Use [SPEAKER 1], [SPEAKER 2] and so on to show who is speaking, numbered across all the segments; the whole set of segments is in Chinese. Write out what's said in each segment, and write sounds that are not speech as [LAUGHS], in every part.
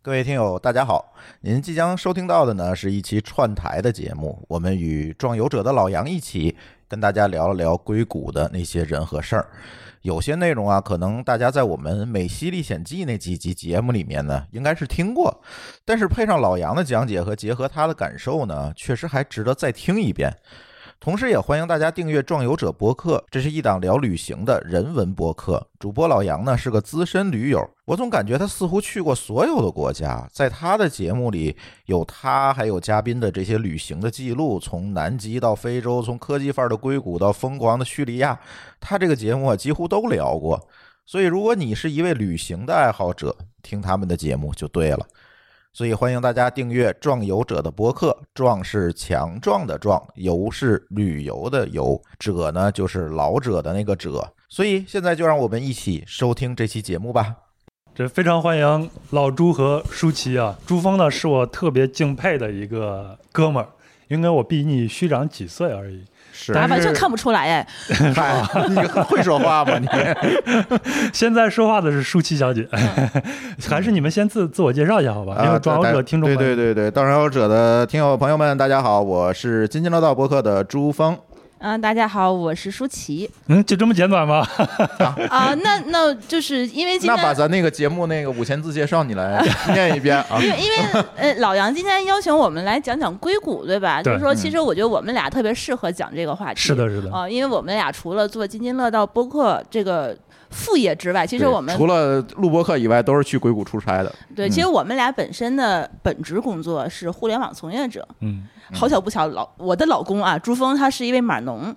[SPEAKER 1] 各位听友，大家好！您即将收听到的呢是一期串台的节目，我们与壮游者的老杨一起跟大家聊了聊硅谷的那些人和事儿。有些内容啊，可能大家在我们《美西历险记》那几集节目里面呢，应该是听过，但是配上老杨的讲解和结合他的感受呢，确实还值得再听一遍。同时，也欢迎大家订阅《壮游者》博客，这是一档聊旅行的人文博客。主播老杨呢是个资深驴友，我总感觉他似乎去过所有的国家。在他的节目里，有他还有嘉宾的这些旅行的记录，从南极到非洲，从科技范儿的硅谷到疯狂的叙利亚，他这个节目啊几乎都聊过。所以，如果你是一位旅行的爱好者，听他们的节目就对了。所以欢迎大家订阅“壮游者”的博客，“壮”是强壮的“壮”，“游”是旅游的“游”，“者呢”就是老者的那个“者”。所以现在就让我们一起收听这期节目吧。
[SPEAKER 2] 这非常欢迎老朱和舒淇啊！朱峰呢是我特别敬佩的一个哥们儿，应该我比你虚长几岁而已。 [LAUGHS]
[SPEAKER 1] 是 [LAUGHS]
[SPEAKER 2] 但
[SPEAKER 3] 完
[SPEAKER 2] 是
[SPEAKER 3] 全看不出来哎，
[SPEAKER 1] 嗨，你会说话
[SPEAKER 2] [LAUGHS]
[SPEAKER 1] 吗？你啊
[SPEAKER 2] 现在说话的是舒淇小姐， [LAUGHS] 还是你们先自自我介绍一下好吧？因为转友者听众
[SPEAKER 1] 对
[SPEAKER 2] 们
[SPEAKER 1] 啊对对对，壮游者的听友朋友们，大家好，我是津津乐道博客的朱峰。
[SPEAKER 3] 嗯，大家好，我是舒淇
[SPEAKER 2] 嗯，就这么简短吗？ [LAUGHS]
[SPEAKER 3] 啊、那那就是因为今
[SPEAKER 1] 那把
[SPEAKER 3] 天，
[SPEAKER 1] 咱那个节目那个五千字介绍你
[SPEAKER 3] [LAUGHS]
[SPEAKER 1] 来念一遍啊。
[SPEAKER 3] 因为因为呃，老杨今天邀请我们来讲讲硅谷，对吧？
[SPEAKER 2] 对
[SPEAKER 3] 就是
[SPEAKER 1] 嗯
[SPEAKER 3] 说，其实我觉得我们俩特别适合讲这个话题。
[SPEAKER 2] 是的，是的，
[SPEAKER 3] 啊、因为我们俩除了做津津乐道播客这个副业之外，其实
[SPEAKER 1] 对
[SPEAKER 3] 我们
[SPEAKER 1] 除了录播客以外，都是去硅谷出差的。
[SPEAKER 3] 对，
[SPEAKER 1] 嗯
[SPEAKER 3] 其实我们俩本身的本职工作是互联网从业者。
[SPEAKER 2] 嗯，
[SPEAKER 3] 好巧不巧，老我的老公啊，朱峰他是一位码农。
[SPEAKER 1] 嗯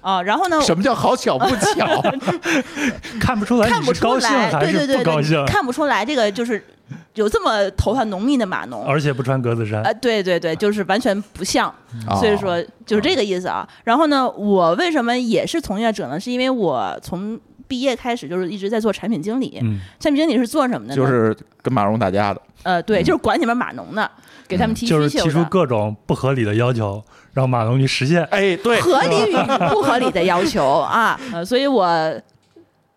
[SPEAKER 3] 啊、然后呢？
[SPEAKER 1] 什么叫好巧不
[SPEAKER 3] [LAUGHS]
[SPEAKER 1] 巧？
[SPEAKER 2] 看不出来
[SPEAKER 3] 看
[SPEAKER 2] 你
[SPEAKER 3] 不
[SPEAKER 2] 是
[SPEAKER 3] 出
[SPEAKER 2] 高兴
[SPEAKER 3] 来，
[SPEAKER 2] 还
[SPEAKER 3] 对对
[SPEAKER 2] 是
[SPEAKER 3] 对
[SPEAKER 2] 不高兴
[SPEAKER 3] 对，，看不出来这个就是有这么头发浓密的码农。
[SPEAKER 2] 而且不穿格子衫
[SPEAKER 3] 啊，，对对对，就是完全不像，
[SPEAKER 1] 哦
[SPEAKER 3] 所以说就是这个意思
[SPEAKER 2] 哦
[SPEAKER 3] 啊。然后呢，我为什么也是从业者呢？是因为我从毕业开始就是一直在做产品经理。
[SPEAKER 2] 嗯，
[SPEAKER 3] 产品经理是做什么的呢？
[SPEAKER 1] 就是跟马蓉打架的，
[SPEAKER 3] 呃，对，就是管你们码农的，给他们提需
[SPEAKER 2] 嗯就是
[SPEAKER 3] 求
[SPEAKER 2] 提出
[SPEAKER 3] 的，
[SPEAKER 2] 各种不合理的要求，让马龙去实现。
[SPEAKER 1] 哎，对
[SPEAKER 3] 合理与不合理的要求啊。 [LAUGHS] 呃，所以我。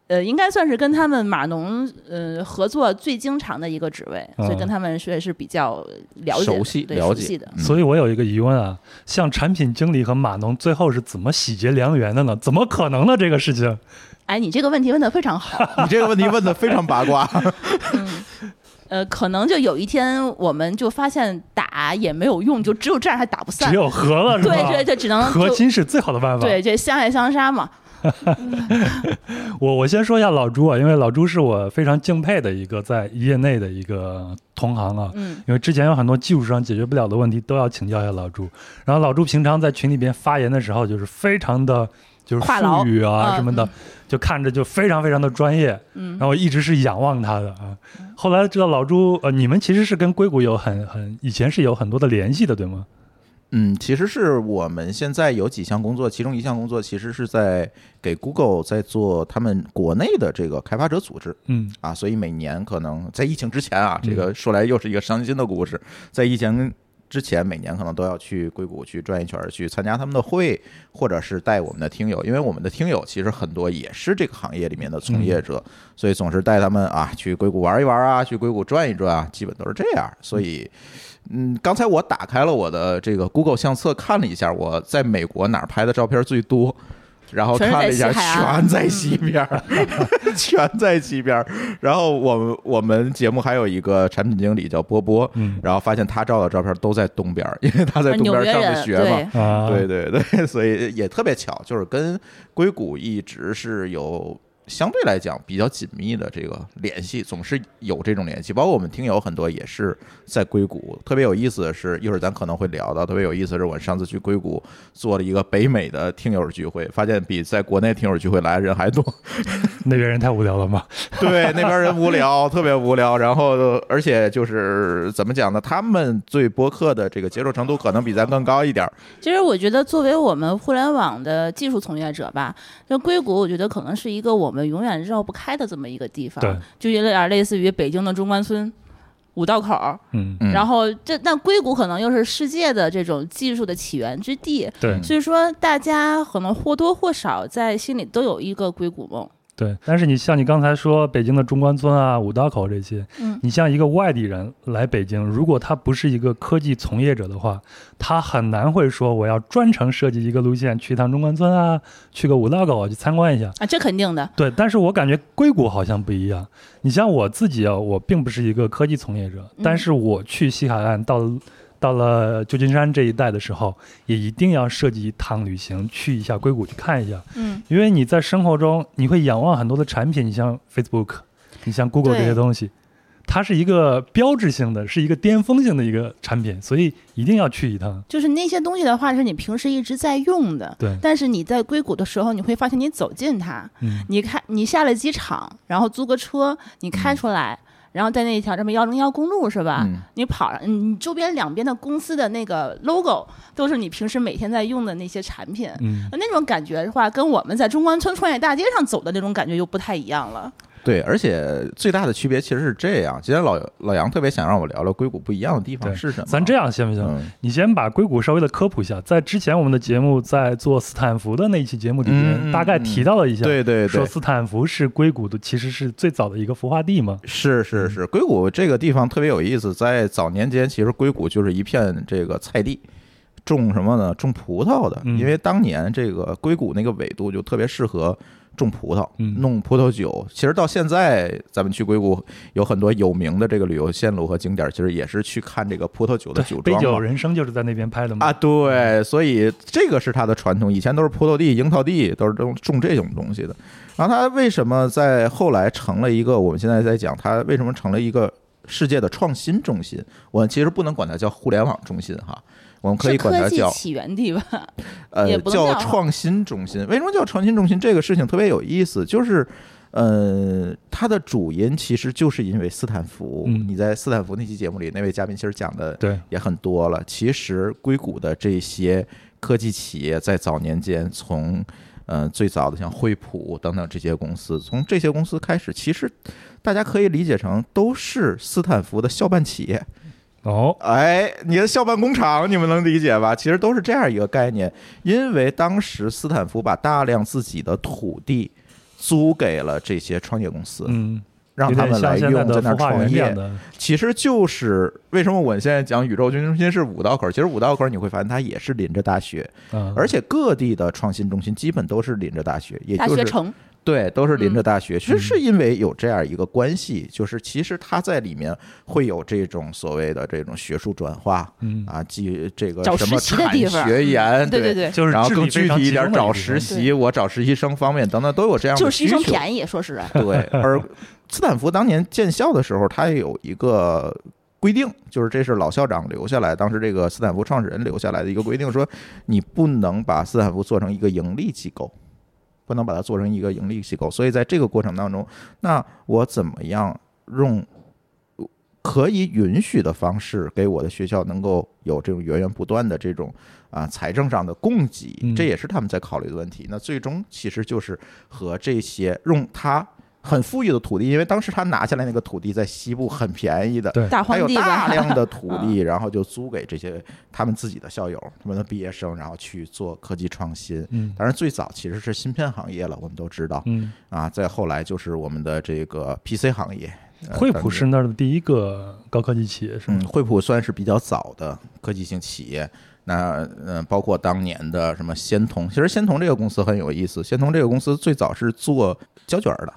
[SPEAKER 3] 呃，应该算是跟他们码农呃合作最经常的一个职位，所以
[SPEAKER 2] 嗯
[SPEAKER 3] 跟他们是是比较了解的、
[SPEAKER 1] 熟悉
[SPEAKER 3] 对
[SPEAKER 1] 了
[SPEAKER 3] 熟
[SPEAKER 1] 解
[SPEAKER 3] 悉的。
[SPEAKER 2] 所以我有一个疑问啊，像产品经理和码农最后是怎么喜结良缘的呢？怎么可能呢？这个事
[SPEAKER 3] [LAUGHS]
[SPEAKER 2] 情，
[SPEAKER 3] 哎，你这个问题问的非常好，
[SPEAKER 1] [LAUGHS] 你这个问题问的非常八卦，
[SPEAKER 3] 呃，可能就有一天我们就发现打也没有用，就只有这样还打不散
[SPEAKER 2] 只。有啊和了是吧？
[SPEAKER 3] 对对，就只能
[SPEAKER 2] 和
[SPEAKER 3] 就
[SPEAKER 2] 亲是最好的办法。
[SPEAKER 3] 对这相爱相杀嘛。
[SPEAKER 2] 我我先说一下老朱啊，因为老朱是我非常敬佩的一个在业内的一个同行啊。
[SPEAKER 3] 嗯，
[SPEAKER 2] 因为之前有很多技术上解决不了的问题，都要请教一下老朱。然后老朱平常在群里边发言的时候，就是非常的，就是
[SPEAKER 3] 话痨
[SPEAKER 2] 术语啊
[SPEAKER 3] 嗯
[SPEAKER 2] 什么的，就看着就非常非常的专业。
[SPEAKER 3] 嗯
[SPEAKER 2] 然后我一直是仰望他的啊。后来知道老朱，呃，你们其实是跟硅谷有很很以前是有很多的联系的，对吗？
[SPEAKER 1] [LAUGHS] 嗯，其实是我们现在有几项工作，其中一项工作其实是在给 Google 在做他们国内的这个开发者组织
[SPEAKER 2] 嗯，
[SPEAKER 1] 啊，所以每年可能在疫情之前啊，
[SPEAKER 2] 嗯
[SPEAKER 1] 这个说来又是一个伤心的故事，在疫情。之前每年可能都要去硅谷去转一圈儿，去参加他们的会，或者是带我们的听友，因为我们的听友其实很多也是这个行业里面的从业者，所以总是带他们啊去硅谷玩一玩啊，去硅谷转一转啊，基本都是这样。所以，嗯，刚才我打开了我的这个 Google 相册，看了一下我在美国哪儿拍的照片最多，然后看了一下，全在西边儿， [LAUGHS] 全在西边儿。然后我们我们节目还有一个产品经理叫波波，
[SPEAKER 2] 嗯
[SPEAKER 1] 然后发现他照的照片都在东边儿， [LAUGHS] 因为他在东边
[SPEAKER 3] 纽
[SPEAKER 1] 儿
[SPEAKER 3] 约
[SPEAKER 1] 上的
[SPEAKER 3] 人
[SPEAKER 1] 学嘛。
[SPEAKER 3] 对，
[SPEAKER 2] 啊，
[SPEAKER 1] 对对对， [LAUGHS] 所以也特别巧，就是跟硅谷一直是有相对来讲比较紧密的这个联系，总是有这种联系。包括我们听友很多也是在硅谷，特别有意思的是，一会儿咱可能会聊到，特别有意思的是，我上次去硅谷做了一个北美的听友聚会，发现比在国内听友聚会来的人还多。
[SPEAKER 2] 那边人太无聊了嘛。
[SPEAKER 1] [LAUGHS] 对，那边人无聊，特别无聊。然后，呃而且就是怎么讲呢？他们对播客的这个接受程度可能比咱更高一点儿。
[SPEAKER 3] 其实我觉得，作为我们互联网的技术从业者吧，就硅谷，我觉得可能是一个我们永远绕不开的这么一个地方，
[SPEAKER 2] 对，
[SPEAKER 3] 就有点类似于北京的中关村、五道口儿，
[SPEAKER 2] 嗯，
[SPEAKER 1] 嗯
[SPEAKER 3] 然后这但硅谷可能又是世界的这种技术的起源之地，
[SPEAKER 2] 对
[SPEAKER 1] 嗯
[SPEAKER 3] 所以说大家可能或多或少在心里都有一个硅谷梦，
[SPEAKER 2] 对，但是你像你刚才说北京的中关村啊、五道口这些，
[SPEAKER 3] 嗯
[SPEAKER 2] 你像一个外地人来北京，如果他不是一个科技从业者的话，他很难会说我要专程设计一个路线去一趟中关村啊，去个五道口啊去参观一下。
[SPEAKER 3] 啊，这肯定的，
[SPEAKER 2] 对，但是我感觉硅谷好像不一样。你像我自己啊，我并不是一个科技从业者，
[SPEAKER 3] 嗯
[SPEAKER 2] 但是我去西海岸到到了旧金山这一带的时候，也一定要设计一趟旅行，去一下硅谷去看一下，
[SPEAKER 3] 嗯，
[SPEAKER 2] 因为你在生活中你会仰望很多的产品，你像 Facebook，你像 Google 这
[SPEAKER 3] 对
[SPEAKER 2] 些东西，它是一个标志性的，是一个巅峰性的一个产品，所以一定要去一趟。
[SPEAKER 3] 就是那些东西的话，是你平时一直在用的，
[SPEAKER 2] 对，
[SPEAKER 3] 但是你在硅谷的时候，你会发现你走进它，
[SPEAKER 2] 嗯，
[SPEAKER 3] 你看你下了机场，然后租个车，你开出来，然后在那一条这么幺零幺公路是吧？
[SPEAKER 1] 嗯
[SPEAKER 3] 你跑上，你你周边两边的公司的那个 logo 都是你平时每天在用的那些产品。
[SPEAKER 2] 嗯，
[SPEAKER 3] 那种感觉的话，跟我们在中关村创业大街上走的那种感觉又不太一样了。
[SPEAKER 1] 对，而且最大的区别其实是这样。今天老老杨特别想让我聊聊硅谷不一样的地方
[SPEAKER 2] 对
[SPEAKER 1] 是什么。
[SPEAKER 2] 咱这样行不行？
[SPEAKER 1] 嗯
[SPEAKER 2] 你先把硅谷稍微的科普一下，在之前我们的节目在做斯坦福的那一期节目里
[SPEAKER 1] 嗯嗯
[SPEAKER 2] 面，大概提到了一下，
[SPEAKER 1] 对对
[SPEAKER 2] 说
[SPEAKER 1] 对，
[SPEAKER 2] 斯坦福是硅谷的，其实是最早的一个孵化地嘛。
[SPEAKER 1] 是是
[SPEAKER 2] 嗯
[SPEAKER 1] 是，硅谷这个地方特别有意思。在早年间，其实硅谷就是一片这个菜地，种什么呢？种葡萄的，
[SPEAKER 2] 嗯
[SPEAKER 1] 因为当年这个硅谷那个纬度就特别适合种葡萄，
[SPEAKER 2] 嗯
[SPEAKER 1] 弄葡萄酒。其实到现在，咱们去硅谷有很多有名的这个旅游线路和景点，其实也是去看这个葡萄酒的酒
[SPEAKER 2] 杯
[SPEAKER 1] 庄
[SPEAKER 2] 酒
[SPEAKER 1] 嘛。
[SPEAKER 2] 人生就是在那边拍的嘛。
[SPEAKER 1] 啊，对，所以这个是它的传统，以前都是葡萄地、樱桃地，都是种种这种东西的。然后它为什么在后来成了一个我们现在在讲它为什么成了一个世界的创新中心？我们其实不能管它叫互联网中心哈，我们可以
[SPEAKER 3] 是
[SPEAKER 1] 管
[SPEAKER 3] 科
[SPEAKER 1] 它
[SPEAKER 3] 技
[SPEAKER 1] 叫
[SPEAKER 3] 起源地吧？
[SPEAKER 1] 呃
[SPEAKER 3] 也不能
[SPEAKER 1] 叫
[SPEAKER 3] 叫
[SPEAKER 1] 创新中心。为什么叫创新中心？这个事情特别有意思，就是。呃，它的主因其实就是因为斯坦福。
[SPEAKER 2] 嗯
[SPEAKER 1] 你在斯坦福那期节目里，那位嘉宾其实讲的
[SPEAKER 2] 对，
[SPEAKER 1] 也很多了。其实硅谷的这些科技企业在早年间从。嗯，最早的像惠普等等这些公司，从这些公司开始，其实大家可以理解成都是斯坦福的校办企业。
[SPEAKER 2] 哦，
[SPEAKER 1] 哎，你的校办工厂，你们能理解吧？其实都是这样一个概念，因为当时斯坦福把大量自己的土地租给了这些创业公司，
[SPEAKER 2] 嗯，
[SPEAKER 1] 让
[SPEAKER 2] 有
[SPEAKER 1] 他
[SPEAKER 2] 点
[SPEAKER 1] 们来
[SPEAKER 2] 像现在
[SPEAKER 1] 用，在
[SPEAKER 2] 的
[SPEAKER 1] 那儿
[SPEAKER 2] 孵化
[SPEAKER 1] 创
[SPEAKER 2] 园这
[SPEAKER 1] 业
[SPEAKER 2] 样。的，
[SPEAKER 1] 其实就是为什么我现在讲宇宙军中心是五道口，其实五道口你会发现它也是临着大学，
[SPEAKER 2] 嗯，
[SPEAKER 1] 而且各地的创新中心基本都是临着大学，也
[SPEAKER 3] 大
[SPEAKER 1] 就
[SPEAKER 3] 学
[SPEAKER 1] 是
[SPEAKER 3] 城，嗯
[SPEAKER 1] 对，都是临着大学。其实是因为有这样一个关系，就是其实它在里面会有这种所谓的这种学术转化
[SPEAKER 2] 嗯，
[SPEAKER 1] 啊，即这个
[SPEAKER 3] 找
[SPEAKER 1] 什么
[SPEAKER 3] 实习的
[SPEAKER 1] 产
[SPEAKER 3] 地方
[SPEAKER 1] 学研，
[SPEAKER 3] 对
[SPEAKER 1] 哎对。
[SPEAKER 3] 对，
[SPEAKER 2] 就是
[SPEAKER 1] 然后
[SPEAKER 2] 智力
[SPEAKER 1] 更具
[SPEAKER 2] 非常
[SPEAKER 1] 体一
[SPEAKER 2] 集中
[SPEAKER 1] 点，
[SPEAKER 2] 的
[SPEAKER 1] 找
[SPEAKER 2] 个地
[SPEAKER 1] 实
[SPEAKER 2] 方
[SPEAKER 1] 习，我找实习生方面等等都有这样
[SPEAKER 3] 就
[SPEAKER 1] 的
[SPEAKER 3] 是
[SPEAKER 1] 需
[SPEAKER 3] 一生
[SPEAKER 1] 求。
[SPEAKER 3] 便宜，说实在，
[SPEAKER 1] 对，而斯坦福当年建校的时候，它也有一个规定，就是这是老校长留下来，当时这个斯坦福创始人留下来的一个规定，说你不能把斯坦福做成一个盈利机构，不能把它做成一个盈利机构。所以在这个过程当中，那我怎么样用？可以允许的方式，给我的学校能够有这种源源不断的这种啊财政上的供给
[SPEAKER 2] 嗯，
[SPEAKER 1] 这也是他们在考虑的问题。那最终其实就是和这些用它很富裕的土地，因为当时他拿下来那个土地在西部很便宜的，
[SPEAKER 2] 对
[SPEAKER 3] 大
[SPEAKER 1] 他
[SPEAKER 3] 荒
[SPEAKER 1] 有
[SPEAKER 3] 地
[SPEAKER 1] 大
[SPEAKER 3] 吧， [LAUGHS]
[SPEAKER 1] 量的土地，然后就租给这些他们自己的校友、他们的毕业生，然后去做科技创新。
[SPEAKER 2] 嗯
[SPEAKER 1] 当然，最早其实是芯片行业了，我们都知道
[SPEAKER 2] 嗯，
[SPEAKER 1] 啊。再后来就是我们的这个 PC 行业，呃
[SPEAKER 2] 惠普
[SPEAKER 1] 当
[SPEAKER 2] 是
[SPEAKER 1] 时
[SPEAKER 2] 那儿的第一个高科技企业是吗
[SPEAKER 1] 嗯，？惠普算是比较早的科技型企业。那嗯、呃包括当年的什么仙童，其实仙童这个公司很有意思。仙童这个公司最早是做胶卷儿的，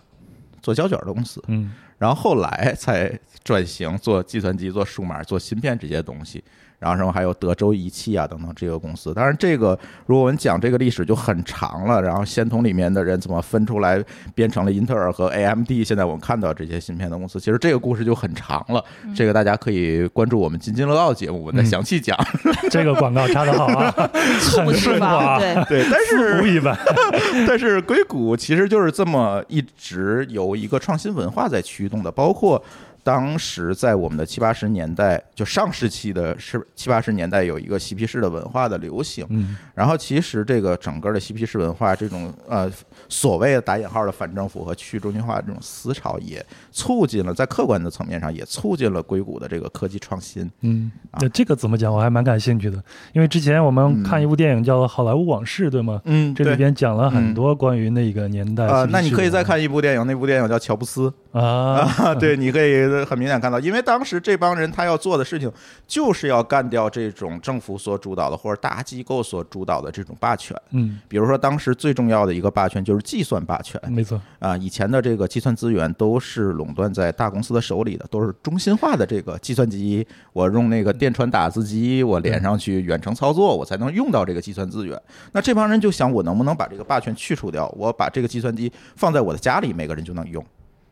[SPEAKER 1] 做胶卷儿的公司。
[SPEAKER 2] 嗯，
[SPEAKER 1] 然后后来 [LAUGHS] 才转型做计算机、做数码、做芯片这些东西。然后，然后还有德州仪器啊等等这个公司。当然，这个如果我们讲这个历史就很长了。然后，仙童里面的人怎么分出来，变成了英特尔和 AMD。现在我们看到这些芯片的公司，其实这个故事就很长了。这个大家可以关注我们津津乐道节目，我再详细讲。
[SPEAKER 2] 嗯这个广告插的好啊，
[SPEAKER 1] [LAUGHS]
[SPEAKER 3] 猝不
[SPEAKER 2] 很
[SPEAKER 3] 及
[SPEAKER 2] 顺
[SPEAKER 3] 防，
[SPEAKER 2] 滑，
[SPEAKER 3] 对，
[SPEAKER 1] 对，但
[SPEAKER 2] 丝
[SPEAKER 1] 是
[SPEAKER 2] 不一般。
[SPEAKER 1] [LAUGHS] 但是硅谷其实就是这么一直有一个创新文化在驱动的，包括当时在我们的七八十年代，就上世纪的是七八十年代有一个嬉皮士的文化的流行。
[SPEAKER 2] 嗯
[SPEAKER 1] 然后其实这个整个的嬉皮士文化这种呃所谓的打引号的反政府和去中心化这种思潮，也促进了在客观的层面上也促进了硅谷的这个科技创新。
[SPEAKER 2] 嗯，
[SPEAKER 1] 啊
[SPEAKER 2] 那这个怎么讲？我还蛮感兴趣的，因为之前我们看一部电影叫《好莱坞往事》，对吗？
[SPEAKER 1] 嗯，
[SPEAKER 2] 这里
[SPEAKER 1] 对。
[SPEAKER 2] 边讲了很多关于那个年代
[SPEAKER 1] 呃，那你
[SPEAKER 2] 新
[SPEAKER 1] 可以
[SPEAKER 2] 事物
[SPEAKER 1] 再看一部电影，那部电影叫《乔布斯》
[SPEAKER 2] 啊，
[SPEAKER 1] [LAUGHS] 啊，对，你可以很明显看到，因为当时这帮人他要做的事情，就是要干掉这种政府所主导的或者大机构所主导的这种霸权。
[SPEAKER 2] 嗯，
[SPEAKER 1] 比如说，当时最重要的一个霸权就是计算霸权，
[SPEAKER 2] 没错，
[SPEAKER 1] 啊，以前的这个计算资源都是垄断在大公司的手里的，都是中心化的这个计算机。我用那个电传打字机，我连上去远程操作，我才能用到这个计算资源。那这帮人就想，我能不能把这个霸权去除掉？我把这个计算机放在我的家里，每个人就能用。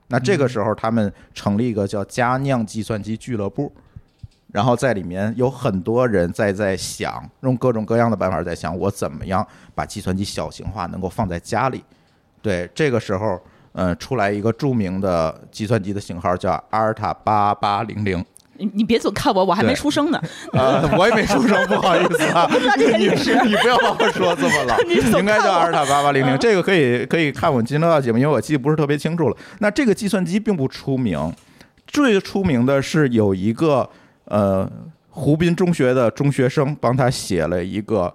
[SPEAKER 1] 那这个时候，他们成立一个叫佳酿计算机俱乐部。然后在里面有很多人在在想，用各种各样的办法在想，我怎么样把计算机小型化，能够放在家里。对，这个时候，嗯，出来一个著名的计算机的型号叫阿尔塔八八零零，
[SPEAKER 3] 你你别总看我，我还没
[SPEAKER 1] 对
[SPEAKER 3] 出生呢，
[SPEAKER 1] 啊， [LAUGHS] 我也没出声，不好意思啊，
[SPEAKER 3] 不知道这些
[SPEAKER 1] 你
[SPEAKER 3] 历史。
[SPEAKER 1] 你不要把我说这 [LAUGHS] 么老，
[SPEAKER 3] 你总看我
[SPEAKER 1] 应该叫阿尔塔八八零零，这个可以可以看我们今天的节目，因为我记得不是特别清楚了。那这个计算机并不出名，最出名的是有一个呃湖滨中学的中学生帮他写了一个。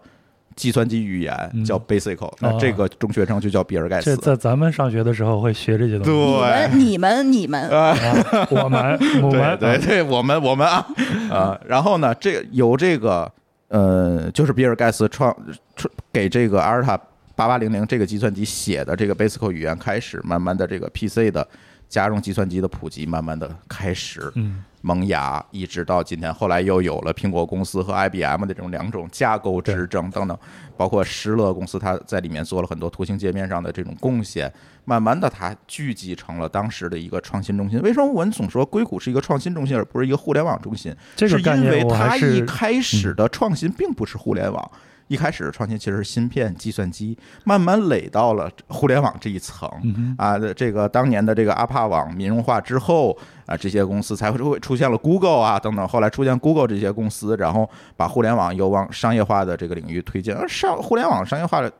[SPEAKER 1] 计算机语言
[SPEAKER 2] 嗯哦
[SPEAKER 1] 叫 Basic，、那这个中学生就叫比尔盖
[SPEAKER 2] 这
[SPEAKER 1] 茨。
[SPEAKER 2] 在咱们上学的时候会学这些东
[SPEAKER 1] [LAUGHS]
[SPEAKER 2] 西。
[SPEAKER 1] 对，
[SPEAKER 3] 你们你们你们，
[SPEAKER 1] 啊，
[SPEAKER 2] 啊，我们
[SPEAKER 1] [LAUGHS]
[SPEAKER 2] 我
[SPEAKER 1] 对
[SPEAKER 2] 们啊
[SPEAKER 1] 对对，我们我们
[SPEAKER 2] [LAUGHS]
[SPEAKER 1] 啊啊，然后呢，这由这个呃，就是比尔盖茨创创给这个阿尔塔八八零零这个计算机写的这个 Basic 语言开始，慢慢的这个 PC 的家用计算机的普及，慢慢的开始
[SPEAKER 2] 嗯
[SPEAKER 1] 萌芽，一直到今天，后来又有了苹果公司和 IBM 的这种两种架构之争等等，包括施乐公司，它在里面做了很多图形界面上的这种贡献。慢慢的，它聚集成了当时的一个创新中心。为什么我们总说硅谷是一个创新中心，而不是一个互联网中心？
[SPEAKER 2] 这个
[SPEAKER 1] 是
[SPEAKER 2] 概
[SPEAKER 1] 因为
[SPEAKER 2] 念我
[SPEAKER 1] 它
[SPEAKER 2] 还
[SPEAKER 1] 一
[SPEAKER 2] 是嗯
[SPEAKER 1] 开始的创新并不是互联网，一开始的创新其实是芯片、计算机，慢慢垒到了互联网这一层。
[SPEAKER 2] 嗯哼
[SPEAKER 1] 啊，这个当年的这个阿帕网民融化之后啊，这些公司才会出现了 Google 啊等等，后来出现 Google 这些公司，然后把互联网又往商业化的这个领域推进，而上互联网商业化的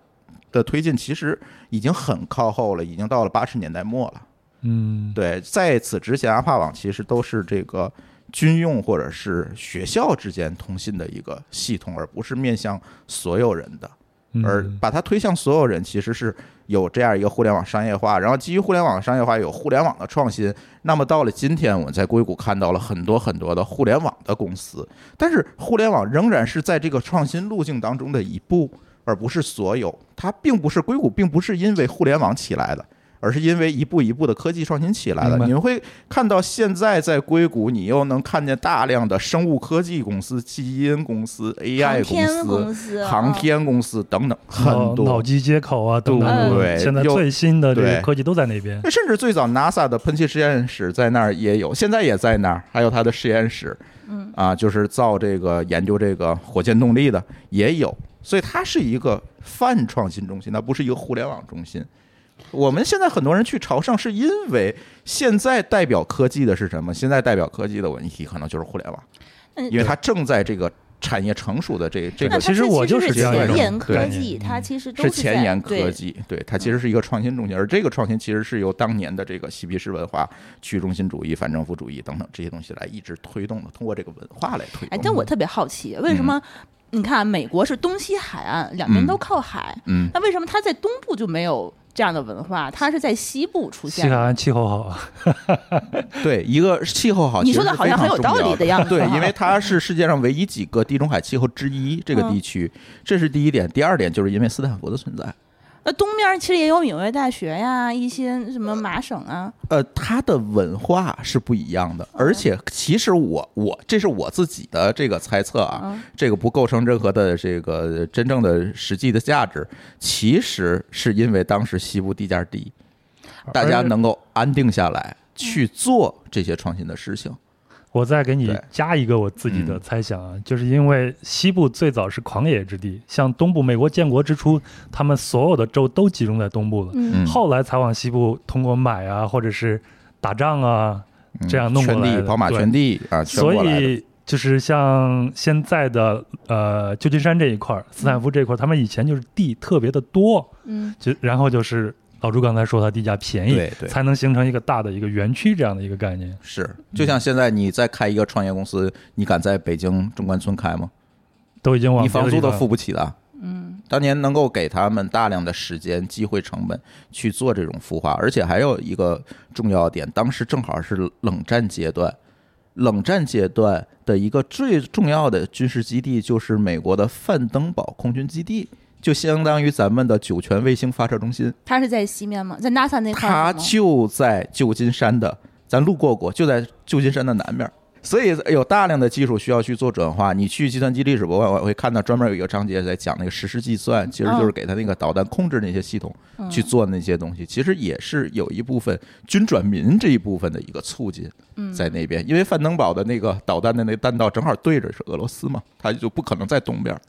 [SPEAKER 1] 的推进其实已经很靠后了，已经到了八十年代末了。
[SPEAKER 2] 嗯
[SPEAKER 1] 对，在此之前，阿帕网其实都是这个军用或者是学校之间通信的一个系统，而不是面向所有人的。
[SPEAKER 2] 嗯
[SPEAKER 1] 而把它推向所有人，其实是有这样一个互联网商业化，然后基于互联网商业化有互联网的创新。那么到了今天，我们在硅谷看到了很多很多的互联网的公司，但是互联网仍然是在这个创新路径当中的一步，而不是所有。它并不是硅谷，并不是因为互联网起来的。而是因为一步一步的科技创新起来了，
[SPEAKER 2] 明白
[SPEAKER 1] 你们会看到现在在硅谷，你又能看见大量的生物科技公司、基因公司、AI 公
[SPEAKER 3] 航天
[SPEAKER 1] 司、
[SPEAKER 3] 公司，
[SPEAKER 1] 航
[SPEAKER 3] 嗯
[SPEAKER 1] 天公司等等很
[SPEAKER 2] 脑脑
[SPEAKER 1] 多。
[SPEAKER 2] 机接口啊等等，
[SPEAKER 1] 对
[SPEAKER 2] 现在
[SPEAKER 1] 又
[SPEAKER 2] 最新的这
[SPEAKER 1] 对
[SPEAKER 2] 个科技都在那边。
[SPEAKER 1] 那甚至最早 NASA 的喷气实验室在那儿也有，现在也在那儿，还有它的实验室，
[SPEAKER 3] 嗯
[SPEAKER 1] 啊，就是造这个研究这个火箭动力的也有，所以它是一个泛创新中心，它不是一个互联网中心。我们现在很多人去朝圣，是因为现在代表科技的是什么？现在代表科技的问题可能就是互联网，
[SPEAKER 3] 嗯
[SPEAKER 1] 因为它正在这个产业成熟的这这
[SPEAKER 3] 那
[SPEAKER 1] 个
[SPEAKER 3] 它
[SPEAKER 2] 其实我就是是这样一
[SPEAKER 3] 前
[SPEAKER 2] 种
[SPEAKER 3] 沿科
[SPEAKER 1] 概
[SPEAKER 3] 技，
[SPEAKER 2] 念
[SPEAKER 3] 它
[SPEAKER 2] 嗯
[SPEAKER 3] 其实都
[SPEAKER 1] 是
[SPEAKER 3] 在
[SPEAKER 1] 前沿科
[SPEAKER 3] 对嗯
[SPEAKER 1] 技，对它其实是一个创新中心，而这个创新其实是由当年的这个嬉皮士文化、去中心主义、反政府主义等等这些东西来一直推动的，通过这个文化来推动的。
[SPEAKER 3] 哎，但
[SPEAKER 2] 嗯
[SPEAKER 3] 我特别好奇，为什
[SPEAKER 1] 嗯
[SPEAKER 3] 么你看美国是东西海岸，两边
[SPEAKER 1] 嗯
[SPEAKER 3] 都靠海，
[SPEAKER 1] 嗯，
[SPEAKER 3] 那为什么它在东部就没有这样的文化？它是在西部出
[SPEAKER 2] 西
[SPEAKER 3] 现
[SPEAKER 2] 海
[SPEAKER 3] 的。
[SPEAKER 2] 岸气候好啊，
[SPEAKER 1] 对，一个气候好，
[SPEAKER 3] 你
[SPEAKER 1] 其实
[SPEAKER 3] 说的
[SPEAKER 1] 是
[SPEAKER 3] 好
[SPEAKER 1] 非
[SPEAKER 3] 像很
[SPEAKER 1] 常
[SPEAKER 3] 有
[SPEAKER 1] 重
[SPEAKER 3] 道
[SPEAKER 1] 要
[SPEAKER 3] 理
[SPEAKER 1] [LAUGHS]
[SPEAKER 3] 的样子啊
[SPEAKER 1] 对，
[SPEAKER 3] 哈
[SPEAKER 1] 因为它是世界上唯一几个地中海气候之一这个
[SPEAKER 3] 嗯
[SPEAKER 1] 地区，这是第一点。第二点就是因为斯坦福的存在，
[SPEAKER 3] 那东面其实也有纽约大学呀，一些什么麻省啊，
[SPEAKER 1] 呃，它的文化是不一样的，而且其实我我这是我自己的这个猜测啊，
[SPEAKER 3] 嗯
[SPEAKER 1] 这个不构成任何的这个真正的实际的价值，其实是因为当时西部地价低，大家
[SPEAKER 2] 而
[SPEAKER 1] 能够安定下来去做这些创新的事情。
[SPEAKER 2] 我再给你
[SPEAKER 1] 对嗯
[SPEAKER 2] 加一个我自己的猜想啊，就是因为西部最早是狂野之地，像东部，美国建国之初，他们所有的州都集中在东部了，
[SPEAKER 3] 嗯
[SPEAKER 1] 嗯
[SPEAKER 2] 后来才往西部通过买啊，或者是打仗啊，这样弄
[SPEAKER 1] 嗯
[SPEAKER 2] 过
[SPEAKER 1] 圈
[SPEAKER 2] 来
[SPEAKER 1] 地
[SPEAKER 2] 的，
[SPEAKER 1] 跑马
[SPEAKER 2] 对
[SPEAKER 1] 圈地啊，圈
[SPEAKER 2] 所
[SPEAKER 1] 过来的。
[SPEAKER 2] 以就是像现在的呃旧金山这一块儿，斯坦福这一块儿，他们以前就是地特别的多，
[SPEAKER 3] 嗯
[SPEAKER 2] 就然后就是老朱刚才说它地价便宜，
[SPEAKER 1] 对对
[SPEAKER 2] 才能形成一个大的一个园区这样的一个概念。
[SPEAKER 1] 是，就像现在你再开一个创业公司，你敢在北京中关村开吗？
[SPEAKER 2] 都已经往
[SPEAKER 1] 你房租都
[SPEAKER 2] 都
[SPEAKER 1] 付不起的。
[SPEAKER 3] 嗯
[SPEAKER 1] 当年能够给他们大量的时间、机会成本去做这种孵化，而且还有一个重要点，当时正好是冷战阶段。冷战阶段的一个最重要的军事基地就是美国的范登堡空军基地，就相当于咱们的酒泉卫星发射中心，
[SPEAKER 3] 它是在西面吗？在 NASA 那块儿
[SPEAKER 1] 它
[SPEAKER 3] 吗
[SPEAKER 1] 就在旧金山的，咱路过过，就在旧金山的南面。所以有大量的技术需要去做转化。你去计算机历史博物馆，我会看到专门有一个章节在讲那个实时计算，其实就是给它那个导弹控制那些系统
[SPEAKER 3] 嗯
[SPEAKER 1] 去做那些东西，其实也是有一部分军转民这一部分的一个促进
[SPEAKER 3] 嗯
[SPEAKER 1] 在那边，因为范登堡的那个导弹的那弹道正好对着是俄罗斯嘛，它就不可能在东边儿。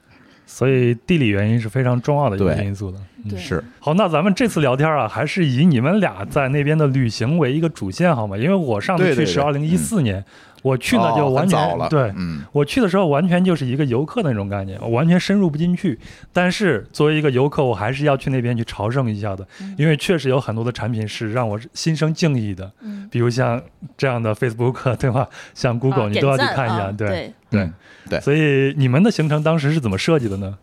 [SPEAKER 2] 所以地理原因是非常重要的一个
[SPEAKER 1] 对
[SPEAKER 2] 因素的。嗯
[SPEAKER 3] 对
[SPEAKER 1] 是
[SPEAKER 2] 好，那咱们这次聊天啊，还是以你们俩在那边的旅行为一个主线好吗？因为我上次
[SPEAKER 1] 对对
[SPEAKER 2] 去
[SPEAKER 1] 对
[SPEAKER 2] 是二零一四年，我去呢就
[SPEAKER 1] 哦
[SPEAKER 2] 完
[SPEAKER 1] 很
[SPEAKER 2] 全、
[SPEAKER 1] 早了，
[SPEAKER 2] 对，
[SPEAKER 1] 嗯，
[SPEAKER 2] 我去的时候完全就是一个游客那种概念，我完全深入不进去。但是作为一个游客，我还是要去那边去朝圣一下的
[SPEAKER 3] 嗯，
[SPEAKER 2] 因为确实有很多的产品是让我心生敬意的，
[SPEAKER 3] 嗯
[SPEAKER 2] 比如像这样的 Facebook 对吧？像 Google
[SPEAKER 3] 啊
[SPEAKER 2] 你都要去
[SPEAKER 3] 点赞
[SPEAKER 2] 看一
[SPEAKER 3] 啊
[SPEAKER 2] 下，对。
[SPEAKER 3] 对。
[SPEAKER 2] 对
[SPEAKER 1] 嗯
[SPEAKER 2] 所以你们的行程当时是怎么设计的呢？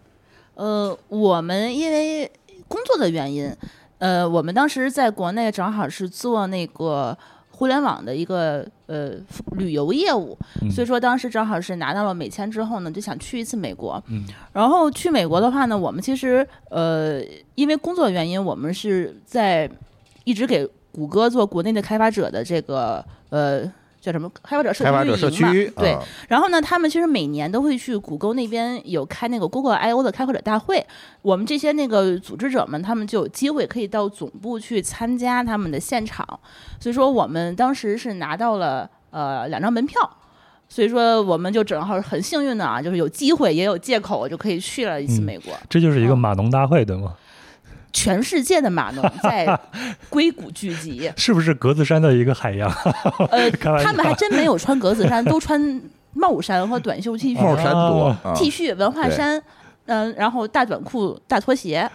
[SPEAKER 3] 呃，我们因为工作的原因，呃，我们当时在国内正好是做那个互联网的一个呃旅游业务，
[SPEAKER 2] 嗯
[SPEAKER 3] 所以说当时正好是拿到了美签之后呢，就想去一次美国。
[SPEAKER 2] 嗯
[SPEAKER 3] 然后去美国的话呢，我们其实呃，因为工作原因，我们是在一直给谷歌做国内的开发者的这个呃叫什么开发者社
[SPEAKER 4] 开发者
[SPEAKER 3] 运
[SPEAKER 4] 社
[SPEAKER 3] 营嘛
[SPEAKER 4] 区，
[SPEAKER 3] 嗯对
[SPEAKER 4] 啊，
[SPEAKER 3] 然后呢，他们其实每年都会去谷歌那边有开那个 Google I O 的开会者大会，我们这些那个组织者们，他们就有机会可以到总部去参加他们的现场，所以说我们当时是拿到了呃两张门票。所以说，我们就正好很幸运的啊，就是有机会也有借口，就可以去了一次
[SPEAKER 2] 嗯
[SPEAKER 3] 美国。
[SPEAKER 2] 这就是
[SPEAKER 3] 哦
[SPEAKER 2] 一个码农大会，对吗？ [LAUGHS]
[SPEAKER 3] 全世界的码农在硅谷聚集，
[SPEAKER 2] 是不是格子山的一个海洋？ [LAUGHS]
[SPEAKER 3] 呃，
[SPEAKER 2] 开玩笑
[SPEAKER 3] 他们还真没有穿格子衫，都穿帽衫和短袖 T 恤。
[SPEAKER 1] 帽衫多
[SPEAKER 2] 啊
[SPEAKER 1] 啊
[SPEAKER 3] T 恤、文化
[SPEAKER 1] 对
[SPEAKER 3] 衫，嗯、然后大短裤、大拖鞋，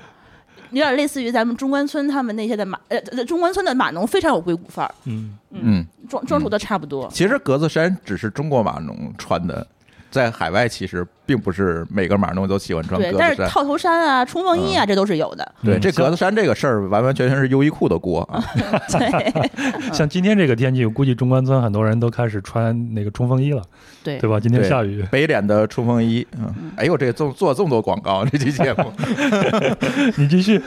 [SPEAKER 3] 有点类似于咱们中关村他们那些的马，呃，呃中关村的码农非常有硅谷范儿，
[SPEAKER 2] 嗯，
[SPEAKER 1] 嗯。
[SPEAKER 3] 装装束的差不多。
[SPEAKER 1] 其实格子衫只是中国码农穿的，在海外其实并不是每个码农都喜欢穿
[SPEAKER 3] 对，
[SPEAKER 1] 格
[SPEAKER 3] 但
[SPEAKER 1] 子
[SPEAKER 3] 是
[SPEAKER 1] 衫。嗯
[SPEAKER 3] 套头衫啊、冲锋衣啊，这都是有的。
[SPEAKER 1] 对，这
[SPEAKER 2] 嗯像
[SPEAKER 1] 格子衫这个事儿，完完全全是优衣库的锅啊！
[SPEAKER 3] 对，
[SPEAKER 2] 像今天这个天气，我估计中关村很多人都开始穿那个冲锋衣了，
[SPEAKER 3] 对
[SPEAKER 2] 对吧？今天
[SPEAKER 1] 对
[SPEAKER 2] 下雨，
[SPEAKER 1] [LAUGHS]
[SPEAKER 2] [LAUGHS]
[SPEAKER 1] 北脸的冲锋衣，嗯，哎呦，这做做这么多广告，这期节
[SPEAKER 3] [LAUGHS]
[SPEAKER 1] 目
[SPEAKER 2] 你
[SPEAKER 1] [LAUGHS]
[SPEAKER 2] 继续。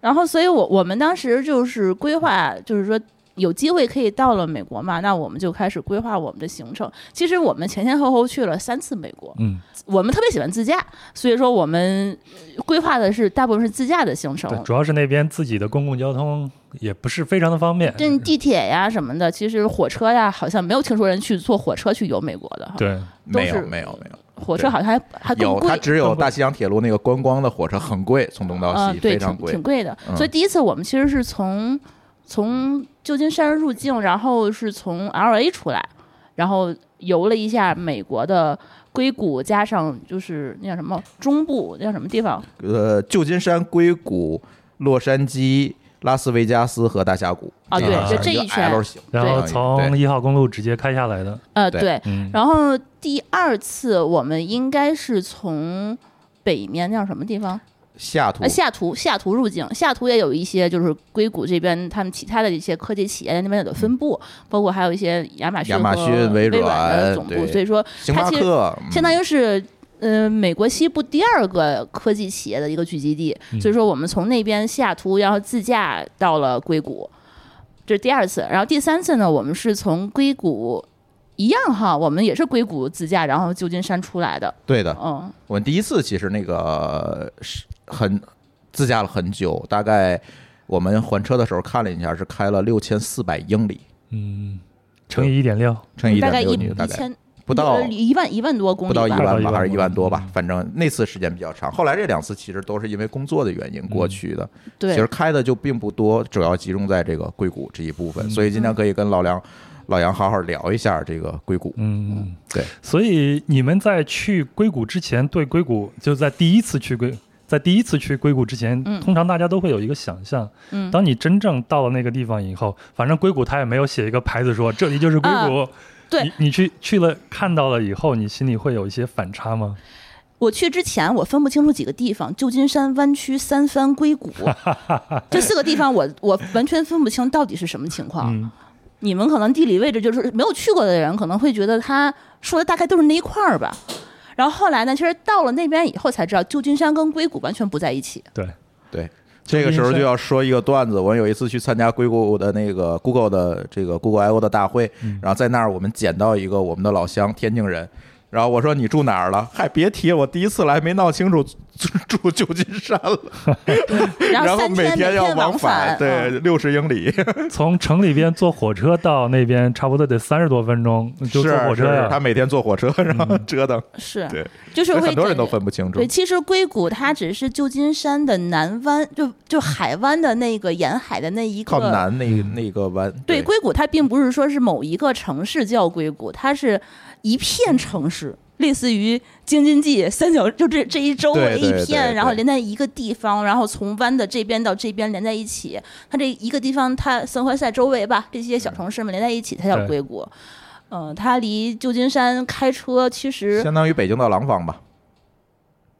[SPEAKER 3] 然后，所以我我们当时就是规划，就是说有机会可以到了美国嘛，那我们就开始规划我们的行程。其实我们前前后后去了三次美国，
[SPEAKER 2] 嗯，
[SPEAKER 3] 我们特别喜欢自驾，所以说我们呃规划的是大部分是自驾的行程
[SPEAKER 2] 对，。主要是那边自己的公共交通也不是非常的方便。
[SPEAKER 3] 这地铁呀什么的，其实火车呀，好像没有听说人去坐火车去游美国的哈。，
[SPEAKER 2] 对，
[SPEAKER 3] 都
[SPEAKER 1] 没
[SPEAKER 3] 是
[SPEAKER 1] 有没有没有，
[SPEAKER 3] 火车好像还还更
[SPEAKER 1] 有它
[SPEAKER 3] 贵。呃
[SPEAKER 1] 只有
[SPEAKER 2] 更贵
[SPEAKER 1] 大西洋铁路那个观光的火车很贵，从东到
[SPEAKER 3] 嗯、
[SPEAKER 1] 西
[SPEAKER 3] 对，
[SPEAKER 1] 非
[SPEAKER 3] 挺
[SPEAKER 1] 常贵
[SPEAKER 3] 挺。贵的。
[SPEAKER 1] 嗯
[SPEAKER 3] 所以第一次我们其实是从从旧金山入境，然后是从 L A 出来，然后游了一下美国的硅谷，加上就是那叫什么中部那叫什么地方，
[SPEAKER 1] 呃，旧金山、硅谷、洛杉矶、拉斯维加斯和大峡谷
[SPEAKER 3] 啊
[SPEAKER 2] 对
[SPEAKER 1] 个
[SPEAKER 2] 就
[SPEAKER 3] 这
[SPEAKER 1] 个
[SPEAKER 3] 一圈啊
[SPEAKER 1] L 型，
[SPEAKER 2] 然后
[SPEAKER 1] 对
[SPEAKER 2] 从一号公路直接开下来的。
[SPEAKER 3] 呃，
[SPEAKER 1] 对
[SPEAKER 3] 对。
[SPEAKER 2] 嗯，
[SPEAKER 3] 然后第二次我们应该是从北面那叫什么地方？
[SPEAKER 1] 下图
[SPEAKER 3] 呃，西雅图，西雅图入境，西雅图也有一些就是硅谷这边他们其他的一些科技企业在那边有的分布，包括还有一些亚马
[SPEAKER 1] 嗯
[SPEAKER 3] 逊、
[SPEAKER 1] 亚马逊
[SPEAKER 3] 微
[SPEAKER 1] 微
[SPEAKER 3] 软
[SPEAKER 1] 软
[SPEAKER 3] 的总部，
[SPEAKER 1] 对嗯
[SPEAKER 3] 所以说
[SPEAKER 1] 星巴
[SPEAKER 3] 它其实
[SPEAKER 1] 克，
[SPEAKER 3] 相
[SPEAKER 1] 于
[SPEAKER 3] 当于是。呃，美国西部第二个科技企业的一个聚集地，
[SPEAKER 1] 嗯
[SPEAKER 3] 所以说我们从那边西雅图，然后自驾到了硅谷，这是第二次。然后第三次呢，我们是从硅谷一样哈，我们也是硅谷自驾，然后旧金山出来的。
[SPEAKER 1] 对的，
[SPEAKER 3] 嗯，
[SPEAKER 1] 我们第一次其实那个是很自驾了很久，大概我们还车的时候看了一下，是开了六千四百英里，
[SPEAKER 2] 嗯，乘以一点六，
[SPEAKER 1] 乘以
[SPEAKER 3] 大概一
[SPEAKER 1] 六，大
[SPEAKER 3] 一
[SPEAKER 1] 概
[SPEAKER 3] 千
[SPEAKER 1] 不到
[SPEAKER 3] 一万一万多公里
[SPEAKER 1] 不到一
[SPEAKER 3] 吧
[SPEAKER 1] 万
[SPEAKER 2] 不到一
[SPEAKER 1] 吧，
[SPEAKER 2] 万
[SPEAKER 1] 还是一万多吧
[SPEAKER 2] 嗯，
[SPEAKER 1] 反正那次时间比较长。后来这两次其实都是因为工作的原
[SPEAKER 2] 嗯
[SPEAKER 1] 因过去的，
[SPEAKER 3] 对，
[SPEAKER 1] 其实开的就并不多，主要集中在这个硅谷这一部分。
[SPEAKER 2] 嗯
[SPEAKER 1] 所以今天可以跟老梁、老杨好好聊一下这个硅谷。
[SPEAKER 2] 嗯，
[SPEAKER 1] 对。
[SPEAKER 2] 所以你们在去硅谷之前，对硅谷就在第一次去硅，在第一次去硅谷之前，
[SPEAKER 3] 嗯
[SPEAKER 2] 通常大家都会有一个想象。
[SPEAKER 3] 嗯
[SPEAKER 2] 当你真正到了那个地方以后，反正硅谷它也没有写一个牌子说这里就是硅谷。
[SPEAKER 3] 啊对
[SPEAKER 2] 你你去去了看到了以后，你心里会有一些反差吗？
[SPEAKER 3] 我去之前，我分不清楚几个地方：旧金山、湾区、三藩、硅谷，这四个地方我我完全分不清到底是什么情况。
[SPEAKER 2] 嗯
[SPEAKER 3] 你们可能地理位置就是没有去过的人，可能会觉得他说的大概都是那一块儿吧。然后后来呢，其实到了那边以后才知道，旧金山跟硅谷完全不在一起。
[SPEAKER 2] 对，
[SPEAKER 1] 对，这个时候就要说一个段子。我有一次去参加硅谷的那个 Google 的这个 Google I/O 的大会，
[SPEAKER 2] 嗯
[SPEAKER 1] 然后在那儿我们捡到一个我们的老乡天津人。然后我说你住哪儿了？嗨，别提我第一次来没闹清楚住住旧金山了，
[SPEAKER 3] 然
[SPEAKER 1] 然后
[SPEAKER 3] 三
[SPEAKER 1] 每
[SPEAKER 3] 天每
[SPEAKER 1] 要
[SPEAKER 3] 往
[SPEAKER 1] 返，对，
[SPEAKER 3] 嗯
[SPEAKER 1] 六十英里，
[SPEAKER 2] 从城里边坐火车到那边，差不多得三十多分钟，
[SPEAKER 1] 是
[SPEAKER 2] 就坐火车
[SPEAKER 1] 是
[SPEAKER 2] 呀嗯
[SPEAKER 1] 是。他每天坐火车，然后折腾，
[SPEAKER 3] 是，
[SPEAKER 1] 对，
[SPEAKER 3] 就是
[SPEAKER 1] 所以
[SPEAKER 3] 会
[SPEAKER 1] 很多人
[SPEAKER 3] 感觉
[SPEAKER 1] 都分不清楚
[SPEAKER 3] 对，。其实硅谷它只是旧金山的南湾，就就海湾的那个沿海的那一个
[SPEAKER 1] 靠南那
[SPEAKER 2] 嗯
[SPEAKER 1] 那个湾，
[SPEAKER 3] 对，硅谷它并不是说是某一个城市叫硅谷，它是一片城
[SPEAKER 2] 嗯
[SPEAKER 3] 市，类似于京津冀三角，就这这一周
[SPEAKER 1] 对
[SPEAKER 3] 围
[SPEAKER 1] 对
[SPEAKER 3] 一
[SPEAKER 1] 对
[SPEAKER 3] 片，
[SPEAKER 1] 对
[SPEAKER 3] 然后连在一个地方，然后从湾的这边到这边连在一起。它这一个地方，它三环赛周围吧，这些小城市们连在一起才叫
[SPEAKER 2] 对
[SPEAKER 3] 硅谷。嗯、它离旧金山开车其实
[SPEAKER 1] 相当于北京到廊坊吧，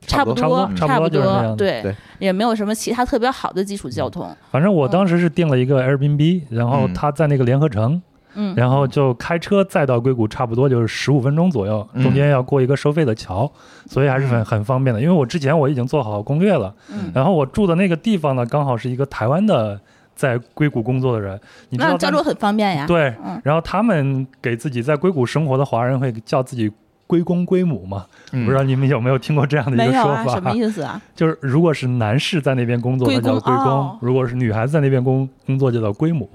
[SPEAKER 3] 差不
[SPEAKER 1] 不
[SPEAKER 2] 差
[SPEAKER 3] 多
[SPEAKER 2] 不，多
[SPEAKER 3] 差不
[SPEAKER 2] 差不多就是那样
[SPEAKER 3] 多，
[SPEAKER 2] 的
[SPEAKER 3] 对
[SPEAKER 1] 对
[SPEAKER 3] 也没有什么其他特别好的基础交通。
[SPEAKER 2] 反正我当时是订了一个 Airbnb，然后
[SPEAKER 1] 嗯
[SPEAKER 2] 他在那个联合城，
[SPEAKER 3] 嗯
[SPEAKER 2] 然后就开车再到硅谷，差不多就是十五分钟左右，
[SPEAKER 1] 嗯
[SPEAKER 2] 中间要过一个收费的桥，所以还是很很方便的。因为我之前我已经做好攻略了，
[SPEAKER 3] 嗯
[SPEAKER 2] 然后我住的那个地方呢，刚好是一个台湾的在硅谷工作的人，你知
[SPEAKER 3] 那
[SPEAKER 2] 道
[SPEAKER 3] 交
[SPEAKER 2] 他
[SPEAKER 3] 流很方便呀。
[SPEAKER 2] 对
[SPEAKER 3] 嗯，
[SPEAKER 2] 然后他们给自己在硅谷生活的华人会叫自己。归公归母嘛，
[SPEAKER 1] 嗯
[SPEAKER 2] 不知道你们有没有听过这样的一
[SPEAKER 3] 没
[SPEAKER 2] 个
[SPEAKER 3] 有
[SPEAKER 2] 说
[SPEAKER 3] 啊，
[SPEAKER 2] 法？
[SPEAKER 3] 什么意思啊？
[SPEAKER 2] 就是如果是男士在那边工作，
[SPEAKER 3] 归
[SPEAKER 2] 那叫
[SPEAKER 3] 公
[SPEAKER 2] 归公；
[SPEAKER 3] 哦
[SPEAKER 2] 如果是女孩子在那边工工作，就叫归母。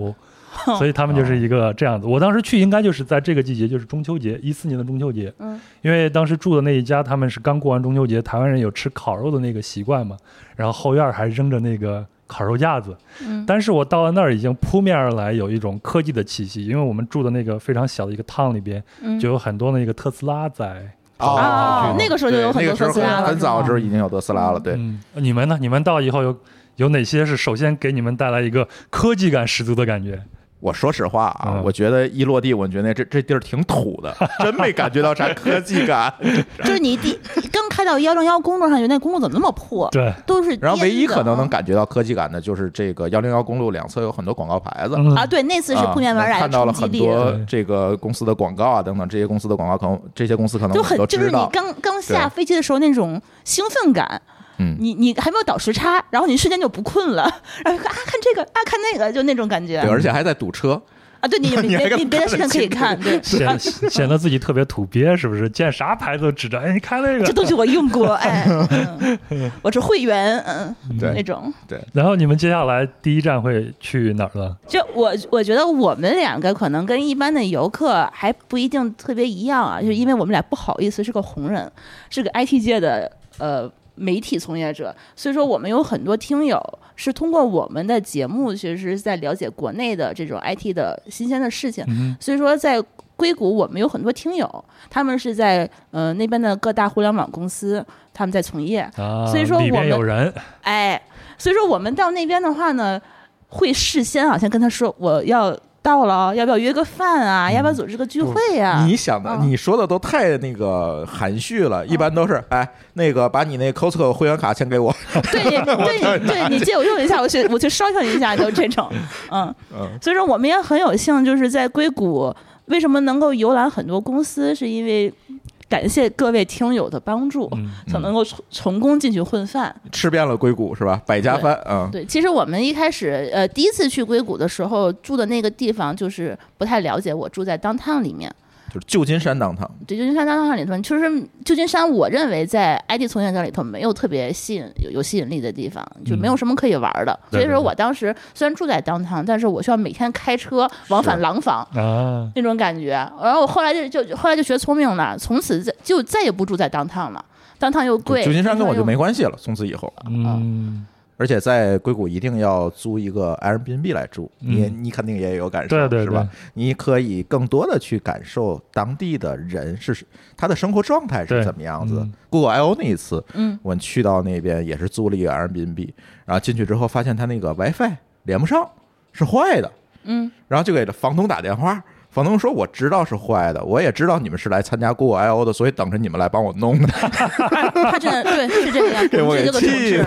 [SPEAKER 3] 哦
[SPEAKER 2] 所以他们就是一个这样子。我当时去应该就是在这个季节，就是中秋节，一四年的中秋节。
[SPEAKER 3] 嗯，
[SPEAKER 2] 因为当时住的那一家，他们是刚过完中秋节，台湾人有吃烤肉的那个习惯嘛，然后后院还扔着那个烤肉架子。
[SPEAKER 3] 嗯
[SPEAKER 2] 但是我到了那儿已经扑面而来，有一种科技的气息，因为我们住的那个非常小的一个 town 里边，
[SPEAKER 3] 嗯
[SPEAKER 2] 就有很多那个特斯拉在。
[SPEAKER 3] 哦
[SPEAKER 1] 哦，
[SPEAKER 3] 那个时候就有很
[SPEAKER 1] 对
[SPEAKER 3] 多
[SPEAKER 1] 那个时候
[SPEAKER 3] 特斯拉了
[SPEAKER 1] 很很
[SPEAKER 3] 是吗
[SPEAKER 1] 早的时候已经有特斯拉了，对，
[SPEAKER 2] 嗯，你们呢？你们到以后有有哪些是首先给你们带来一个科技感十足的感觉？
[SPEAKER 1] 我说实话啊，
[SPEAKER 2] 嗯
[SPEAKER 1] 我觉得一落地，我觉得这这地儿挺土的，真没感觉到啥科技感。
[SPEAKER 3] 就是你
[SPEAKER 1] [LAUGHS]
[SPEAKER 3] 第刚开到幺零幺公路上，觉得那公路怎么那么破？
[SPEAKER 2] 对，
[SPEAKER 3] 都是
[SPEAKER 1] 然后唯一可能能
[SPEAKER 3] 改
[SPEAKER 1] 感觉到科技感的，就是这个幺零幺公路两侧有很多广告牌子。
[SPEAKER 2] 嗯
[SPEAKER 3] 啊，对，那次是
[SPEAKER 1] 啊
[SPEAKER 3] 扑面而来
[SPEAKER 1] 看
[SPEAKER 3] 的
[SPEAKER 1] 到了
[SPEAKER 3] 冲击
[SPEAKER 1] 很
[SPEAKER 3] 力，
[SPEAKER 1] 多
[SPEAKER 2] 对
[SPEAKER 1] 这个公司的广告啊，等等，这些公司的广告可能这些公司可能
[SPEAKER 3] 就
[SPEAKER 1] 我们
[SPEAKER 3] 很
[SPEAKER 1] 都
[SPEAKER 3] 就是
[SPEAKER 1] 知
[SPEAKER 3] 你
[SPEAKER 1] 道，
[SPEAKER 3] 刚刚下飞机的时候那种兴奋感，
[SPEAKER 1] 嗯
[SPEAKER 3] 你你还没有倒时差，然后你瞬间就不困了，然后看啊看这个啊看那个，就那种感觉
[SPEAKER 1] 对，而且还在堵车，
[SPEAKER 3] 啊，对你你
[SPEAKER 1] [LAUGHS] 你还
[SPEAKER 3] 别
[SPEAKER 1] 敢
[SPEAKER 3] 你别的事情可以看，
[SPEAKER 1] [LAUGHS]
[SPEAKER 3] 对，
[SPEAKER 2] 显显得自己特别土鳖，是不是？见啥牌子都指着，哎，你看那
[SPEAKER 3] 这
[SPEAKER 2] 个。
[SPEAKER 3] 东西我用过，
[SPEAKER 1] [LAUGHS]
[SPEAKER 3] 哎，嗯我是会员，嗯，
[SPEAKER 1] 对
[SPEAKER 3] 那种。
[SPEAKER 2] [LAUGHS] 然后你们接下来第一站会去哪儿了？
[SPEAKER 3] 就我我觉得我们两个可能跟一般的游客还不一定特别一样啊，就是因为我们俩不好意思是个红人，是个 IT 界的呃媒体从业者，所以说我们有很多听友是通过我们的节目，其实是在了解国内的这种 IT 的新鲜的事情。
[SPEAKER 2] 嗯
[SPEAKER 3] 所以说在硅谷，我们有很多听友，他们是在呃那边的各大互联网公司，他们在从业，
[SPEAKER 2] 啊，
[SPEAKER 3] 所以说我们
[SPEAKER 2] 里边有人，
[SPEAKER 3] 哎，所以说我们到那边的话呢，会事先好像跟他说我要到了哦，要不要约个饭啊？要不要组织个聚会啊？
[SPEAKER 1] 你想的、
[SPEAKER 3] 嗯
[SPEAKER 1] 你说的都太那个含蓄了，一般都是哎，那个把你那 Costco 会员卡先给我， [LAUGHS]
[SPEAKER 3] 对你对你对你借我用一下，我去我去烧香一下，就这种，嗯。
[SPEAKER 1] 嗯，
[SPEAKER 3] 所以说我们也很有幸，就是在硅谷，为什么能够游览很多公司，是因为感谢各位听友的帮助，
[SPEAKER 2] 嗯
[SPEAKER 3] 才能够成成功进去混饭。
[SPEAKER 1] 吃遍了硅谷是吧？百家饭啊，嗯
[SPEAKER 3] 对，其实我们一开始呃第一次去硅谷的时候住的那个地方，就是不太了解。我住在 downtown 里面，
[SPEAKER 1] 就是旧金山当堂，
[SPEAKER 3] 对旧金山当上里头，其实旧金山我认为在 IT 从业者里头没有特别吸引有有吸引力的地方，就
[SPEAKER 1] 嗯
[SPEAKER 3] 没有什么可以玩的。
[SPEAKER 2] 对
[SPEAKER 3] 所以
[SPEAKER 2] 对
[SPEAKER 3] 说
[SPEAKER 2] 对
[SPEAKER 3] 我当时虽然住在当堂，但是我需要每天开车往返廊坊。
[SPEAKER 2] 啊，
[SPEAKER 3] 那种感觉，然后我后来就就后来就学聪明了，从此再就再也不住在当趟了。当趟又贵，
[SPEAKER 1] 旧金山跟我
[SPEAKER 3] downtown 又
[SPEAKER 1] 就没关系了，从此以后。
[SPEAKER 2] 嗯，
[SPEAKER 1] 而且在硅谷一定要租一个 Airbnb 来住，你你肯定也有感受，
[SPEAKER 2] 嗯对对
[SPEAKER 1] 是吧？你可以更多的去感受当地的人是他的生活状态是
[SPEAKER 2] 对
[SPEAKER 1] 怎么样子
[SPEAKER 2] 嗯。
[SPEAKER 1] Google I/O 那一次，
[SPEAKER 3] 嗯，
[SPEAKER 1] 我们去到那边也是租了一个 Airbnb，然后进去之后发现他那个 WiFi 连不上，是坏的， [LAUGHS]
[SPEAKER 3] 嗯，
[SPEAKER 1] 然后就给房东打电话。房东说：“我知道是坏的，我也知道你们是来参加 Google I/O 的，所以等着你们来帮我弄的。
[SPEAKER 3] 他真的对是这个样子，
[SPEAKER 1] 给我
[SPEAKER 3] 是
[SPEAKER 1] 给
[SPEAKER 3] 这个处
[SPEAKER 1] 气
[SPEAKER 3] 置
[SPEAKER 1] 的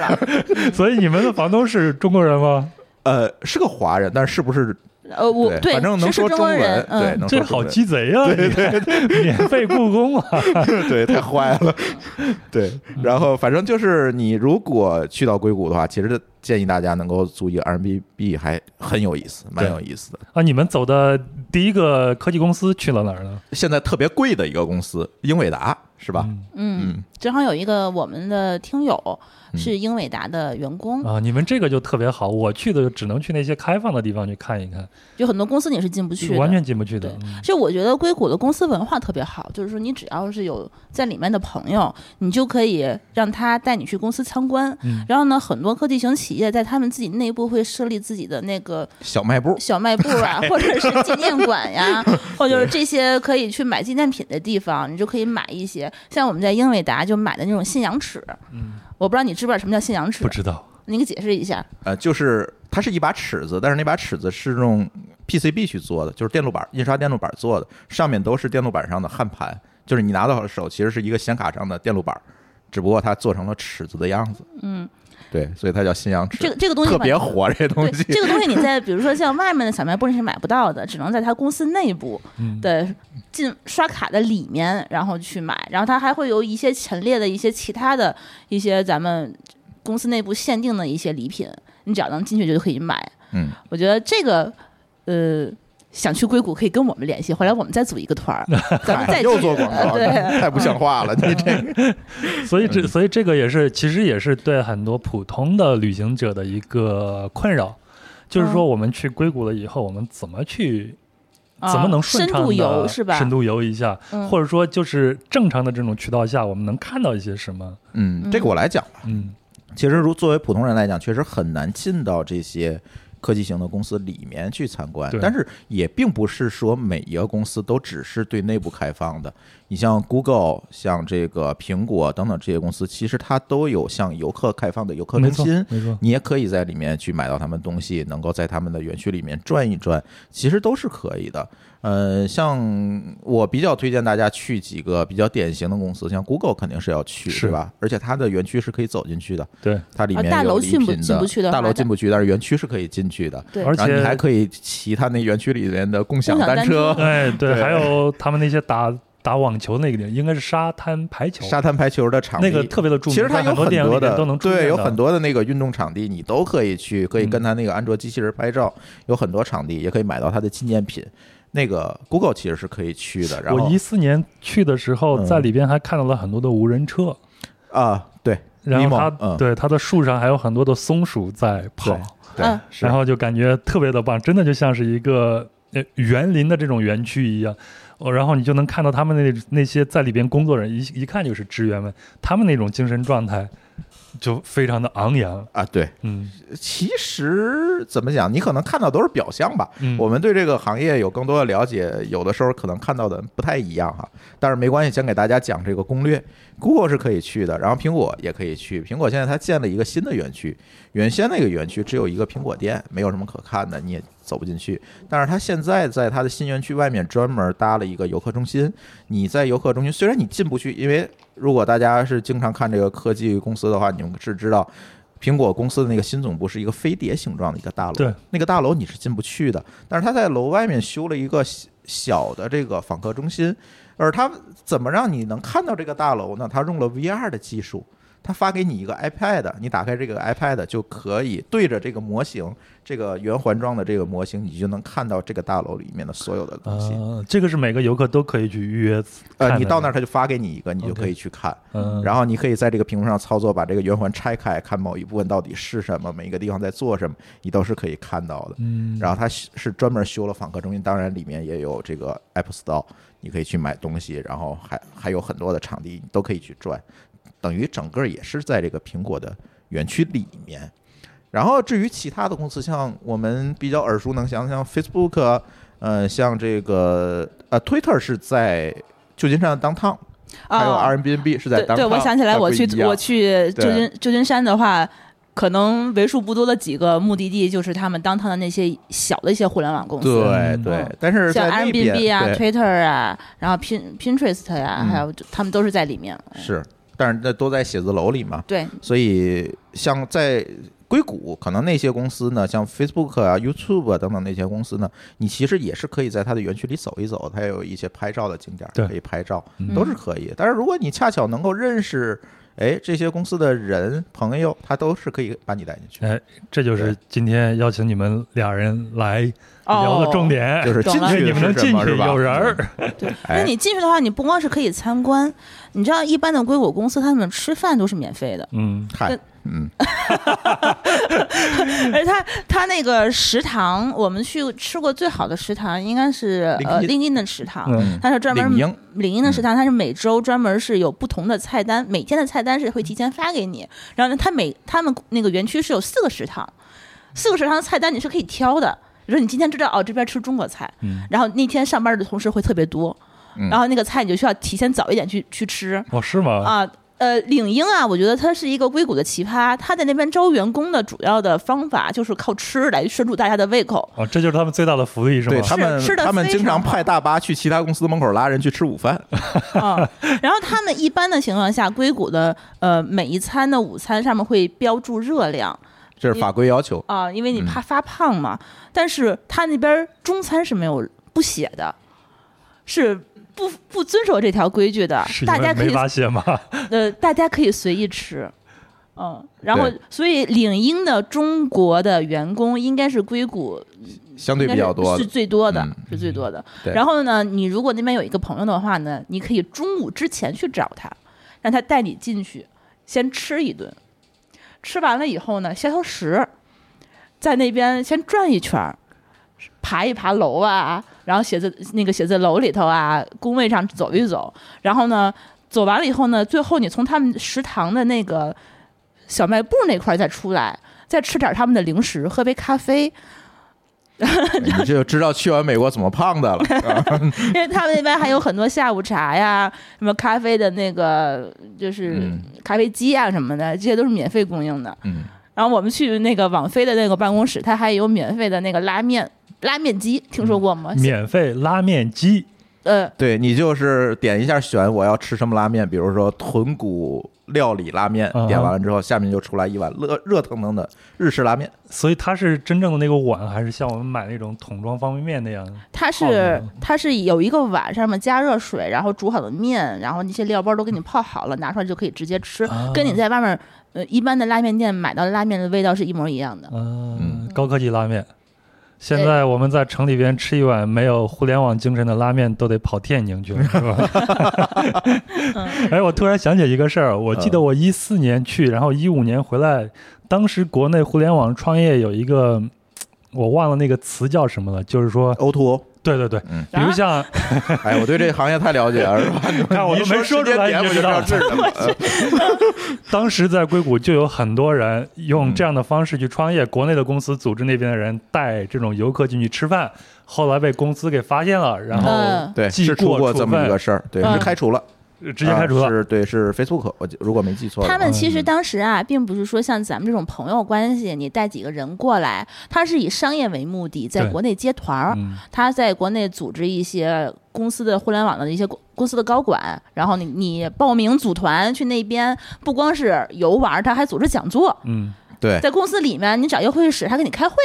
[SPEAKER 3] 了。
[SPEAKER 2] 所以你们的房东是中国人吗？
[SPEAKER 1] 呃，是个华人，但是不是
[SPEAKER 3] 呃，我
[SPEAKER 1] 对，反正能
[SPEAKER 3] 是
[SPEAKER 1] 说
[SPEAKER 3] 中
[SPEAKER 1] 中
[SPEAKER 3] 国
[SPEAKER 1] 文，
[SPEAKER 3] 人，
[SPEAKER 1] 对，
[SPEAKER 3] 嗯，
[SPEAKER 1] 能说
[SPEAKER 2] 这
[SPEAKER 1] 中
[SPEAKER 2] 好
[SPEAKER 1] 文
[SPEAKER 2] 鸡贼啊！对对 [LAUGHS] 免费故宫啊！
[SPEAKER 1] 对，太坏了，对。然后反正就是你如果去到硅谷的话，其实建议大家能够租一个 Airbnb，还很有意思，蛮有意思的。
[SPEAKER 2] 啊，你们走的第一个科技公司去了哪儿呢？
[SPEAKER 1] 现在特别贵的一个公司，英伟达是吧？
[SPEAKER 3] 嗯
[SPEAKER 1] 嗯，
[SPEAKER 3] 正好有一个我们的听友
[SPEAKER 1] 嗯
[SPEAKER 3] 是英伟达的员工，
[SPEAKER 2] 啊，你们这个就特别好，我去的只能去那些开放的地方去看一看，
[SPEAKER 3] 有很多公司你是进不去的，
[SPEAKER 2] 完全进不去的。
[SPEAKER 3] 对
[SPEAKER 2] 嗯
[SPEAKER 3] 就我觉得硅谷的公司文化特别好，就是说你只要是有在里面的朋友，你就可以让他带你去公司参观。
[SPEAKER 2] 嗯
[SPEAKER 3] 然后呢，很多科技型企业在他们自己内部会设立自己的那个
[SPEAKER 1] 小卖部，
[SPEAKER 3] 小卖部
[SPEAKER 2] [LAUGHS]
[SPEAKER 3] 啊，或者是纪念馆呀，或者是这些可以去买纪念品的地方，你就可以买一些。像我们在英伟达就买的那种信仰尺，
[SPEAKER 2] 嗯，
[SPEAKER 3] 我不知道你知不知道什么叫信仰尺
[SPEAKER 2] 不，知道
[SPEAKER 3] 你给解释一下。
[SPEAKER 1] 呃，就是它是一把尺子，但是那把尺子是用 PCB 去做的，就是电路板印刷电路板做的，上面都是电路板上的焊盘，就是你拿到手其实是一个显卡上的电路板，只不过它做成了尺子的样子。
[SPEAKER 3] 嗯，
[SPEAKER 1] 对，所以它叫新阳尺。
[SPEAKER 3] 这个这个东西
[SPEAKER 1] 特
[SPEAKER 3] 吧
[SPEAKER 1] 别火这
[SPEAKER 3] 对
[SPEAKER 1] 东西，
[SPEAKER 3] 这个东西你在比如说像外面的小卖部你是买不到的，只能在他公司内部
[SPEAKER 2] 嗯
[SPEAKER 3] 的进刷卡的里面，然后去买。然后它还会有一些陈列的一些其他的一些咱们公司内部限定的一些礼品，你只要能进去就可以买。
[SPEAKER 1] 嗯，
[SPEAKER 3] 我觉得这个呃。想去硅谷可以跟我们联系，回来我们再组一个团儿， [LAUGHS]
[SPEAKER 2] [LAUGHS]
[SPEAKER 3] 咱们再
[SPEAKER 1] 嗨又做广告，
[SPEAKER 3] [LAUGHS] 对，
[SPEAKER 1] 太不像话 [LAUGHS] 了！你这
[SPEAKER 2] 所以
[SPEAKER 1] 嗯
[SPEAKER 2] 这所以这个也是其实也是对很多普通的旅行者的一个困扰，就是
[SPEAKER 3] 嗯
[SPEAKER 2] 说我们去硅谷了以后，我们怎么去
[SPEAKER 3] 啊
[SPEAKER 2] 怎么能顺
[SPEAKER 3] 深
[SPEAKER 2] 畅
[SPEAKER 3] 度游
[SPEAKER 2] 的
[SPEAKER 3] 是吧？
[SPEAKER 2] 深度游一下，
[SPEAKER 3] 嗯
[SPEAKER 2] 或者说就是正常的这种渠道下，我们能看到一些什么？
[SPEAKER 1] 嗯，这个我来讲吧。
[SPEAKER 2] 嗯
[SPEAKER 1] 其实，如作为普通人来讲，确实很难进到这些科技型的公司里面去参观
[SPEAKER 2] 对。
[SPEAKER 1] 但是，也并不是说每一个公司都只是对内部开放的。你像 Google、像这个苹果等等这些公司，其实它都有向游客开放的游客中心。
[SPEAKER 2] 没错，
[SPEAKER 1] 你也可以在里面去买到他们东西，能够在他们的园区里面转一转，其实都是可以的。呃，像我比较推荐大家去几个比较典型的公司，像 Google 肯定是要去，
[SPEAKER 2] 是
[SPEAKER 1] 是吧？而且它的园区是可以走进去的，
[SPEAKER 2] 对，
[SPEAKER 1] 它里
[SPEAKER 3] 啊
[SPEAKER 1] 面
[SPEAKER 3] 大
[SPEAKER 1] 有
[SPEAKER 3] 楼
[SPEAKER 1] 礼
[SPEAKER 3] 进不
[SPEAKER 1] 品
[SPEAKER 3] 进不去的
[SPEAKER 1] 大
[SPEAKER 3] 话
[SPEAKER 1] 楼
[SPEAKER 3] 的
[SPEAKER 1] 进不去，但是园区是可以进去的。
[SPEAKER 3] 对，
[SPEAKER 2] 而
[SPEAKER 1] 然后
[SPEAKER 2] 且
[SPEAKER 1] 你还可以骑它那园区里面的共享
[SPEAKER 3] 共享单
[SPEAKER 1] 车
[SPEAKER 3] 车、
[SPEAKER 2] 哎对，
[SPEAKER 1] 对
[SPEAKER 2] 还有他们那些打打网球那个地方，应该是沙滩排球，
[SPEAKER 1] 沙滩排球的场地，
[SPEAKER 2] 那个特别的著名，
[SPEAKER 1] 其实它
[SPEAKER 2] 在
[SPEAKER 1] 有
[SPEAKER 2] 很多电影里
[SPEAKER 1] 多的
[SPEAKER 2] 面都能出现嗯
[SPEAKER 1] 对，有很
[SPEAKER 2] 多
[SPEAKER 1] 多的那个运动场地，你都可以去，可以跟它那个安卓机器人拍照，有很多场地，也可以买到它的纪念品。那个 Google 其实是可以去的，然
[SPEAKER 2] 我
[SPEAKER 1] 后
[SPEAKER 2] 一四年去的时候，
[SPEAKER 1] 嗯
[SPEAKER 2] 在里边还看到了很多的无人车，
[SPEAKER 1] 啊，对，
[SPEAKER 2] 然后它、
[SPEAKER 1] 嗯
[SPEAKER 2] 对它的树上还有很多的松鼠在跑
[SPEAKER 1] 对，对
[SPEAKER 3] 嗯，
[SPEAKER 1] 是
[SPEAKER 2] 然后就感觉特别的棒，真的就像是一个呃园林的这种园区一样。哦，然后你就能看到他们那那些在里边工作人一一看就是职员们，他们那种精神状态就非常的昂扬。
[SPEAKER 1] 啊，对，
[SPEAKER 2] 嗯
[SPEAKER 1] 其实怎么讲，你可能看到都是表象吧。
[SPEAKER 2] 嗯，
[SPEAKER 1] 我们对这个行业有更多的了解，有的时候可能看到的不太一样哈，但是没关系，先给大家讲这个攻略。Google 是可以去的，然后苹果也可以去。苹果现在它建了一个新的园区，原先那个园区只有一个苹果店，没有什么可看的，你也走不进去。但是它现在在它的新园区外面专门搭了一个游客中心，你在游客中心，虽然你进不去，因为如果大家是经常看这个科技公司的话，你们是知道。苹果公司的那个新总部是一个飞碟形状的一个大楼，
[SPEAKER 2] 对，
[SPEAKER 1] 那个大楼你是进不去的。但是它在楼外面修了一个小小的这个访客中心，而它怎么让你能看到这个大楼呢？它用了 VR 的技术，它发给你一个 iPad，你打开这个 iPad 就可以对着这个模型，这个圆环状的这个模型，你就能看到这个大楼里面的所有的东西。
[SPEAKER 2] 呃，这个是每个游客都可以去预约。
[SPEAKER 1] 呃，
[SPEAKER 2] 看
[SPEAKER 1] 你
[SPEAKER 2] 的
[SPEAKER 1] 到那儿，它就发给你一个，你就
[SPEAKER 2] OK
[SPEAKER 1] 可以去看。
[SPEAKER 2] 嗯，
[SPEAKER 1] 然后你可以在这个屏幕上操作，把这个圆环拆开，看某一部分到底是什么，每一个地方在做什么，你都是可以看到的。
[SPEAKER 2] 嗯，
[SPEAKER 1] 然后它是是专门修了访客中心，当然里面也有这个 App Store，你可以去买东西，然后还还有很多的场地你都可以去转，等于整个也是在这个苹果的园区里面。然后至于其他的公司，像我们比较耳熟能详，像 Facebook，啊呃，像这个呃 Twitter 是在旧金山的 downtown，还有
[SPEAKER 3] 啊
[SPEAKER 1] Airbnb 是在
[SPEAKER 3] 对
[SPEAKER 1] downtown，
[SPEAKER 3] 对，我想起来，
[SPEAKER 1] 它不
[SPEAKER 3] 我去
[SPEAKER 1] 一样
[SPEAKER 3] 我去旧
[SPEAKER 1] 对
[SPEAKER 3] 金旧金山的话，可能为数不多的几个目的地就是他们当趟的那些小的一些互联网公司，
[SPEAKER 1] 对对
[SPEAKER 3] 嗯，
[SPEAKER 1] 但是在
[SPEAKER 3] 像
[SPEAKER 1] 那边
[SPEAKER 3] Airbnb 啊、
[SPEAKER 1] 对
[SPEAKER 3] Twitter 啊，然后 Pin Pinterest 呀、
[SPEAKER 1] 嗯
[SPEAKER 3] 还有就他们都是在里面。
[SPEAKER 1] 是，但是那都在写字楼里嘛，
[SPEAKER 3] 对，
[SPEAKER 1] 所以像在硅谷，可能那些公司呢，像 Facebook 啊、YouTube 啊等等那些公司呢，你其实也是可以在它的园区里走一走，它有一些拍照的景点
[SPEAKER 2] 对
[SPEAKER 1] 可以拍照，
[SPEAKER 2] 嗯
[SPEAKER 1] 都是可以。但是如果你恰巧能够认识，哎，这些公司的人朋友，他都是可以把你带进去。
[SPEAKER 2] 哎，这就是今天邀请你们俩人来
[SPEAKER 3] 哦
[SPEAKER 2] 聊的重点，
[SPEAKER 1] 就是
[SPEAKER 3] 懂
[SPEAKER 1] 进
[SPEAKER 3] 了
[SPEAKER 2] 哎因为
[SPEAKER 1] 去
[SPEAKER 2] 你们能
[SPEAKER 1] 是什
[SPEAKER 2] 进
[SPEAKER 1] 么
[SPEAKER 2] 去
[SPEAKER 1] 是吧？
[SPEAKER 2] 有人儿，
[SPEAKER 3] 哦对，
[SPEAKER 1] 哎
[SPEAKER 3] 那你进去的话，你不光是可以参观，你知道一般的硅谷公司他们吃饭都是免费的，
[SPEAKER 2] 嗯，
[SPEAKER 1] 嗨，嗯，
[SPEAKER 2] 嗯
[SPEAKER 3] [LAUGHS] 而他他那个食堂，我们去吃过最好的食堂应该是
[SPEAKER 1] 林
[SPEAKER 3] 呃
[SPEAKER 1] 荫
[SPEAKER 3] 林荫的食堂，
[SPEAKER 2] 嗯
[SPEAKER 3] 它是专门
[SPEAKER 1] 领英嗯
[SPEAKER 3] 领英的食堂，它是每周专门是有不同的菜单，每天的菜单是会提前发给你。然后呢，它每他们那个园区是有四个食堂，四个食堂的菜单你是可以挑的。比如说你今天知道哦，这边吃中国菜，
[SPEAKER 1] 嗯
[SPEAKER 3] 然后那天上班的同事会特别多，然后那个菜你就需要提前早一点去去吃
[SPEAKER 2] 哦，是吗？
[SPEAKER 3] 啊。呃，领英啊，我觉得它是一个硅谷的奇葩。它在那边招员工的主要的方法就是靠吃来拴住大家的胃口。
[SPEAKER 2] 哦，这就是他们最大的福利是吗
[SPEAKER 1] 对？他们
[SPEAKER 3] 吃得
[SPEAKER 1] 他们
[SPEAKER 3] 非
[SPEAKER 1] 经
[SPEAKER 3] 常
[SPEAKER 1] 常派大巴去其他公司门口拉人去吃午饭，
[SPEAKER 3] 啊，然后他们一般的情况下，硅谷的呃每一餐的午餐上面会标注热量
[SPEAKER 1] 这是法规要求。
[SPEAKER 3] 啊、因为你
[SPEAKER 1] 嗯
[SPEAKER 3] 怕发胖嘛。但是他那边中餐是没有不写的，是不不遵守这条规矩的
[SPEAKER 2] [LAUGHS] 是，因
[SPEAKER 3] 大
[SPEAKER 2] 为
[SPEAKER 3] 家可
[SPEAKER 2] 没
[SPEAKER 3] 以
[SPEAKER 2] 发现吗？ [LAUGHS]
[SPEAKER 3] 呃大家可以随意吃。嗯，然后
[SPEAKER 1] 对
[SPEAKER 3] 所以领英的中国的员工应该是硅谷
[SPEAKER 1] 相对
[SPEAKER 3] 应该
[SPEAKER 1] 比
[SPEAKER 3] 是
[SPEAKER 1] 较多
[SPEAKER 3] 是
[SPEAKER 1] 的，
[SPEAKER 3] 最多的，
[SPEAKER 1] 嗯
[SPEAKER 3] 是最多的。
[SPEAKER 1] 对
[SPEAKER 3] 然后呢，你如果那边有一个朋友的话呢，你可以中午之前去找他，让他带你进去，先吃一顿，吃完了以后呢，消消食，在那边先转一圈儿。爬一爬楼啊，然后写字那个写字楼里头啊，工位上走一走，然后呢，走完了以后呢，最后你从他们食堂的那个小卖部那块儿再出来，再吃点儿他们的零食，喝杯咖啡，
[SPEAKER 1] 哎你就知道去完美国怎么胖的
[SPEAKER 3] [LAUGHS]
[SPEAKER 1] 了。
[SPEAKER 3] 因为他们那边还有很多下午茶呀、什么咖啡的那个就是
[SPEAKER 1] 嗯
[SPEAKER 3] 咖啡机啊什么的，这些都是免费供应的。
[SPEAKER 1] 嗯，
[SPEAKER 3] 然后我们去那个网飞的那个办公室，它还有免费的那个拉面拉面机，听
[SPEAKER 2] 嗯
[SPEAKER 3] 说过吗？
[SPEAKER 2] 免费拉面机，
[SPEAKER 3] 呃，
[SPEAKER 1] 对你就是点一下选我要吃什么拉面，比如说豚骨料理拉面
[SPEAKER 2] 嗯，
[SPEAKER 1] 点完了之后，下面就出来一碗热热腾腾的日式拉面。
[SPEAKER 2] 所以它是真正的那个碗，还是像我们买那种桶装方便面那样？
[SPEAKER 3] 它
[SPEAKER 2] 泡
[SPEAKER 3] 是
[SPEAKER 2] 面
[SPEAKER 3] 它是有一个碗，上面加热水，然后煮好的面，然后那些料包都给你泡好了，拿出来就可以直接吃，
[SPEAKER 2] 啊
[SPEAKER 3] 跟你在外面呃一般的拉面店买到的拉面的味道是一模一样的。
[SPEAKER 2] 嗯
[SPEAKER 1] 嗯，
[SPEAKER 2] 高科技拉面。现在我们在城里边吃一碗没有互联网精神的拉面，都得跑天津
[SPEAKER 1] [LAUGHS]
[SPEAKER 2] 去了，是吧？
[SPEAKER 3] 嗯
[SPEAKER 2] 哎，我突然想起一个事儿，我记得我一四年去，然后一五年回来，当时国内互联网创业有一个，我忘了那个词叫什么了，就是说，
[SPEAKER 1] O to
[SPEAKER 2] [LAUGHS]
[SPEAKER 1] O，
[SPEAKER 2] 对对对，
[SPEAKER 1] 嗯
[SPEAKER 2] 比如像，
[SPEAKER 1] 哎，我对这个行业太了解了，
[SPEAKER 2] [LAUGHS]
[SPEAKER 1] 是吧？
[SPEAKER 2] 看我都没
[SPEAKER 1] 说
[SPEAKER 2] 出来
[SPEAKER 1] 点
[SPEAKER 2] 你
[SPEAKER 1] 我就知
[SPEAKER 2] 就知道
[SPEAKER 1] 道
[SPEAKER 2] 了
[SPEAKER 1] 是什么。嗯
[SPEAKER 2] 当时在硅谷就有很多人用这样的方式去创业，国内的公司组织那边的人带这种游客进去吃饭，后来被公司给发现了，然后
[SPEAKER 3] 嗯
[SPEAKER 1] 对，
[SPEAKER 2] 记
[SPEAKER 1] 是出
[SPEAKER 2] 过
[SPEAKER 1] 过
[SPEAKER 2] 处
[SPEAKER 1] 这么
[SPEAKER 2] 分
[SPEAKER 1] 一个事儿，对，
[SPEAKER 3] 嗯
[SPEAKER 1] 是开除了，
[SPEAKER 2] 直接开除
[SPEAKER 1] 啊
[SPEAKER 2] 了。
[SPEAKER 1] 是，对，是 Facebook，我记如果没记错的话，
[SPEAKER 3] 他们其实当时啊，并不是说像咱们这种朋友关系，你带几个人过来，他是以商业为目的，在
[SPEAKER 2] 对
[SPEAKER 3] 国内接团
[SPEAKER 1] 啊
[SPEAKER 3] 儿，
[SPEAKER 2] 嗯，
[SPEAKER 3] 他在国内组织一些公司的互联网的一些公公司的高管，然后你你报名组团去那边，不光是游玩儿，他还组织讲座，
[SPEAKER 2] 嗯，
[SPEAKER 1] 对，
[SPEAKER 3] 在公司里面你找一个会议室，他给你开会，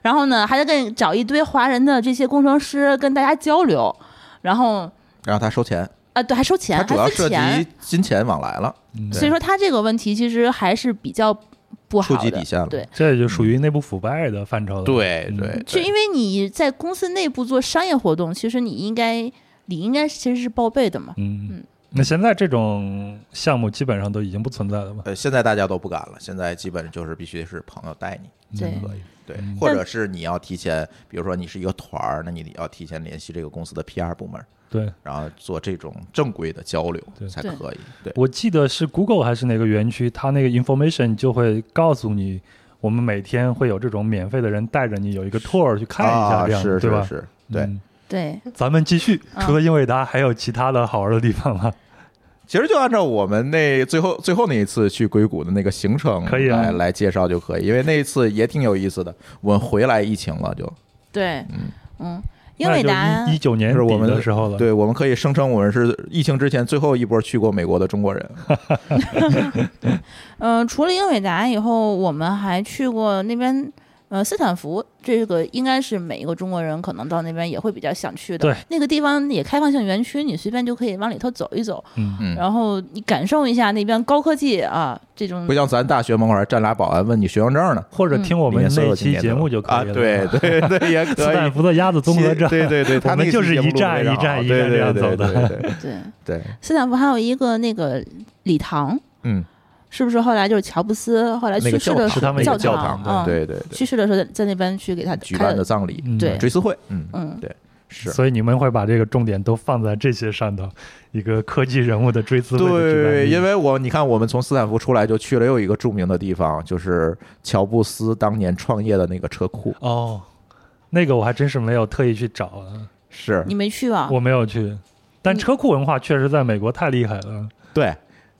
[SPEAKER 3] 然后呢，还得跟你找一堆华人的这些工程师跟大家交流，然后
[SPEAKER 1] 然后他收钱，
[SPEAKER 3] 啊，对，还收钱，
[SPEAKER 1] 它主要
[SPEAKER 3] 还
[SPEAKER 1] 涉
[SPEAKER 3] 分
[SPEAKER 1] 及
[SPEAKER 3] 钱，
[SPEAKER 1] 金钱往来了，
[SPEAKER 2] 嗯
[SPEAKER 3] 所以说他这个问题其实还是比较不好
[SPEAKER 1] 触及
[SPEAKER 3] 的。
[SPEAKER 1] 底线了。
[SPEAKER 3] 对，
[SPEAKER 2] 这就属于内部腐败的范畴了。
[SPEAKER 1] 对
[SPEAKER 2] 嗯
[SPEAKER 1] 对，
[SPEAKER 3] 就因为你在公司内部做商业活动，其实你应该，你应该其实是报备的嘛。
[SPEAKER 2] 嗯
[SPEAKER 3] 嗯，
[SPEAKER 2] 那现在这种项目基本上都已经不存在了吧？
[SPEAKER 1] 呃，现在大家都不敢了，现在基本就是必须是朋友带你。
[SPEAKER 2] 嗯
[SPEAKER 3] 对
[SPEAKER 1] 可以，对，或者是你要提前，比如说你是一个团儿，那你要提前联系这个公司的 PR 部门，
[SPEAKER 2] 对，
[SPEAKER 1] 然后做这种正规的交流
[SPEAKER 2] 对
[SPEAKER 1] 才可以。对，
[SPEAKER 2] 我记得是 Google 还是哪个园区，它那个 information 就会告诉你，我们每天会有这种免费的人带着你有一个 tour 去看一下，
[SPEAKER 1] 啊，
[SPEAKER 2] 这样
[SPEAKER 1] 是
[SPEAKER 2] 对吧
[SPEAKER 1] 是？是，对。
[SPEAKER 2] 嗯
[SPEAKER 3] 对，
[SPEAKER 2] 咱们继续，
[SPEAKER 3] 嗯
[SPEAKER 2] 除了英伟达，还有其他的好玩的地方吗？
[SPEAKER 1] 其实就按照我们那最后最后那一次去硅谷的那个行程
[SPEAKER 2] 可以啊
[SPEAKER 1] 来来介绍就可以，因为那一次也挺有意思的。我们回来疫情了就，
[SPEAKER 3] 对，
[SPEAKER 1] 嗯
[SPEAKER 3] 嗯，英伟达
[SPEAKER 2] 一九年
[SPEAKER 1] 是我
[SPEAKER 2] 底
[SPEAKER 1] 们
[SPEAKER 2] 的时候了，，
[SPEAKER 1] 对我们可以声称我们是疫情之前最后一波去过美国的中国人。
[SPEAKER 3] 嗯、除了英伟达以后，我们还去过那边。呃，斯坦福这个应该是每一个中国人可能到那边也会比较想去的。
[SPEAKER 2] 对，
[SPEAKER 3] 那个地方也开放性园区，你随便就可以往里头走一走，
[SPEAKER 2] 嗯，
[SPEAKER 1] 嗯，
[SPEAKER 3] 然后你感受一下那边高科技啊这种
[SPEAKER 1] 不。像咱大学门口还站俩保安问你学生证呢。
[SPEAKER 2] 或者听我
[SPEAKER 1] 里
[SPEAKER 2] 们
[SPEAKER 1] 面嗯所
[SPEAKER 2] 那
[SPEAKER 1] 有景
[SPEAKER 2] 期
[SPEAKER 1] 点
[SPEAKER 2] 节
[SPEAKER 1] 都
[SPEAKER 2] 目
[SPEAKER 1] 有
[SPEAKER 2] 就可
[SPEAKER 1] 啊，
[SPEAKER 2] 以了。
[SPEAKER 1] 对，对对，也
[SPEAKER 2] [LAUGHS]
[SPEAKER 1] 可以。
[SPEAKER 2] 斯坦福的鸭子综合症，
[SPEAKER 1] 对对对，他
[SPEAKER 2] 我们
[SPEAKER 1] 那个
[SPEAKER 2] 就是
[SPEAKER 1] 节目
[SPEAKER 2] 一站
[SPEAKER 1] 录得
[SPEAKER 2] 一
[SPEAKER 1] 非常
[SPEAKER 2] 站
[SPEAKER 1] 好
[SPEAKER 2] 一站这样
[SPEAKER 1] 对
[SPEAKER 2] 走
[SPEAKER 1] 对
[SPEAKER 2] 的
[SPEAKER 1] 对对对
[SPEAKER 3] 对，
[SPEAKER 2] [LAUGHS]
[SPEAKER 1] 对，
[SPEAKER 3] 斯坦福还有一个那个礼堂，
[SPEAKER 1] 嗯，
[SPEAKER 3] 是不是后来就是乔布斯后来
[SPEAKER 1] 那
[SPEAKER 3] 去
[SPEAKER 1] 个
[SPEAKER 3] 世
[SPEAKER 1] 教
[SPEAKER 3] 的
[SPEAKER 1] 堂
[SPEAKER 3] 时候
[SPEAKER 2] 是他们一
[SPEAKER 1] 那
[SPEAKER 2] 个
[SPEAKER 1] 个教
[SPEAKER 3] 堂，
[SPEAKER 1] 堂，
[SPEAKER 3] 嗯，
[SPEAKER 1] 对对对，
[SPEAKER 3] 去世的时候在在那边去给他
[SPEAKER 1] 举
[SPEAKER 3] 开
[SPEAKER 1] 办
[SPEAKER 3] 了
[SPEAKER 1] 的葬礼，
[SPEAKER 2] 嗯
[SPEAKER 3] 对
[SPEAKER 1] 追思会，嗯，
[SPEAKER 3] 嗯，
[SPEAKER 1] 对，是。
[SPEAKER 2] 所以你们会把这个重点都放在这些上头，一个科技人物的追思会的举办
[SPEAKER 1] 对，
[SPEAKER 2] 地
[SPEAKER 1] 因为我你看，我们从斯坦福出来就去了又一个著名的地方，就是乔布斯当年创业的那个车库。
[SPEAKER 2] 哦，那个我还真是没有特意去找啊，
[SPEAKER 1] 是
[SPEAKER 3] 你没去啊吧？
[SPEAKER 2] 我没有去。但车库文化确实在美国太厉害了，
[SPEAKER 1] 对，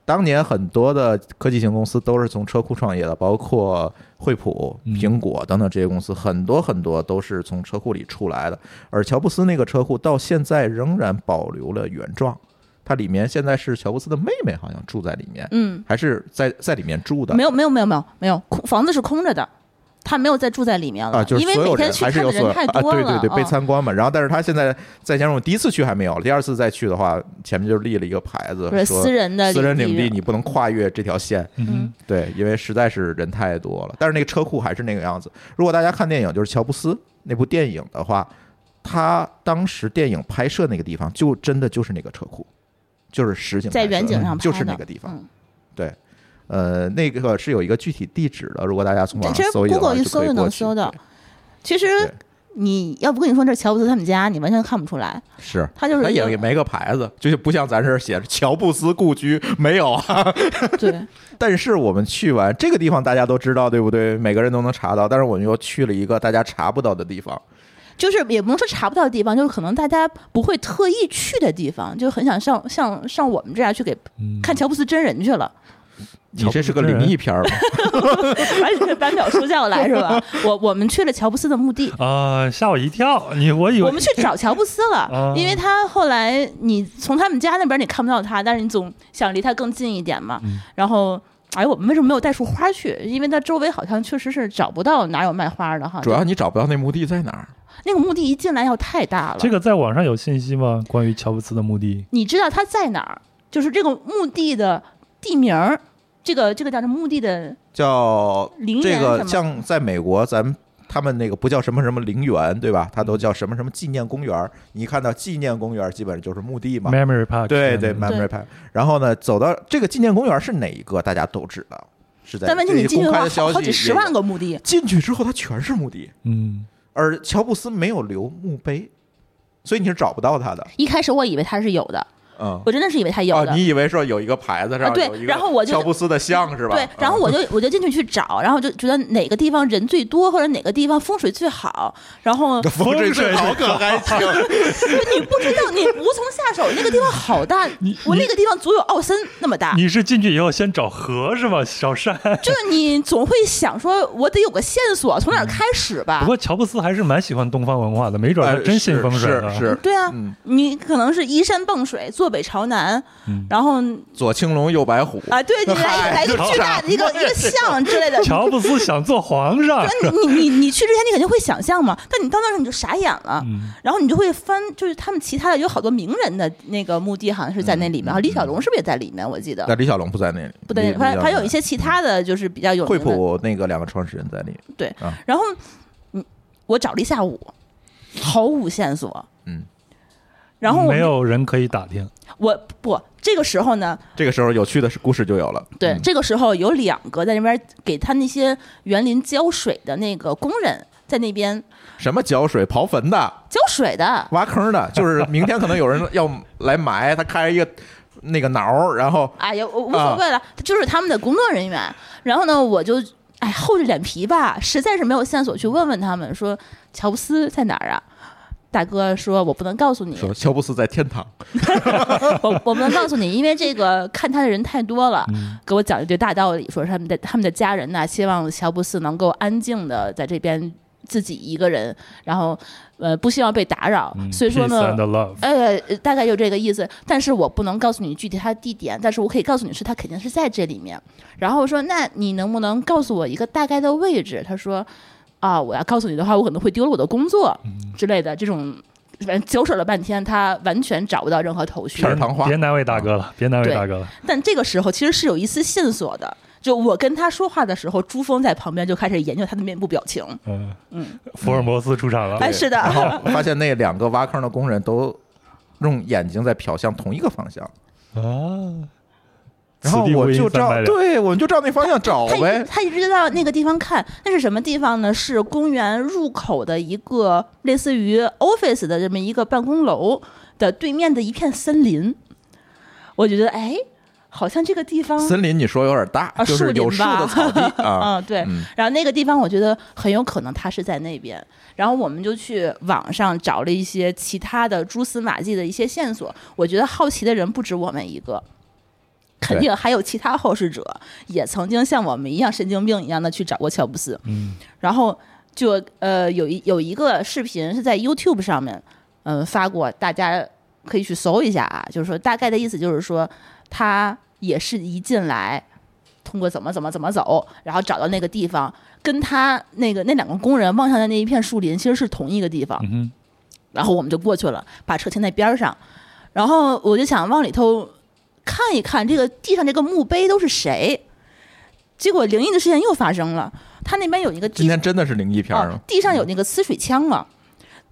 [SPEAKER 1] 当年很多的科技型公司都是从车库创业的，包括惠普、
[SPEAKER 2] 嗯
[SPEAKER 1] 苹果等等这些公司，很多很多都是从车库里出来的。而乔布斯那个车库到现在仍然保留了原状，它里面现在是乔布斯的妹妹好像住在里面，
[SPEAKER 3] 嗯，
[SPEAKER 1] 还是在在里面住的
[SPEAKER 3] 没。有没有没有没有没有空房子是空着的，他没有再住在里面了，
[SPEAKER 1] 啊，就是
[SPEAKER 3] 因为
[SPEAKER 1] 所有
[SPEAKER 3] 每天
[SPEAKER 1] 人
[SPEAKER 3] 去
[SPEAKER 1] 还是
[SPEAKER 3] 看
[SPEAKER 1] 有
[SPEAKER 3] 的
[SPEAKER 1] 所有
[SPEAKER 3] 人太多了，
[SPEAKER 1] 啊，对对对，被
[SPEAKER 3] 嗯
[SPEAKER 1] 参观嘛。然后，但是他现在再加上我第一次去还没有，第二次再去的话，前面就立了一个牌子
[SPEAKER 3] 嗯不是
[SPEAKER 1] 说
[SPEAKER 3] 私人的
[SPEAKER 1] 私人领地
[SPEAKER 3] 地，
[SPEAKER 1] 你不能跨越这条线，
[SPEAKER 2] 嗯
[SPEAKER 3] 嗯
[SPEAKER 1] 对，因为实在是人太多了。但是那个车库还是那个样子。如果大家看电影，就是乔布斯那部电影的话，他当时电影拍摄那个地方，就真的就是那个车库，就是实景
[SPEAKER 3] 在
[SPEAKER 1] 拍摄
[SPEAKER 3] 远景上拍的
[SPEAKER 1] 就是那个地方。
[SPEAKER 3] 嗯，
[SPEAKER 1] 呃，那个是有一个具体地址的，如果大家从网
[SPEAKER 3] 其
[SPEAKER 1] 上
[SPEAKER 3] 实
[SPEAKER 1] 搜一下的话
[SPEAKER 3] Google
[SPEAKER 1] 就
[SPEAKER 3] 一
[SPEAKER 1] 可
[SPEAKER 3] 搜
[SPEAKER 1] 以
[SPEAKER 3] 就
[SPEAKER 1] 过
[SPEAKER 3] 能
[SPEAKER 1] 去
[SPEAKER 3] 搜到
[SPEAKER 1] 对。
[SPEAKER 3] 其实
[SPEAKER 1] 对
[SPEAKER 3] 你要不跟你说这是乔布斯他们家，你完全看不出来，
[SPEAKER 1] 是。
[SPEAKER 3] 他就是
[SPEAKER 1] 他
[SPEAKER 3] 一
[SPEAKER 1] 也
[SPEAKER 3] 个
[SPEAKER 1] 也没个牌子，就是不像咱这儿写着乔布斯故居没有啊。 [LAUGHS]
[SPEAKER 3] 对，
[SPEAKER 1] 但是我们去完这个地方，大家都知道，对不对？每个人都能查到。但是我们又去了一个大家查不到的地方，
[SPEAKER 3] 就是也不能说查不到的地方，就是可能大家不会特意去的地方，就很想上像像我们这样去给
[SPEAKER 2] 嗯，
[SPEAKER 3] 看乔布斯真人去了， [LAUGHS]
[SPEAKER 1] 你这是个灵异片儿吗？
[SPEAKER 3] 而且班表书叫来是吧？我我们去了乔布斯的墓地。
[SPEAKER 2] 啊、吓我一跳，你我以为
[SPEAKER 3] 我们去找乔布斯
[SPEAKER 2] 啊
[SPEAKER 3] 了，因为他后来你从他们家那边你看不到他，但是你总想离他更近一点嘛。
[SPEAKER 2] 嗯
[SPEAKER 3] 然后，哎，我们为什么没有带束花去？因为他周围好像确实是找不到哪有卖花的哈。
[SPEAKER 1] 主要你找不到那墓地在哪儿。
[SPEAKER 3] 那个墓地一进来要太大了，
[SPEAKER 2] 这个在网上有信息吗？关于乔布斯的墓地？
[SPEAKER 3] 你知道他在哪儿？就是这个墓地的地名儿，这个这个叫什么墓地的
[SPEAKER 1] 叫
[SPEAKER 3] 陵园
[SPEAKER 1] 这
[SPEAKER 3] 什
[SPEAKER 1] 个
[SPEAKER 3] 么
[SPEAKER 1] 像在美国，咱们他们那个不叫什么什么陵园，对吧？
[SPEAKER 3] 嗯
[SPEAKER 1] 它都叫什么什么纪念公园儿。你一看到纪念公园儿，基本上就是墓地嘛。
[SPEAKER 2] Memory Park
[SPEAKER 1] 对对
[SPEAKER 2] 嗯
[SPEAKER 1] ，memory park。然后呢，走到这个纪念公园是哪一个，大家都知道，是在
[SPEAKER 3] 但问题你
[SPEAKER 1] 这
[SPEAKER 3] 进去
[SPEAKER 1] 公
[SPEAKER 3] 的
[SPEAKER 1] 开
[SPEAKER 3] 话，
[SPEAKER 1] 的消
[SPEAKER 3] 好
[SPEAKER 1] 息
[SPEAKER 3] 好几十万
[SPEAKER 1] 个。
[SPEAKER 3] 个墓地，
[SPEAKER 1] 进去之后，它全是墓地，
[SPEAKER 2] 嗯，
[SPEAKER 1] 而乔布斯没有留墓碑，所以你是找不到他的。
[SPEAKER 3] 一开始我以为他是有的，
[SPEAKER 1] 嗯，
[SPEAKER 3] 我真的是以为他有
[SPEAKER 1] 哦
[SPEAKER 3] 的。，
[SPEAKER 1] 你以为说有一个牌子上、
[SPEAKER 3] 啊对
[SPEAKER 1] 有一个
[SPEAKER 3] 然后我就
[SPEAKER 1] 乔布斯的像是吧？啊
[SPEAKER 3] 对，然后我就 [LAUGHS] 我就进去去找，然后就觉得哪个地方人最多，或者哪个地方风水最好，然后
[SPEAKER 1] [LAUGHS]
[SPEAKER 3] 就
[SPEAKER 1] 风水最好可还行，
[SPEAKER 3] 你不知道，你无从下手。那个地方好
[SPEAKER 1] [LAUGHS]
[SPEAKER 3] 大，我那个地方足有奥森那么大，
[SPEAKER 2] 你是进去以后先找河是吧？找山。
[SPEAKER 3] 就是你总会想说，我得有个线索，从哪儿开始吧
[SPEAKER 2] 不？过乔布斯还是蛮喜欢东方文化的，没准儿
[SPEAKER 1] 呃
[SPEAKER 2] 他真信风水
[SPEAKER 1] 是
[SPEAKER 2] 的。
[SPEAKER 1] 是是
[SPEAKER 3] 对啊，
[SPEAKER 1] 嗯
[SPEAKER 3] 你可能是依山傍水，坐北朝南，
[SPEAKER 2] 嗯
[SPEAKER 3] 然后
[SPEAKER 1] 左青龙右白虎，
[SPEAKER 3] 啊，对你来来一个巨大的一个一个像之
[SPEAKER 2] [LAUGHS]
[SPEAKER 3] 类的，
[SPEAKER 2] 乔布斯想做皇上，
[SPEAKER 3] 那你你你你去之前你肯定会想象嘛，但你到那儿你就傻眼了，
[SPEAKER 2] 嗯
[SPEAKER 3] 然后你就会翻，就是他们其他的有好多名人的那个墓地，好像是在那里面，然后李小龙是不是也在里面？我记得
[SPEAKER 1] 那李小龙不在那里，
[SPEAKER 3] 不对，
[SPEAKER 1] 李
[SPEAKER 3] 还还有
[SPEAKER 1] 李小
[SPEAKER 3] 一。
[SPEAKER 1] 龙
[SPEAKER 3] 些其他的就是比较有
[SPEAKER 1] 惠
[SPEAKER 3] 名的，
[SPEAKER 1] 普那个两个创始人在里，
[SPEAKER 3] 然后嗯，我找了一下午，毫无线索，
[SPEAKER 1] 嗯，
[SPEAKER 3] 然后我
[SPEAKER 2] 没有人可以打听，
[SPEAKER 3] 我不这个时候呢，
[SPEAKER 1] 这个时候有趣的是故事就有了。
[SPEAKER 3] 对，
[SPEAKER 1] 嗯
[SPEAKER 3] 这个时候有两个在那边给他那些园林浇水的那个工人在那边
[SPEAKER 1] 什么浇水、刨坟的、
[SPEAKER 3] 浇水的，
[SPEAKER 1] 挖坑的，就是明天可能有人要来埋，他开一个那个挠，然后
[SPEAKER 3] 哎呀，我无所谓了，就是他们的工作人员。然后呢，我就哎厚着脸皮吧，实在是没有线索去问问他们说乔布斯在哪儿啊？大哥说：“我不能告诉你，
[SPEAKER 1] 说乔布斯在天堂，
[SPEAKER 3] [LAUGHS] 我我不能告诉你，因为这个看他的人太多了。
[SPEAKER 2] 嗯
[SPEAKER 3] 给我讲一堆大道理，说是他们的他们的家人呐、希望乔布斯能够安静的在这边自己一个人，然后呃不希望被打扰，
[SPEAKER 2] 嗯
[SPEAKER 3] [LAUGHS] 所以说
[SPEAKER 2] peace
[SPEAKER 3] 呢
[SPEAKER 2] and。love，
[SPEAKER 3] 呃，大概就这个意思，但是我不能告诉你具体他的地点，但是我可以告诉你是他肯定是在这里面。然后我说，那你能不能告诉我一个大概的位置？他说，啊，我要告诉你的话，我可能会丢了我的工作
[SPEAKER 2] 嗯
[SPEAKER 3] 之类的这种，反正交涉了半天，他完全找不到任何头绪
[SPEAKER 1] 片。儿糖花嗯
[SPEAKER 2] 别难为大哥了，别难为
[SPEAKER 3] 对
[SPEAKER 2] 大哥了，
[SPEAKER 3] 但这个时候其实是有一丝线索的。就我跟他说话的时候，朱峰在旁边就开始研究他的面部表情。
[SPEAKER 2] 嗯
[SPEAKER 3] 嗯，
[SPEAKER 2] 福尔摩斯出场了，
[SPEAKER 3] 哎，是
[SPEAKER 1] 然
[SPEAKER 3] 的，
[SPEAKER 1] 后发现那两个挖坑的工人都用眼睛在瞟向同一个方向，
[SPEAKER 2] 啊，
[SPEAKER 1] 然后
[SPEAKER 2] 此地
[SPEAKER 1] 我
[SPEAKER 2] 无银
[SPEAKER 1] 就
[SPEAKER 2] 三
[SPEAKER 1] 照
[SPEAKER 2] 百，两
[SPEAKER 1] 对，我们就照那方向找
[SPEAKER 3] 他一
[SPEAKER 1] 呗。
[SPEAKER 3] 他一直到那个地方看，那是什么地方呢？是公园入口的一个类似于 office 的这么一个办公楼的对面的一片森林。我觉得，哎，好像这个地方
[SPEAKER 1] 森林你说有点大，
[SPEAKER 3] 啊
[SPEAKER 1] 就是有
[SPEAKER 3] 树林
[SPEAKER 1] 树
[SPEAKER 3] 吧
[SPEAKER 1] 的草地啊。
[SPEAKER 3] [LAUGHS] 嗯，对
[SPEAKER 1] 嗯。
[SPEAKER 3] 然后那个地方，我觉得很有可能他是在那边。然后我们就去网上找了一些其他的蛛丝马迹的一些线索。我觉得好奇的人不止我们一个，肯定还有其他后世者也曾经像我们一样神经病一样的去找过乔布斯。
[SPEAKER 2] 嗯，
[SPEAKER 3] 然后就呃有一有一个视频是在 YouTube 上面嗯、发过，大家可以去搜一下啊。就是说大概的意思就是说，他也是一进来，通过怎么怎么怎么走，然后找到那个地方，跟他那个那两个工人望向的那一片树林其实是同一个地方。
[SPEAKER 2] 嗯哼，
[SPEAKER 3] 然后我们就过去了，把车停在边儿上，然后我就想往里头看一看这个地上这个墓碑都是谁。结果灵异的事情又发生了，他那边有一个地
[SPEAKER 1] 今天真的是灵异片儿
[SPEAKER 3] 哦
[SPEAKER 1] 吗？，嗯
[SPEAKER 3] 地上有那个呲水枪嘛，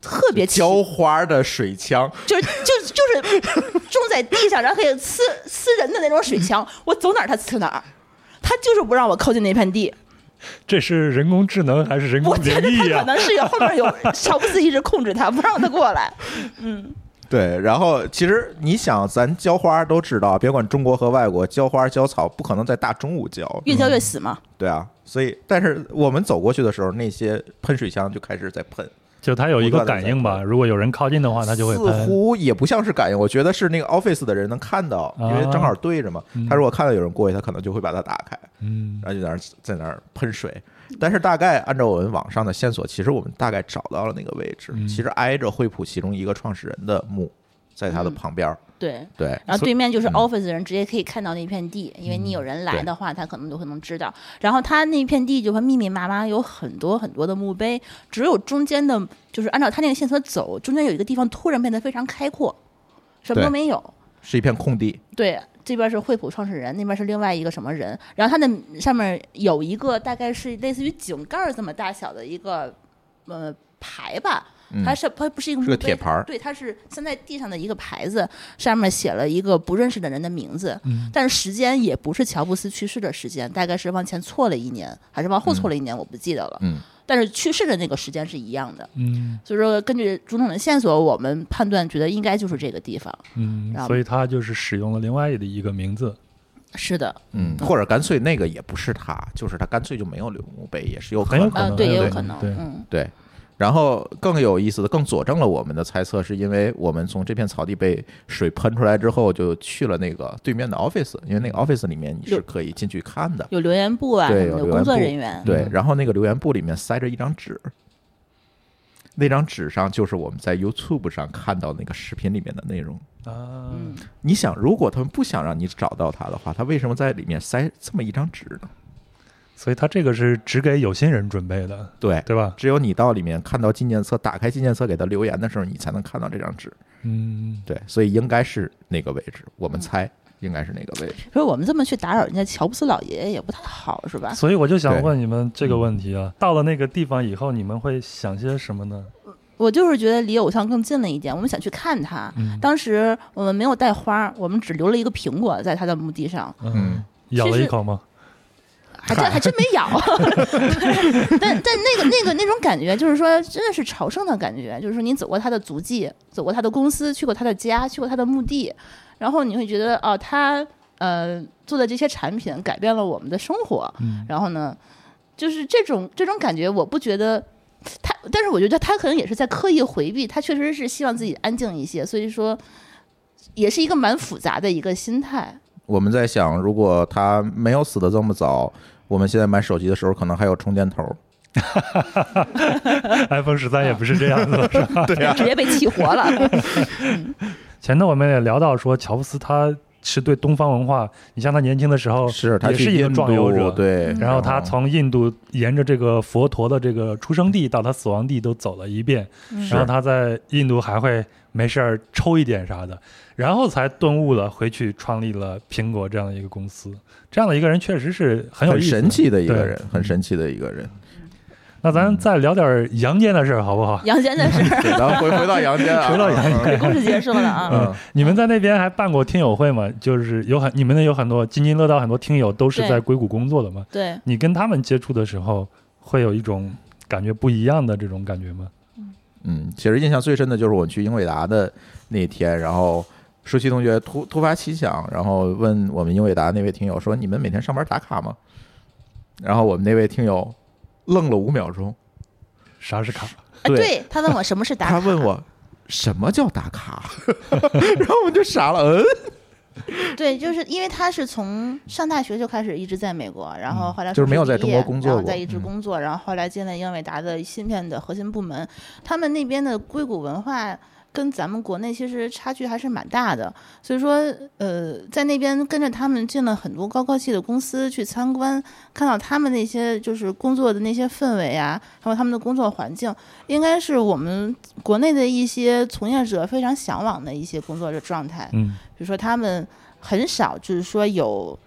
[SPEAKER 3] 特别奇，
[SPEAKER 1] 浇花的水枪，
[SPEAKER 3] 就是就就是 [LAUGHS] 种在地上，然后可以呲呲人的那种水枪，我走哪儿它呲哪儿，它就是不让我靠近那片地。
[SPEAKER 2] 这是人工智能还是人工啊
[SPEAKER 3] 我觉
[SPEAKER 2] 灵
[SPEAKER 3] 得它
[SPEAKER 2] 异
[SPEAKER 3] 可
[SPEAKER 2] 呀？
[SPEAKER 3] 能是有后
[SPEAKER 1] [LAUGHS]
[SPEAKER 3] 面有乔布斯一直控制他，不让他过来。
[SPEAKER 1] 嗯对，然后其实你想，咱浇花都知道，别管中国和外国，浇花浇草不可能在大中午浇，
[SPEAKER 3] 越教越死嘛，
[SPEAKER 1] 对啊，所以但是我们走过去的时候，那些喷水枪就开始在喷，
[SPEAKER 2] 就它有一个感应吧，如果有人靠近的话，它啊就会
[SPEAKER 1] 似
[SPEAKER 2] 喷。
[SPEAKER 1] 乎也不像是感应，我觉得是那个 office 的人能看到，因
[SPEAKER 2] 啊
[SPEAKER 1] 为正好对着嘛，他如果看到有人过去，他可能就会把它打开，
[SPEAKER 2] 嗯，
[SPEAKER 1] 然后就在那儿在那儿喷水。但是大概按照我们网上的线索，其实我们大概找到了那个位置，
[SPEAKER 2] 嗯
[SPEAKER 1] 其实挨着惠普其中一个创始人的墓，在他的旁边儿。
[SPEAKER 3] 对。
[SPEAKER 1] 对，
[SPEAKER 3] 嗯然后对面就是
[SPEAKER 1] 嗯
[SPEAKER 3] office 的人，直接可以看到那片地，因为你有人来的话，他可能就会能知道。然后他那片地就会密密麻麻有很多很多的墓碑，只有中间的，就是按照他那个线索走，中间有一个地方突然变得非常开阔，什么都
[SPEAKER 1] 对
[SPEAKER 3] 没有。
[SPEAKER 1] 是一片空地。
[SPEAKER 3] 对，这边是惠普创始人，那边是另外一个什么人。然后它的上面有一个大概是类似于井盖儿这么大小的一个呃牌吧，
[SPEAKER 1] 嗯
[SPEAKER 3] 它是它不是一个
[SPEAKER 1] 是个
[SPEAKER 3] 墓碑
[SPEAKER 1] 铁牌儿
[SPEAKER 3] 对，它是镶在地上的一个牌子，上面写了一个不认识的人的名字，
[SPEAKER 2] 嗯
[SPEAKER 3] 但是时间也不是乔布斯去世的时间，大概是往前错了一年，还是往后错了一年，我不记得了。
[SPEAKER 1] 嗯，
[SPEAKER 3] 但是去世的那个时间是一样的，
[SPEAKER 2] 嗯
[SPEAKER 3] 所以说根据种种的线索，我们判断觉得应该就是这个地方。
[SPEAKER 2] 嗯
[SPEAKER 3] 然，后
[SPEAKER 2] 所以它就是使用了另外的一个名字。
[SPEAKER 3] 是的，
[SPEAKER 1] 嗯，或者干脆那个也不是他，就是他干脆就没有留墓碑，也是有可
[SPEAKER 2] 很有
[SPEAKER 1] 能。
[SPEAKER 2] 可
[SPEAKER 3] 嗯、
[SPEAKER 2] 能
[SPEAKER 3] 对，
[SPEAKER 2] 对
[SPEAKER 3] 也有
[SPEAKER 2] 对
[SPEAKER 3] 可能，
[SPEAKER 2] 对
[SPEAKER 3] 嗯。
[SPEAKER 1] 对，然后更有意思的，更佐证了我们的猜测，是因为我们从这片草地被水喷出来之后，就去了那个对面的 office，因为那个 office 里面你是可以进去看的。
[SPEAKER 3] 有留言部啊，
[SPEAKER 1] 对
[SPEAKER 3] 什
[SPEAKER 1] 有
[SPEAKER 3] 么的
[SPEAKER 1] 留言
[SPEAKER 3] 工作
[SPEAKER 1] 部
[SPEAKER 3] 人员，
[SPEAKER 1] 对，然后那个留言簿里面塞着一张纸，那张纸上就是我们在 YouTube 上看到那个视频里面的内容。
[SPEAKER 2] 啊，
[SPEAKER 3] 嗯，
[SPEAKER 1] 你想，如果他们不想让你找到他的话，他为什么在里面塞这么一张纸呢？
[SPEAKER 2] 所以他这个是只给有心人准备的，
[SPEAKER 1] 对，
[SPEAKER 2] 对吧？
[SPEAKER 1] 只有你到里面看到纪念册，打开纪念册给他留言的时候，你才能看到这张纸。
[SPEAKER 2] 嗯，
[SPEAKER 1] 对，所以应该是那个位置，我们猜应该是那个位置。
[SPEAKER 3] 说我们这么去打扰人家乔布斯老爷爷也不太好，是吧？
[SPEAKER 2] 所以我就想
[SPEAKER 1] 对
[SPEAKER 2] 问你们这个问题啊，到了那个地方以后，你们会想些什么呢？
[SPEAKER 3] 我就是觉得离偶像更近了一点，我们想去看他。
[SPEAKER 2] 嗯
[SPEAKER 3] 当时我们没有带花，我们只留了一个苹果在他的墓地上，
[SPEAKER 1] 嗯，
[SPEAKER 2] 咬了
[SPEAKER 3] 其
[SPEAKER 2] 一
[SPEAKER 3] 实
[SPEAKER 2] 口吗？
[SPEAKER 3] 还真还真没咬。对但但那个那个那种感觉，就是说真的是朝圣的感觉，就是说你走过他的足迹，走过他的公司，去过他的家，去过他的墓地，然后你会觉得哦，他呃做的这些产品改变了我们的生活。
[SPEAKER 2] 嗯
[SPEAKER 3] 然后呢，就是这种这种感觉，我不觉得他，但是我觉得他可能也是在刻意回避，他确实是希望自己安静一些，所以说也是一个蛮复杂的一个心态。
[SPEAKER 1] 我们在想，如果他没有死的这么早，我们现在买手机的时候可能还有充电头。
[SPEAKER 2] [LAUGHS] ，iPhone 十三也不是这样子的，是吧？
[SPEAKER 3] 直接被气活了。
[SPEAKER 2] 前头我们也聊到说，乔布斯他是对东方文化，你像他年轻的时候
[SPEAKER 1] 是，他
[SPEAKER 2] 哦也
[SPEAKER 1] 去
[SPEAKER 2] 是一个
[SPEAKER 1] 印
[SPEAKER 2] 壮游者，
[SPEAKER 1] 度，。
[SPEAKER 2] 嗯
[SPEAKER 1] 对，
[SPEAKER 2] 然后他从印度沿着这个佛陀的这个出生地到他死亡地都走了一遍，然后他在印度还会没事儿抽一点啥的，然后才顿悟了，回去创立了苹果这样的一个公司。这样的一个人确实是很有
[SPEAKER 1] 很
[SPEAKER 2] 意思
[SPEAKER 1] 神奇的一个
[SPEAKER 2] 对
[SPEAKER 1] 人，很神奇的一个人。
[SPEAKER 2] 那
[SPEAKER 3] 嗯
[SPEAKER 2] 咱再聊点阳间的事儿好不好？
[SPEAKER 3] 杨坚的事儿，
[SPEAKER 1] 对，咱回回到杨坚啊，
[SPEAKER 2] [LAUGHS] 回到杨
[SPEAKER 3] [LAUGHS]
[SPEAKER 1] 坚，
[SPEAKER 3] 故事结束了啊。
[SPEAKER 1] 嗯，
[SPEAKER 2] 你们在那边还办过听友会吗？就是有很你们那有很多津津乐道很多听友都是
[SPEAKER 3] 对
[SPEAKER 2] 在硅谷工作的嘛？
[SPEAKER 3] 对，
[SPEAKER 2] 你跟他们接触的时候，会有一种感觉不一样的这种感觉吗？
[SPEAKER 1] 嗯，其实印象最深的就是我去英伟达的那天，然后舒淇同学突突发奇想，然后问我们英伟达那位听友说：“你们每天上班打卡吗？”然后我们那位听友愣了五秒钟，
[SPEAKER 2] 啥是卡？
[SPEAKER 3] 哎
[SPEAKER 1] 对
[SPEAKER 3] 对他问我什么是打卡，
[SPEAKER 1] 他问我什么叫打卡， [LAUGHS] 然后我们就傻了，嗯，
[SPEAKER 3] 对，就是因为他是从上大学就开始一直在美国，然后后来
[SPEAKER 1] 嗯就是没有在
[SPEAKER 3] 硕士
[SPEAKER 1] 中
[SPEAKER 3] 毕业
[SPEAKER 1] 国工作
[SPEAKER 3] 然后
[SPEAKER 1] 过
[SPEAKER 3] 在一直
[SPEAKER 1] 嗯
[SPEAKER 3] 工作，然后后来进了英伟达的芯片的核心部门。他们那边的硅谷文化跟咱们国内其实差距还是蛮大的，所以说呃，在那边跟着他们进了很多高科技的公司去参观，看到他们那些就是工作的那些氛围啊，还有他们的工作环境，应该是我们国内的一些从业者非常向往的一些工作的状态。
[SPEAKER 2] 嗯
[SPEAKER 3] 比如说他们很少就是说有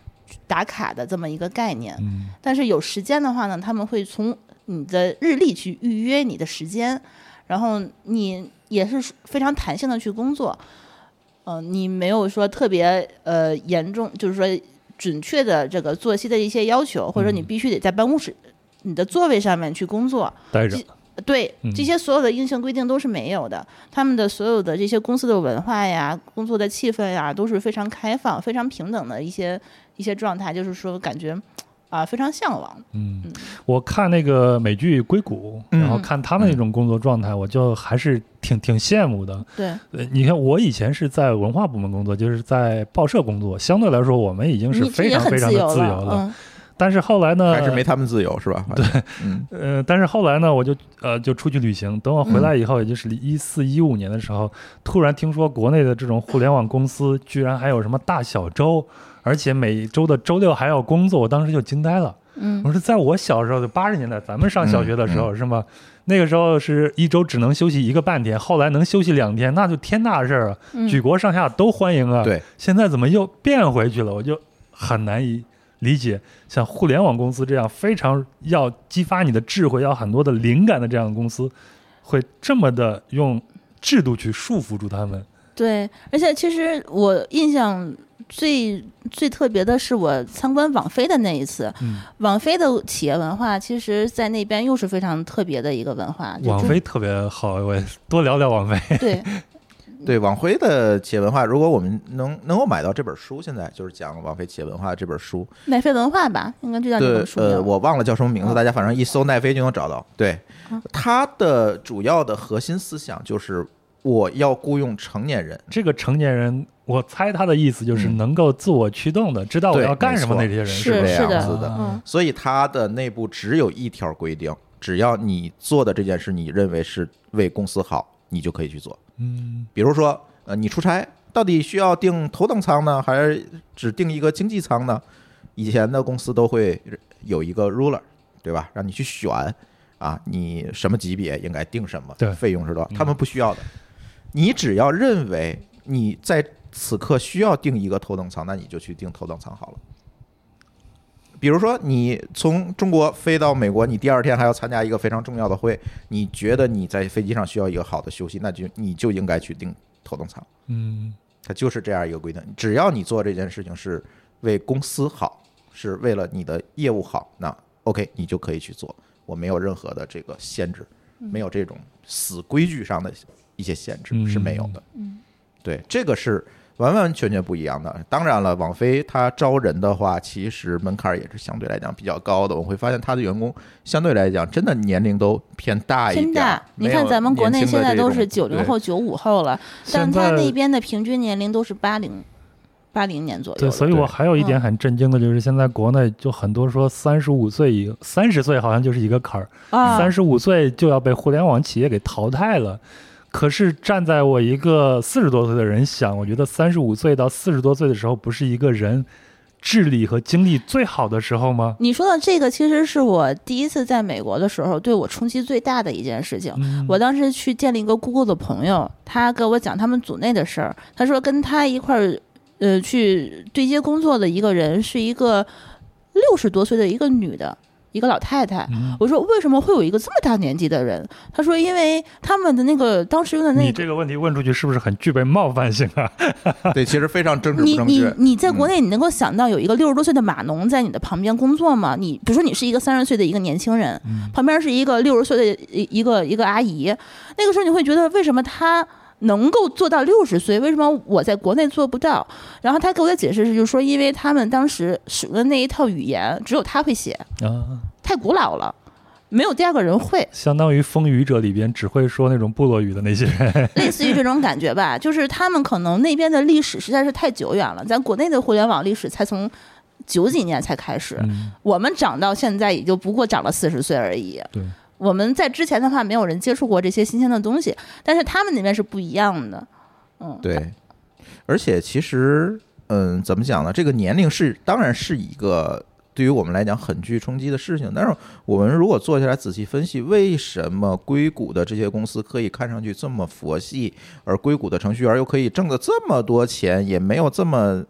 [SPEAKER 3] 打卡的这么一个概念，
[SPEAKER 2] 嗯
[SPEAKER 3] 但是有时间的话呢，他们会从你的日历去预约你的时间，然后你也是非常弹性的去工作，嗯、你没有说特别呃严重，就是说准确的这个作息的一些要求，或者说你
[SPEAKER 2] 嗯
[SPEAKER 3] 必须得在办公室你的座位上面去工作，
[SPEAKER 2] 待着
[SPEAKER 3] 这。对
[SPEAKER 2] 嗯
[SPEAKER 3] 这些所有的硬性规定都是没有的，他们的所有的这些公司的文化呀、工作的气氛呀，都是非常开放、非常平等的一些一些状态，就是说感觉啊、非常向往。
[SPEAKER 2] 嗯，我看那个美剧《硅谷》，
[SPEAKER 1] 嗯
[SPEAKER 2] 然后看他们那种工作状
[SPEAKER 3] 嗯
[SPEAKER 2] 态，我就还是挺挺羡慕的。
[SPEAKER 3] 对，
[SPEAKER 2] 呃你看，我以前是在文化部门工作，就是在报社工作，相对来说我们已经是
[SPEAKER 3] 你这
[SPEAKER 2] 非
[SPEAKER 3] 也
[SPEAKER 2] 常
[SPEAKER 3] 很
[SPEAKER 2] 非常
[SPEAKER 3] 自
[SPEAKER 2] 的
[SPEAKER 3] 由
[SPEAKER 2] 自由
[SPEAKER 3] 了，嗯
[SPEAKER 2] 了。但是后来呢，
[SPEAKER 1] 嗯还是没他们自由是吧？对，嗯，
[SPEAKER 2] 呃，但是后来呢，我就呃就出去旅行。等我回
[SPEAKER 3] 嗯
[SPEAKER 2] 来以后，也就是一四一五年的时候，突然听说国内的这种互联网公司居然还有什么大小周，而且每周的周六还要工作，我当时就惊呆了。
[SPEAKER 3] 嗯
[SPEAKER 2] 我说，在我小时候的八十年代，咱们上小学的时候、是吗？那个时候是一周只能休息一个半天，后来能休息两天，那就天大的事儿啊！
[SPEAKER 3] 嗯
[SPEAKER 2] 举
[SPEAKER 3] 嗯，
[SPEAKER 2] 国上下都欢迎啊。
[SPEAKER 1] 对，
[SPEAKER 2] 现在怎么又变回去了？我就很难以理解，像互联网公司这样非常要激发你的智慧、要很多的灵感的这样的公司，会这么的用制度去束缚住他们。
[SPEAKER 3] 对，而且其实我印象。最最特别的是我参观网飞的那一次，
[SPEAKER 2] 嗯，
[SPEAKER 3] 网飞的企业文化，其实，在那边又是非常特别的一个文化。就
[SPEAKER 2] 网
[SPEAKER 3] 中
[SPEAKER 2] 飞特别好，我也多聊聊
[SPEAKER 3] [LAUGHS]
[SPEAKER 2] 网飞。
[SPEAKER 3] 对，
[SPEAKER 2] [LAUGHS]
[SPEAKER 1] 对，网飞的企业文化，如果我们能能够买到这本书，现在就是讲网飞企业文化这本书，
[SPEAKER 3] 奈飞文化吧，应该就叫这
[SPEAKER 1] 对
[SPEAKER 3] 本，书名
[SPEAKER 1] 呃，我忘了叫什么名字，
[SPEAKER 3] 嗯
[SPEAKER 1] 大家反正一搜奈飞就能找到。对
[SPEAKER 3] 嗯，
[SPEAKER 1] 它的主要的核心思想就是我要雇佣成年人，
[SPEAKER 2] 这个成年人，我猜他的意思就是
[SPEAKER 1] 嗯
[SPEAKER 2] 能够自我驱动的，知道我
[SPEAKER 1] 对
[SPEAKER 2] 要干什么的
[SPEAKER 1] 没错
[SPEAKER 2] 这些人
[SPEAKER 3] 是
[SPEAKER 2] 吧？
[SPEAKER 1] 这样
[SPEAKER 3] 的
[SPEAKER 1] 子的。
[SPEAKER 3] 嗯
[SPEAKER 1] 所以它的内部只有一条规定，只要你做的这件事你认为是为公司好，你就可以去做。
[SPEAKER 2] 嗯
[SPEAKER 1] 比如说，呃，你出差到底需要订头等舱呢，还是只订一个经济舱呢？以前的公司都会有一个 ruler，对吧？让你去选啊，你什么级别应该定什么，
[SPEAKER 2] 对
[SPEAKER 1] 费用是多少？
[SPEAKER 2] 嗯
[SPEAKER 1] 他们不需要的，你只要认为你在此刻需要订一个头等舱，那你就去订头等舱好了。比如说，你从中国飞到美国，你第二天还要参加一个非常重要的会，你觉得你在飞机上需要一个好的休息，那就你就应该去订头等舱。
[SPEAKER 2] 嗯
[SPEAKER 1] 它就是这样一个规定，只要你做这件事情是为公司好，是为了你的业务好，那 OK，你就可以去做。我没有任何的这个限制，没有这种死规矩上的一些限制
[SPEAKER 2] 嗯
[SPEAKER 1] 是没有的。
[SPEAKER 3] 嗯，
[SPEAKER 1] 对，这个是完完全全不一样的。当然了，网飞它招人的话，其实门槛也是相对来讲比较高的。我会发现它的员工相对来讲真的年龄都偏大一点儿。
[SPEAKER 3] 真的，你看咱们国内现在都是九零后、九五后了，但
[SPEAKER 2] 现
[SPEAKER 3] 他
[SPEAKER 2] 在
[SPEAKER 3] 那边的平均年龄都是八零八零年左右
[SPEAKER 2] 对，
[SPEAKER 3] 了。
[SPEAKER 2] 所以我还有一
[SPEAKER 3] 嗯
[SPEAKER 2] 点很震惊的就是，现在国内就很多说三十五岁以三十岁好像就是一个坎儿，
[SPEAKER 3] 啊，
[SPEAKER 2] 三十五岁就要被互联网企业给淘汰了。可是站在我一个四十多岁的人想，我觉得三十五岁到四十多岁的时候，不是一个人智力和精力最好的时候吗？
[SPEAKER 3] 你说的这个其实是我第一次在美国的时候对我冲击最大的一件事情。
[SPEAKER 2] 嗯
[SPEAKER 3] 我当时去见了一个 Google 的朋友，他给我讲他们组内的事儿。他说跟他一块儿，呃，去对接工作的一个人是一个六十多岁的一个女的，一个老太太。
[SPEAKER 2] 嗯
[SPEAKER 3] 我说为什么会有一个这么大年纪的人？他说因为他们的那个当时用的那
[SPEAKER 2] 你
[SPEAKER 3] 个。
[SPEAKER 2] 这个问题问出去是不是很具备冒犯性啊？
[SPEAKER 1] 对，其实非常政治不
[SPEAKER 3] 你
[SPEAKER 1] 正
[SPEAKER 3] 你
[SPEAKER 1] 确。嗯
[SPEAKER 3] 你在国内，你能够想到有一个六十多岁的码农在你的旁边工作吗？你比如说，你是一个三十岁的一个年轻人，
[SPEAKER 1] 嗯
[SPEAKER 3] 旁边是一个六十岁的一一个一个阿姨，那个时候你会觉得为什么她能够做到六十岁，为什么我在国内做不到？然后她给我的解释是，就是说，因为他们当时使用的那一套语言，只有她会写，
[SPEAKER 2] 啊，
[SPEAKER 3] 太古老了，没有第二个人会。
[SPEAKER 2] 相当于《风雨者》里边只会说那种部落语的那些人，
[SPEAKER 3] [LAUGHS] 类似于这种感觉吧，就是他们可能那边的历史实在是太久远了，咱国内的互联网历史才从九几年才开始，
[SPEAKER 2] 嗯
[SPEAKER 3] 我们长到现在也就不过长了四十岁而已。
[SPEAKER 2] 对，
[SPEAKER 3] 我们在之前的话，没有人接触过这些新鲜的东西，但是他们那边是不一样的。嗯，
[SPEAKER 1] 对，而且其实，嗯，怎么讲呢？这个年龄是当然是一个对于我们来讲很具冲击的事情，但是我们如果坐下来仔细分析，为什么硅谷的这些公司可以看上去这么佛系，而硅谷的程序员又可以挣的这么多钱，也没有这么。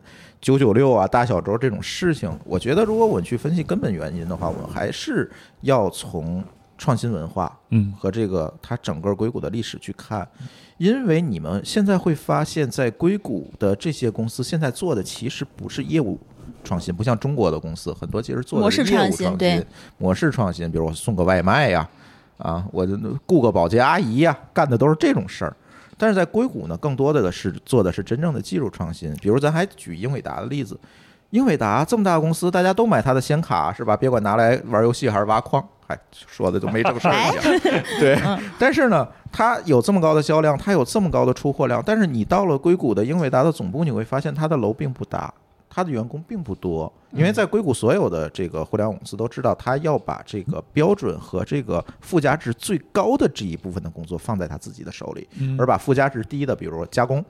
[SPEAKER 1] 九九六啊，大小周这种事情，我觉得如果我们去分析根本原因的话，我们还是要从创新文化
[SPEAKER 2] 嗯
[SPEAKER 1] 和这个它整个硅谷的历史去看，因为你们现在会发现，在硅谷的这些公司现在做的其实不是业务创新，不像中国的公司很多其实做的
[SPEAKER 3] 模
[SPEAKER 1] 是
[SPEAKER 3] 式
[SPEAKER 1] 业务
[SPEAKER 3] 创
[SPEAKER 1] 创
[SPEAKER 3] 新对
[SPEAKER 1] 模式创新，比如我送个外卖呀、啊，我就雇个保洁阿姨呀、干的都是这种事儿。但是在硅谷呢，更多的是做的是真正的技术创新，比如咱还举英伟达的例子。英伟达这么大公司，大家都买它的显卡是吧？别管拿来玩游戏还是挖矿，还说的就没正事
[SPEAKER 3] 哎
[SPEAKER 1] 儿一样。对，
[SPEAKER 3] 嗯
[SPEAKER 1] 但是呢，它有这么高的销量，它有这么高的出货量，但是你到了硅谷的英伟达的总部，你会发现它的楼并不大，它的员工并不多，因为
[SPEAKER 3] 嗯
[SPEAKER 1] 在硅谷所有的这个互联网公司都知道，它要把这个标准和这个附加值最高的这一部分的工作放在他自己的手里，
[SPEAKER 2] 嗯
[SPEAKER 1] 而把附加值低的，比如加工，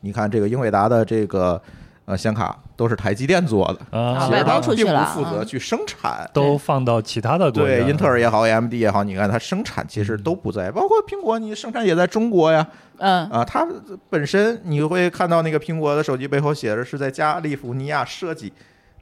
[SPEAKER 1] 你看这个英伟达的这个呃显卡都是台积电做的。
[SPEAKER 2] 啊，
[SPEAKER 1] 其
[SPEAKER 3] 外
[SPEAKER 1] 实
[SPEAKER 3] 包
[SPEAKER 1] 它
[SPEAKER 3] 出去
[SPEAKER 1] 并不
[SPEAKER 3] 了
[SPEAKER 1] 负责
[SPEAKER 3] 嗯
[SPEAKER 1] 去生产，
[SPEAKER 2] 都放到其他的国家，
[SPEAKER 1] 对，英特尔也好，AMD 也好，你看它生产其实都不在，包括苹果，你生产也在中国呀。
[SPEAKER 3] 嗯，
[SPEAKER 1] 啊，它本身你会看到那个苹果的手机背后写着是在加利福尼亚设计，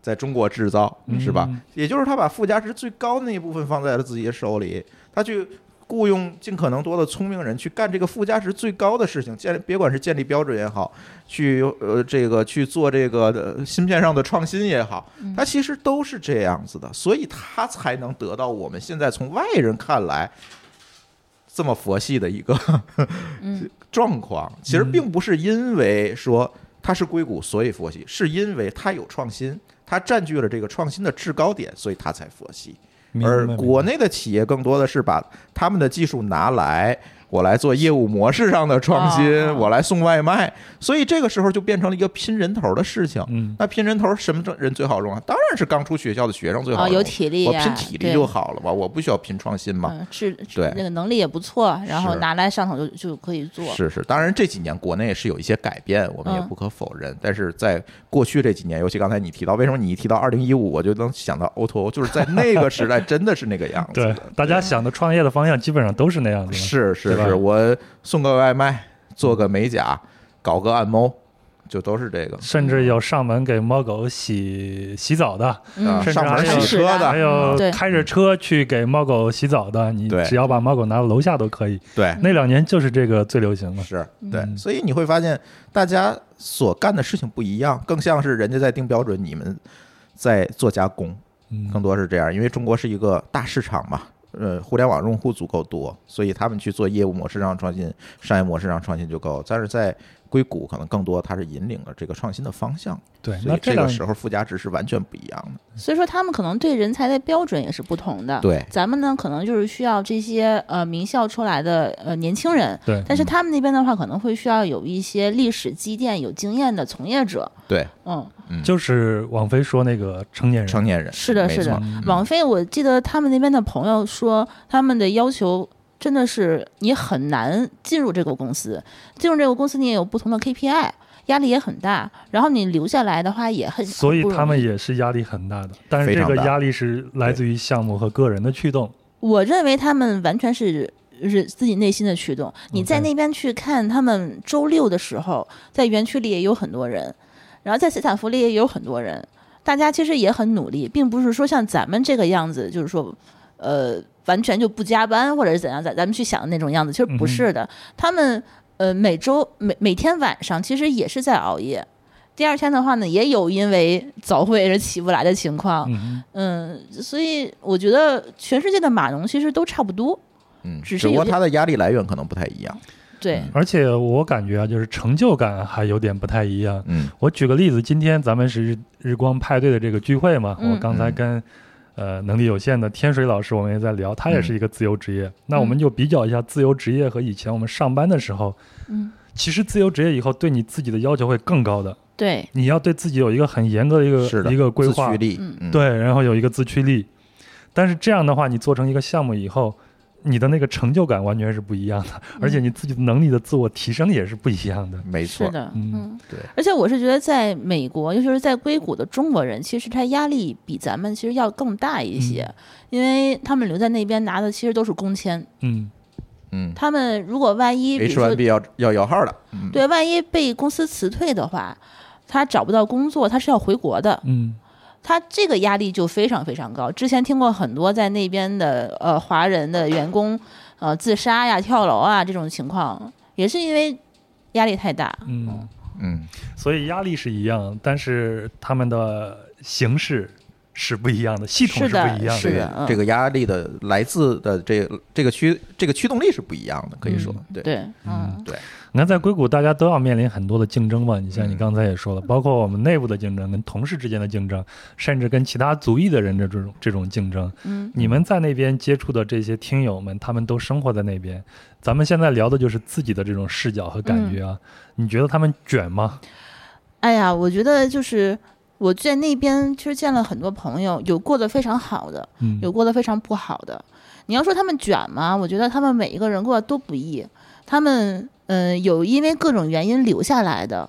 [SPEAKER 1] 在中国制造，是吧？
[SPEAKER 2] 嗯
[SPEAKER 1] 也就是它把附加值最高的那一部分放在了自己的手里，它去。雇佣尽可能多的聪明人去干这个附加值最高的事情，建立别管是建立标准也好，去呃这个去做这个呃芯片上的创新也好，它其实都是这样子的，所以它才能得到我们现在从外人看来这么佛系的一个
[SPEAKER 3] 嗯
[SPEAKER 1] 状况。其实并不是因为说它是硅谷所以佛系，是因为它有创新，它占据了这个创新的制高点，所以它才佛系。
[SPEAKER 2] 明白
[SPEAKER 1] 而
[SPEAKER 2] 明白
[SPEAKER 1] 国内的企业更多的是把他们的技术拿来，我来做业务模式上的创新，
[SPEAKER 3] 啊
[SPEAKER 1] 我来送外卖，所以这个时候就变成了一个拼人头的事情。
[SPEAKER 2] 嗯
[SPEAKER 1] 那拼人头什么人最好用啊？当然是刚出学校的学生最好
[SPEAKER 3] 啊，
[SPEAKER 1] 用，
[SPEAKER 3] 有体力
[SPEAKER 1] 我
[SPEAKER 3] 呀，
[SPEAKER 1] 拼体力
[SPEAKER 3] 对
[SPEAKER 1] 就好了嘛，我不需要拼创新嘛。
[SPEAKER 3] 嗯，是
[SPEAKER 1] 对
[SPEAKER 3] 那个能力也不错，然后
[SPEAKER 1] 是
[SPEAKER 3] 拿来上头就就可以做。
[SPEAKER 1] 是是，当然这几年国内是有一些改变，我们也
[SPEAKER 3] 嗯
[SPEAKER 1] 不可否认。但是在过去这几年，尤其刚才你提到，为什么你一提到二零一五，我就能想到 O to O，就是在那个时代真的是那个样子
[SPEAKER 2] 对
[SPEAKER 1] 的。，
[SPEAKER 2] 大家想的创业的方向基本上都是那样子的。
[SPEAKER 1] 是是
[SPEAKER 2] 对吧
[SPEAKER 1] 是，我送个外卖，做个美甲，搞个按摩，就都是这个。
[SPEAKER 2] 甚至有上门给猫狗洗洗澡的，
[SPEAKER 1] 啊，
[SPEAKER 3] 嗯，
[SPEAKER 2] 甚至
[SPEAKER 1] 上门
[SPEAKER 2] 还有
[SPEAKER 1] 洗车
[SPEAKER 2] 还
[SPEAKER 1] 的，
[SPEAKER 2] 有
[SPEAKER 3] 对
[SPEAKER 2] 开着车去给猫狗洗澡的，你
[SPEAKER 1] 对嗯
[SPEAKER 2] 只要把猫狗拿到楼下都可以。
[SPEAKER 1] 对，
[SPEAKER 2] 那两年就是这个最流行了。
[SPEAKER 1] 是对，所以你会发现大家所干的事情不一样，更像是人家在定标准，你们在做加工，
[SPEAKER 2] 嗯，
[SPEAKER 1] 更多是这样。因为中国是一个大市场嘛，呃，互联网用户足够多，所以他们去做业务模式上创新、商业模式上创新就够。但是在硅谷，可能更多它是引领了这个创新的方向，
[SPEAKER 2] 对，
[SPEAKER 1] 所
[SPEAKER 2] 哎那
[SPEAKER 1] 以这
[SPEAKER 2] 两
[SPEAKER 1] 个时候附加值是完全不一样的。
[SPEAKER 3] 所以说他们可能对人才的标准也是不同的。
[SPEAKER 1] 对
[SPEAKER 3] 咱们呢可能就是需要这些呃名校出来的呃年轻人，
[SPEAKER 2] 对
[SPEAKER 3] 但是他们那边的话可能会需要有一些历史积淀、有经验的从业者。
[SPEAKER 1] 对，
[SPEAKER 3] 嗯，
[SPEAKER 2] 就是王菲说那个成年人，嗯
[SPEAKER 1] 成年人嗯
[SPEAKER 3] 是的
[SPEAKER 1] 没
[SPEAKER 3] 是的
[SPEAKER 1] 错
[SPEAKER 3] 网飞，我记得他们那边的朋友说，他们的要求真的是你很难进入这个公司，进入这个公司你也有不同的 KPI，压力也很大，然后你留下来的话也很，
[SPEAKER 2] 所以
[SPEAKER 3] 很不容易
[SPEAKER 2] 他们也是压力很大的。但是
[SPEAKER 1] 非
[SPEAKER 2] 这
[SPEAKER 1] 常
[SPEAKER 2] 个
[SPEAKER 1] 大
[SPEAKER 2] 压力是来自于项目和个人的驱动。
[SPEAKER 3] 我认为他们完全是。是自己内心的驱动。你在那边去看他们周六的时候，在园区里也有很多人，然后在斯坦福里也有很多人，大家其实也很努力，并不是说像咱们这个样子，就是说，呃，完全就不加班或者是怎样，咱咱们去想的那种样子，其实不是的。他们呃每周每每天晚上其实也是在熬夜，第二天的话呢，也有因为早会而起不来的情
[SPEAKER 1] 啊
[SPEAKER 3] 况，
[SPEAKER 2] 嗯，
[SPEAKER 3] 嗯，所以我觉得全世界的码农其实都差不多。
[SPEAKER 1] 嗯，
[SPEAKER 3] 只是
[SPEAKER 1] 只不过
[SPEAKER 3] 有些
[SPEAKER 1] 它的压力来源可能不太一样。嗯
[SPEAKER 3] 对，
[SPEAKER 2] 而且我感觉啊，就是成就感还有点不太一样。
[SPEAKER 1] 嗯
[SPEAKER 2] 我举个例子，今天咱们是日日光派对的这个聚会嘛，
[SPEAKER 3] 嗯
[SPEAKER 2] 我刚才跟、呃能力有限的天水老师我们也在聊，他
[SPEAKER 1] 嗯
[SPEAKER 2] 也是一个自由职业。那我们就比较一下自由职业和以前我们上班的时候，
[SPEAKER 3] 嗯，
[SPEAKER 2] 其实自由职业以后对你自己的要求会更高的，
[SPEAKER 3] 对，
[SPEAKER 2] 你要对自己有一个很严格的一
[SPEAKER 1] 是
[SPEAKER 2] 个
[SPEAKER 1] 的，
[SPEAKER 2] 一个规
[SPEAKER 1] 自
[SPEAKER 2] 划
[SPEAKER 1] 驱，力，
[SPEAKER 3] 嗯
[SPEAKER 1] 嗯，
[SPEAKER 2] 对，然后有一个自驱力。但是这样的话，你做成一个项目以后，你的那个成就感完全是不一样的，而且你自己的能力的自我提升也是不一样的。
[SPEAKER 1] 没
[SPEAKER 3] 是
[SPEAKER 1] 错，
[SPEAKER 3] 的，
[SPEAKER 2] 嗯
[SPEAKER 3] 嗯，
[SPEAKER 1] 对
[SPEAKER 3] 而且我是觉得，在美国，尤其是在硅谷的中国人，其实他压力比咱们其实要更大一些，
[SPEAKER 1] 嗯
[SPEAKER 3] 因为他们留在那边拿的其实都是工签，
[SPEAKER 2] 嗯，
[SPEAKER 1] 嗯
[SPEAKER 3] 他们如果万一，比如
[SPEAKER 1] ，H
[SPEAKER 3] 说
[SPEAKER 1] 1 B 要要摇号的，嗯，
[SPEAKER 3] 对，万一被公司辞退的话，他找不到工作，他是要回国的，
[SPEAKER 2] 嗯，
[SPEAKER 3] 他这个压力就非常非常高。之前听过很多在那边的呃华人的员工呃自杀呀、跳楼啊这种情况，也是因为压力太大。
[SPEAKER 2] 嗯，
[SPEAKER 1] 嗯，
[SPEAKER 2] 所以压力是一样，但是他们的形式是不一样的，系统
[SPEAKER 3] 是的
[SPEAKER 2] 不一样
[SPEAKER 3] 是
[SPEAKER 1] 这
[SPEAKER 3] 的
[SPEAKER 1] 个
[SPEAKER 3] 嗯
[SPEAKER 1] 这个压力的来自的这这个驱这个驱动力是不一样的，可以说，对
[SPEAKER 3] 对，嗯，
[SPEAKER 1] 对，
[SPEAKER 2] 你看，在硅谷，大家都要面临很多的竞争嘛。你像你
[SPEAKER 1] 嗯
[SPEAKER 2] 刚才也说了，包括我们内部的竞争、跟同事之间的竞争，甚至跟其他族裔的人的这种这种竞争。
[SPEAKER 3] 嗯，
[SPEAKER 2] 你们在那边接触的这些听友们，他们都生活在那边。咱们现在聊的就是自己的这种视角和感觉啊。你觉得他们卷吗？
[SPEAKER 3] 哎呀，我觉得就是我在那边其实见了很多朋友，有过得非常好的，
[SPEAKER 2] 嗯，
[SPEAKER 3] 有过得非常不好的。你要说他们卷吗？我觉得他们每一个人过得都不易。他们嗯、呃有因为各种原因留下来的，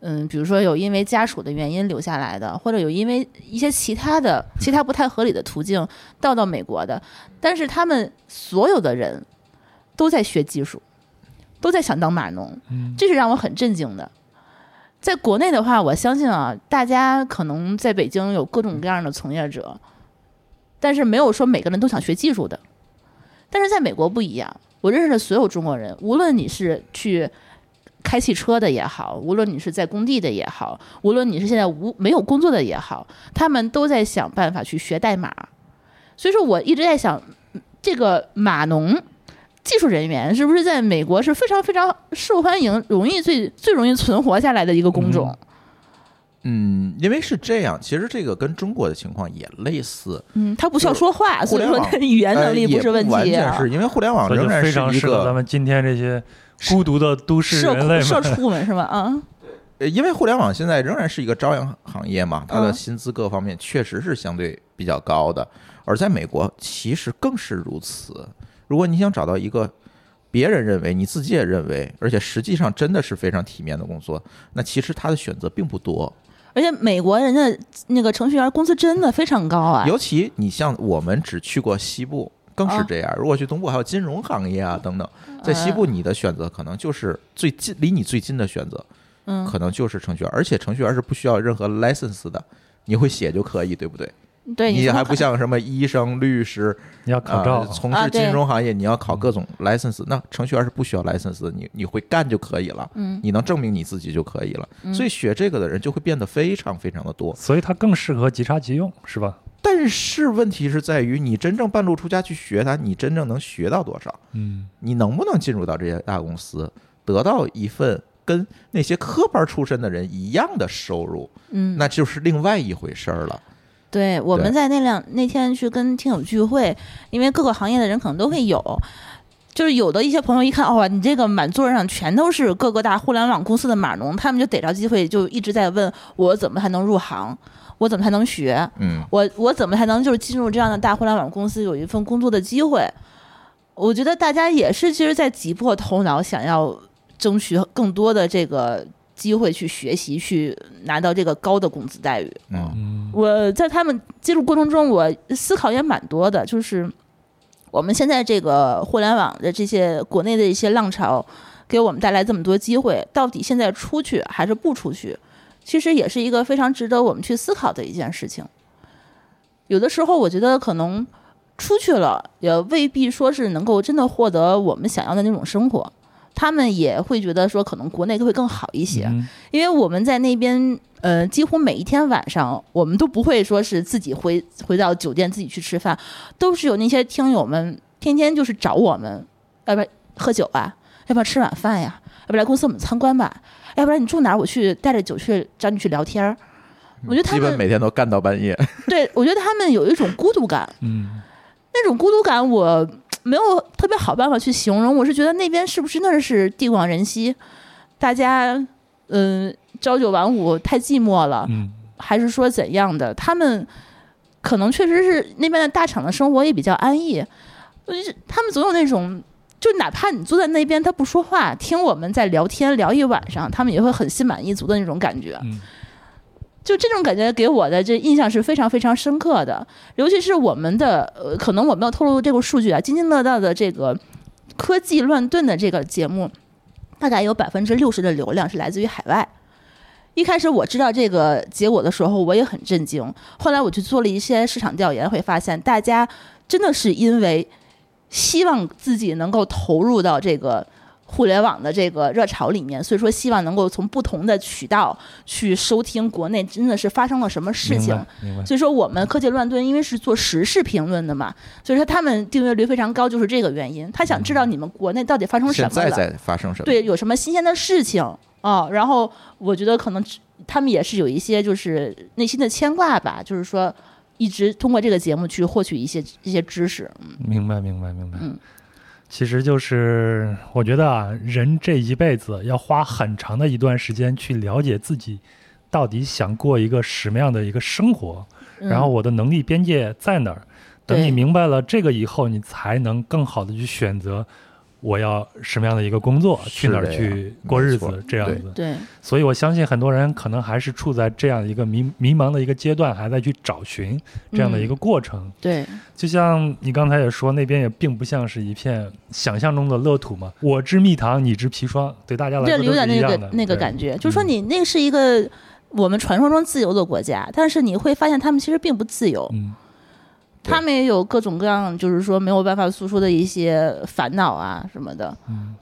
[SPEAKER 3] 嗯，比如说有因为家属的原因留下来的，或者有因为一些其他的、其他不太合理的途径到到美国的。但是他们所有的人都在学技术，都在想当码农，
[SPEAKER 2] 嗯
[SPEAKER 3] 这是让我很震惊的。在国内的话，我相信啊，大家可能在北京有各种各样的从业者，但是没有说每个人都想学技术的。但是在美国不一样，我认识的所有中国人，无论你是去开汽车的也好，无论你是在工地的也好，无论你是现在无没有工作的也好，他们都在想办法去学代码。所以说我一直在想，这个码农技术人员是不是在美国是非常非常受欢迎、容易最最容易存活下来的一个工种？
[SPEAKER 1] 嗯，因为是这样，其实这个跟中国的情况也类似，
[SPEAKER 3] 嗯，他不需要说话，所以说
[SPEAKER 1] 互联网
[SPEAKER 3] 他语言
[SPEAKER 1] 呃
[SPEAKER 3] 能力
[SPEAKER 1] 不
[SPEAKER 3] 是问
[SPEAKER 1] 完
[SPEAKER 3] 题、
[SPEAKER 1] 全
[SPEAKER 3] 啊。
[SPEAKER 1] 是因为互联网
[SPEAKER 2] 所以
[SPEAKER 1] 仍
[SPEAKER 2] 就
[SPEAKER 1] 然
[SPEAKER 2] 非常
[SPEAKER 1] 是一
[SPEAKER 2] 适合咱
[SPEAKER 1] 个
[SPEAKER 2] 们今天这些孤独的都市
[SPEAKER 3] 社
[SPEAKER 2] 人类
[SPEAKER 3] 社
[SPEAKER 2] 们。
[SPEAKER 3] 畜们是吧？啊，
[SPEAKER 1] 呃因为互联网现在仍然是一个朝阳行业嘛，它的
[SPEAKER 3] 嗯
[SPEAKER 1] 薪资各方面确实是相对比较高的，而在美国其实更是如此。如果你想找到一个别人认为你自己也认为，而且实际上真的是非常体面的工作，那其实他的选择并不多。
[SPEAKER 3] 而且美国人家那个程序员工资真的非常高啊，
[SPEAKER 1] 尤其你像我们只去过西部，更是
[SPEAKER 3] 啊
[SPEAKER 1] 这样。如果去东部，还有金融行业啊等等，在西
[SPEAKER 3] 呃
[SPEAKER 1] 部你的选择可能就是最近离你最近的选择，
[SPEAKER 3] 嗯，
[SPEAKER 1] 可能就是程序员，而且程序员是不需要任何 license 的，你会写就可以，对不对？
[SPEAKER 3] 对，
[SPEAKER 1] 你
[SPEAKER 3] 说
[SPEAKER 1] 还
[SPEAKER 3] 可
[SPEAKER 1] 不像什么医生、律师、
[SPEAKER 2] 你要考照嗯
[SPEAKER 1] 呃，从
[SPEAKER 3] 啊
[SPEAKER 1] 事
[SPEAKER 3] 对
[SPEAKER 1] 金融行业，你要考各种 license，那程序员是不需要 license，的，你你会干就可以了，
[SPEAKER 3] 嗯
[SPEAKER 1] 你能证明你自己就可以了。所以学这个的人就会变得非常非常的多。
[SPEAKER 2] 所以它更适合即插即用，是吧？
[SPEAKER 1] 但是问题是在于，你真正半路出家去学它，你真正能学到多少？
[SPEAKER 2] 嗯，
[SPEAKER 1] 你能不能进入到这些大公司，得到一份跟那些科班出身的人一样的收入？
[SPEAKER 3] 嗯，
[SPEAKER 1] 那就是另外一回事儿了。
[SPEAKER 3] 对，我们
[SPEAKER 1] 对
[SPEAKER 3] 在那两那天去跟听友聚会，因为各个行业的人可能都会有，就是有的一些朋友一看，哦，你这个满座上全都是各个大互联网公司的码农，他们就逮着机会就一直在问我怎么才能入行，我怎么才能学，
[SPEAKER 1] 嗯，
[SPEAKER 3] 我我怎么才能就是进入这样的大互联网公司有一份工作的机会？我觉得大家也是其实，在挤破头脑想要争取更多的这个机会去学习，去拿到这个高的工资待遇。
[SPEAKER 1] 嗯
[SPEAKER 3] 我在他们接触过程中，我思考也蛮多的，就是我们现在这个互联网的这些国内的一些浪潮，给我们带来这么多机会，到底现在出去还是不出去，其实也是一个非常值得我们去思考的一件事情。有的时候，我觉得可能出去了，也未必说是能够真的获得我们想要的那种生活。他们也会觉得说，可能国内会更好一些。
[SPEAKER 2] 嗯
[SPEAKER 3] 因为我们在那边，呃，几乎每一天晚上，我们都不会说是自己回回到酒店自己去吃饭，都是有那些听友们天天就是找我们，要不然喝酒啊，要不然吃晚饭呀，要不然来公司我们参观吧，要不然你住哪儿，我去带着酒去找你去聊天儿。我觉得他
[SPEAKER 1] 基本
[SPEAKER 3] 们
[SPEAKER 1] 每天都干到半夜。
[SPEAKER 3] 对我觉得他们有一种孤独感，
[SPEAKER 2] 嗯，
[SPEAKER 3] 那种孤独感我没有特别好办法去形容。我是觉得那边是不是真的是地广人稀，大家嗯、朝九晚五太寂寞了，
[SPEAKER 2] 嗯
[SPEAKER 3] 还是说怎样的？他们可能确实是那边的大厂的生活也比较安逸，我就是他们总有那种。就哪怕你坐在那边，他不说话，听我们在聊天聊一晚上，他们也会很心满意足的那种感觉。
[SPEAKER 2] 嗯
[SPEAKER 3] 就这种感觉给我的这印象是非常非常深刻的，尤其是我们的呃，可能我没有透露这个数据啊，津津乐道的这个科技乱炖的这个节目，大概有百分之六十的流量是来自于海外。一开始我知道这个结果的时候，我也很震惊。后来我去做了一些市场调研，会发现大家真的是因为希望自己能够投入到这个互联网的这个热潮里面，所以说希望能够从不同的渠道去收听国内真的是发生了什么事
[SPEAKER 2] 明
[SPEAKER 3] 情。
[SPEAKER 2] 白明白。
[SPEAKER 3] 所以说我们科技乱炖，因为是做时事评论的嘛，所以说他们订阅率非常高，就是这个原因。他想知道你们国内到底发生什
[SPEAKER 1] 嗯现
[SPEAKER 3] 么
[SPEAKER 1] 在
[SPEAKER 3] 了，
[SPEAKER 1] 在发生什么？
[SPEAKER 3] 对，有什么新鲜的事情啊、然后我觉得可能他们也是有一些就是内心的牵挂吧，就是说一直通过这个节目去获取一些一些知识。
[SPEAKER 2] 明白，明白，明白。
[SPEAKER 3] 嗯
[SPEAKER 2] 其实就是我觉得啊，人这一辈子要花很长的一段时间去了解自己到底想过一个什么样的一个生活，
[SPEAKER 3] 嗯、
[SPEAKER 2] 然后我的能力边界在哪儿。等
[SPEAKER 3] 对
[SPEAKER 2] 你明白了这个以后，你才能更好的去选择我要什么样的一个工作，去
[SPEAKER 1] 是
[SPEAKER 2] 哪儿
[SPEAKER 1] 这样
[SPEAKER 2] 去过日
[SPEAKER 1] 没错
[SPEAKER 2] 子，这样
[SPEAKER 1] 对
[SPEAKER 2] 子。
[SPEAKER 3] 对，
[SPEAKER 2] 所以我相信很多人可能还是处在这样一个迷迷茫的一个阶段，还在去找寻这样的一个过程。
[SPEAKER 3] 对，
[SPEAKER 2] 就像你刚才也说，那边也并不像是一片想象中的乐土嘛。
[SPEAKER 3] 嗯
[SPEAKER 2] 我知蜜糖，你知砒霜，对大家来
[SPEAKER 3] 这
[SPEAKER 2] 说
[SPEAKER 3] 里
[SPEAKER 2] 都
[SPEAKER 3] 有点
[SPEAKER 2] 是一
[SPEAKER 3] 那
[SPEAKER 2] 样
[SPEAKER 3] 个
[SPEAKER 2] 的
[SPEAKER 3] 那个
[SPEAKER 2] 对嗯
[SPEAKER 3] 感觉，就是说你那是一个我们传说中自由的国家，但是你会发现他们其实并不自由。
[SPEAKER 2] 嗯
[SPEAKER 1] 对
[SPEAKER 3] 他们也有各种各样，就是说没有办法诉说的一些烦恼啊什么的。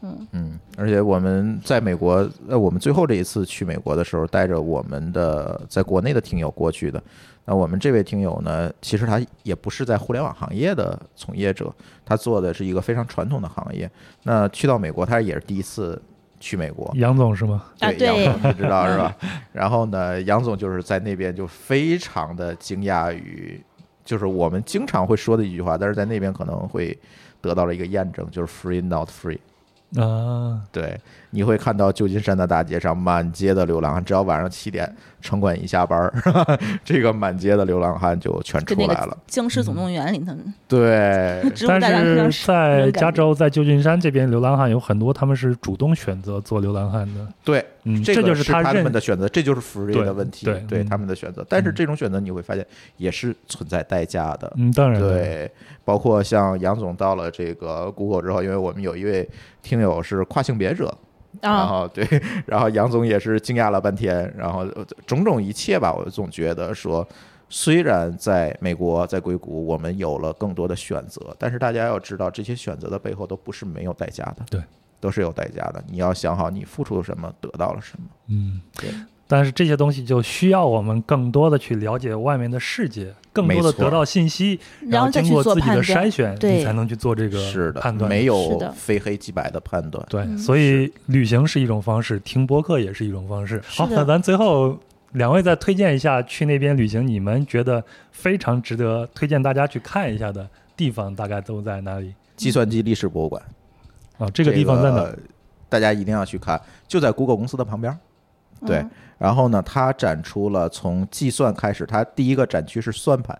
[SPEAKER 2] 嗯
[SPEAKER 1] 嗯，而且我们在美国，呃，我们最后这一次去美国的时候，带着我们的在国内的听友过去的。那我们这位听友呢，其实他也不是在互联网行业的从业者，他做的是一个非常传统的行业。那去到美国，他也是第一次去美国，
[SPEAKER 2] 杨总是吗？
[SPEAKER 3] 啊对
[SPEAKER 1] 杨总你知道是
[SPEAKER 2] 嗯
[SPEAKER 1] 吧？然后呢，杨总就是在那边就非常的惊讶于，就是我们经常会说的一句话，但是在那边可能会得到了一个验证，就是 “free not free”，
[SPEAKER 2] 啊，
[SPEAKER 1] 对，你会看到旧金山的大街上满街的流浪汉，只要晚上七点城管一下班儿， [LAUGHS] 这个满街的流浪汉就全出
[SPEAKER 3] 跟那个
[SPEAKER 1] 来了。嗯
[SPEAKER 3] 《僵尸总动员》里头，
[SPEAKER 1] 对，
[SPEAKER 3] 植物大战非
[SPEAKER 2] 但
[SPEAKER 3] 常
[SPEAKER 2] 是在
[SPEAKER 3] 人感
[SPEAKER 2] 加州，在旧金山这边，流浪汉有很多，他们是主动选择做流浪汉的。
[SPEAKER 1] 对，
[SPEAKER 2] 嗯，
[SPEAKER 1] 这
[SPEAKER 2] 这
[SPEAKER 1] 个
[SPEAKER 2] 就是他认
[SPEAKER 1] 们的选择，这就是福利
[SPEAKER 2] 对
[SPEAKER 1] 的问题，
[SPEAKER 2] 对嗯
[SPEAKER 1] 他们的选择。但是这种选择你会发现也是存在代价的。
[SPEAKER 2] 嗯，当然了，
[SPEAKER 1] 对，包括像杨总到了这个 Google 之后，因为我们有一位听友是跨性别者，然
[SPEAKER 3] 啊，
[SPEAKER 1] 后对，然后杨总也是惊讶了半天，然后呃种种一切吧，我总觉得说，虽然在美国在硅谷我们有了更多的选择，但是大家要知道，这些选择的背后都不是没有代价的，
[SPEAKER 2] 对，
[SPEAKER 1] 都是有代价的。你要想好你付出了什么，得到了什么。
[SPEAKER 2] 嗯
[SPEAKER 1] 对，
[SPEAKER 2] 但是这些东西就需要我们更多的去了解外面的世界，更多
[SPEAKER 1] 没
[SPEAKER 2] 的
[SPEAKER 1] 错
[SPEAKER 2] 得到信息，
[SPEAKER 3] 然
[SPEAKER 2] 后
[SPEAKER 3] 后再
[SPEAKER 2] 经
[SPEAKER 3] 去
[SPEAKER 2] 过
[SPEAKER 3] 做
[SPEAKER 2] 自己
[SPEAKER 3] 判
[SPEAKER 2] 的
[SPEAKER 3] 断
[SPEAKER 2] 筛选，
[SPEAKER 3] 对
[SPEAKER 2] 你才能去做这
[SPEAKER 1] 是
[SPEAKER 2] 个
[SPEAKER 1] 的，
[SPEAKER 2] 判断。
[SPEAKER 1] 没
[SPEAKER 3] 是
[SPEAKER 1] 有
[SPEAKER 3] 的
[SPEAKER 1] 非黑即白的判断。
[SPEAKER 2] 对，
[SPEAKER 3] 嗯
[SPEAKER 2] 所以旅行是一种方式，听播客也是一种方式。
[SPEAKER 3] 是
[SPEAKER 2] 好，
[SPEAKER 3] 的
[SPEAKER 2] 那咱最后两位再推荐一下去那边旅行，你们觉得非常值得推荐大家去看一下的地方，大概都在哪里？
[SPEAKER 1] 计算机历史博物馆
[SPEAKER 2] 啊，这个地方在哪？？
[SPEAKER 1] 大家一定要去看，就在 Google 公司的旁边。
[SPEAKER 3] 嗯
[SPEAKER 1] 对，然后呢，它展出了从计算开始，它第一个展区是算盘，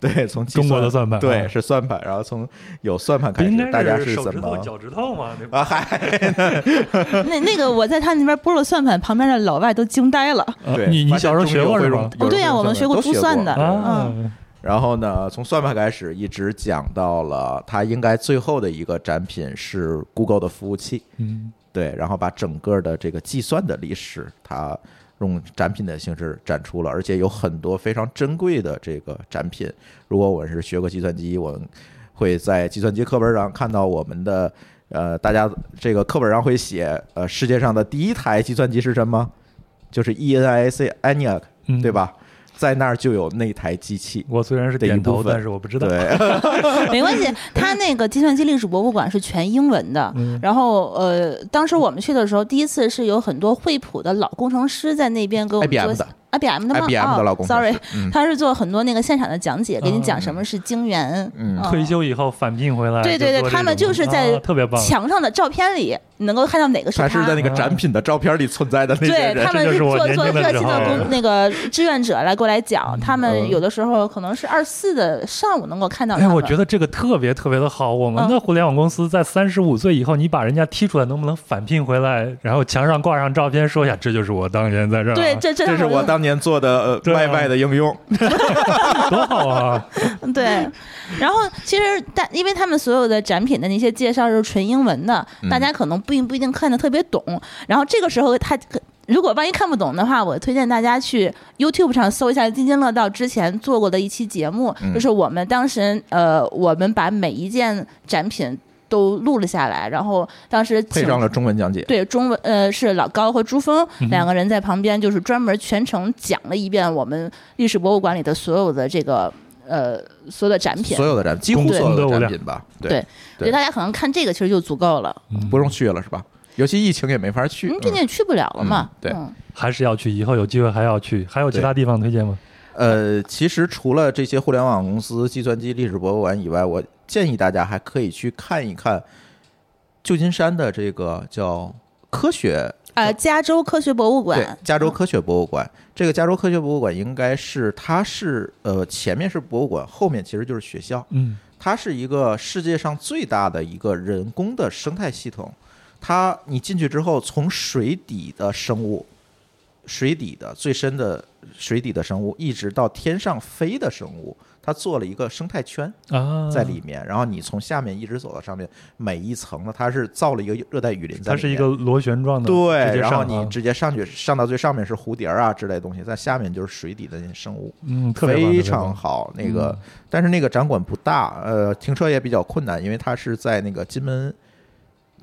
[SPEAKER 1] 对，从计算
[SPEAKER 2] 中国的算盘啊
[SPEAKER 1] 对，是算盘，然后从有算盘
[SPEAKER 2] 不
[SPEAKER 1] 开
[SPEAKER 2] 应
[SPEAKER 1] 始，大家
[SPEAKER 2] 该是手
[SPEAKER 1] 怎
[SPEAKER 2] 指头、
[SPEAKER 1] 么
[SPEAKER 2] 脚趾头吗？
[SPEAKER 1] [LAUGHS] 啊？嗨，
[SPEAKER 3] [LAUGHS] 那那个我在他那边拨了算盘，旁边的老外都惊
[SPEAKER 1] [LAUGHS]
[SPEAKER 3] 呆了。
[SPEAKER 2] 啊
[SPEAKER 1] 对，
[SPEAKER 2] 你你小时候学过是
[SPEAKER 1] 吗有
[SPEAKER 2] 吗？？
[SPEAKER 1] 人会用
[SPEAKER 3] 哦对啊我们学过
[SPEAKER 1] 都
[SPEAKER 3] 珠算的
[SPEAKER 1] 对
[SPEAKER 2] 啊，
[SPEAKER 3] 嗯
[SPEAKER 1] 然后呢，从算盘开始，一直讲到了它应该最后的一个展品是 Google 的服务器，
[SPEAKER 2] 嗯，
[SPEAKER 1] 对，然后把整个的这个计算的历史，它用展品的形式展出了，而且有很多非常珍贵的这个展品。如果我是学过计算机，我会在计算机课本上看到我们的呃，大家这个课本上会写呃，世界上的第一台计算机是什么？就是 E ENIAC ENIAC，
[SPEAKER 2] 嗯
[SPEAKER 1] 对？吧？在那儿就有那台机器。
[SPEAKER 2] 我虽然是
[SPEAKER 1] 的一
[SPEAKER 2] 点头，
[SPEAKER 1] 部分
[SPEAKER 2] 但是我不知道。
[SPEAKER 1] 对，
[SPEAKER 3] 没关系，他那个计算机历史博物馆是全英文的。
[SPEAKER 2] 嗯
[SPEAKER 3] 然后呃，当时我们去的时候，第一次是有很多惠普的老工程师在那边跟我们
[SPEAKER 1] IBM
[SPEAKER 3] 做
[SPEAKER 1] 的
[SPEAKER 3] IBM 的吗
[SPEAKER 1] IBM 的老公
[SPEAKER 3] s o r r y
[SPEAKER 1] 嗯
[SPEAKER 3] 他是做很多那个现场的讲解，给你讲什么是晶圆。
[SPEAKER 1] 嗯
[SPEAKER 2] 退休以后返聘回来，
[SPEAKER 3] 对对对
[SPEAKER 2] 就做这
[SPEAKER 3] 他们
[SPEAKER 2] 种
[SPEAKER 3] 就是在
[SPEAKER 2] [LAUGHS] 啊特别棒，
[SPEAKER 3] 墙上的照片里，你能够看到哪个是
[SPEAKER 1] 它
[SPEAKER 3] 他。
[SPEAKER 1] 是在那
[SPEAKER 2] [LAUGHS]
[SPEAKER 1] 个展品的照片里存在的那些
[SPEAKER 3] 对
[SPEAKER 1] 人，
[SPEAKER 3] 他们
[SPEAKER 2] 这就是我
[SPEAKER 3] 做
[SPEAKER 2] 年
[SPEAKER 3] 做
[SPEAKER 2] 轻的
[SPEAKER 3] 热
[SPEAKER 2] 时
[SPEAKER 3] 心的
[SPEAKER 2] 候啊嗯
[SPEAKER 3] 工那个志愿者来过来讲，他们有的时候可能是二四的上午能够看到他
[SPEAKER 2] 哎，
[SPEAKER 3] 们。嗯
[SPEAKER 2] 我觉得这个特别特别的好。我们的互联网公司在三十五岁以后，你把人家踢出来，能不能返聘回来？然后墙上挂上照片，说一下，这就是我当年在这儿、啊，
[SPEAKER 3] 对，这这
[SPEAKER 1] 这是我当年做的
[SPEAKER 2] 对
[SPEAKER 1] 呃
[SPEAKER 2] 啊
[SPEAKER 1] YY 的应用。
[SPEAKER 2] 多
[SPEAKER 1] [LAUGHS]
[SPEAKER 2] 好啊！
[SPEAKER 3] 对，然后其实大，因为他们所有的展品的那些介绍是纯英文的，
[SPEAKER 1] 嗯
[SPEAKER 3] 大家可能不一不一定看得特别懂。然后这个时候他。如果万一看不懂的话，我推荐大家去 YouTube 上搜一下津津乐道之前做过的一期节目，
[SPEAKER 1] 嗯
[SPEAKER 3] 就是我们当时呃，我们把每一件展品都录了下来，然后当时
[SPEAKER 1] 配
[SPEAKER 3] 请
[SPEAKER 1] 上了中文讲解。
[SPEAKER 3] 对，中文呃是老高和朱峰
[SPEAKER 1] 嗯
[SPEAKER 3] 两个人在旁边，就是专门全程讲了一遍我们历史博物馆里的所有的这个呃所有的展品
[SPEAKER 1] 所。有的展，几乎
[SPEAKER 2] 对
[SPEAKER 1] 所有的展品吧，
[SPEAKER 3] 对，我觉得大家可能看这个其实就足够了。
[SPEAKER 2] 嗯
[SPEAKER 1] 不用去了是吧？尤其疫情也没法去
[SPEAKER 3] 嗯，，最近也去不了了嘛
[SPEAKER 1] 嗯。对
[SPEAKER 3] 嗯
[SPEAKER 2] 还是要去，以后有机会还要去。还有其他地方推荐吗？
[SPEAKER 1] 呃，其实除了这些互联网公司、计算机历史博物馆以外，我建议大家还可以去看一看旧金山的这个叫科学
[SPEAKER 3] 呃，加州科学博物
[SPEAKER 1] 对
[SPEAKER 3] 馆，
[SPEAKER 1] 加州科学博物馆。这个加州科学博物馆应该是它是呃前面是博物馆，后面其实就是学校。
[SPEAKER 2] 嗯，
[SPEAKER 1] 它是一个世界上最大的一个人工的生态系统。它你进去之后，从水底的生物，水底的最深的水底的生物，一直到天上飞的生物，它做了一个生态圈
[SPEAKER 2] 啊，
[SPEAKER 1] 嗯在里面。然后你从下面一直走到上面，每一层呢，它是造了一个热带雨林在
[SPEAKER 2] 它
[SPEAKER 1] 里面。
[SPEAKER 2] 是一个螺旋状的，直
[SPEAKER 1] 对，
[SPEAKER 2] 接
[SPEAKER 1] 然后
[SPEAKER 2] 上
[SPEAKER 1] 你
[SPEAKER 2] 啊
[SPEAKER 1] 直接上去，上到最上面是蝴蝶啊之类的东西，在下面就是水底的那些生物。
[SPEAKER 2] 嗯，特别棒嗯
[SPEAKER 1] 非
[SPEAKER 2] 特别棒
[SPEAKER 1] 常好。那个，但是那个展馆不大，呃，停车也比较困难，因为它是在那个金门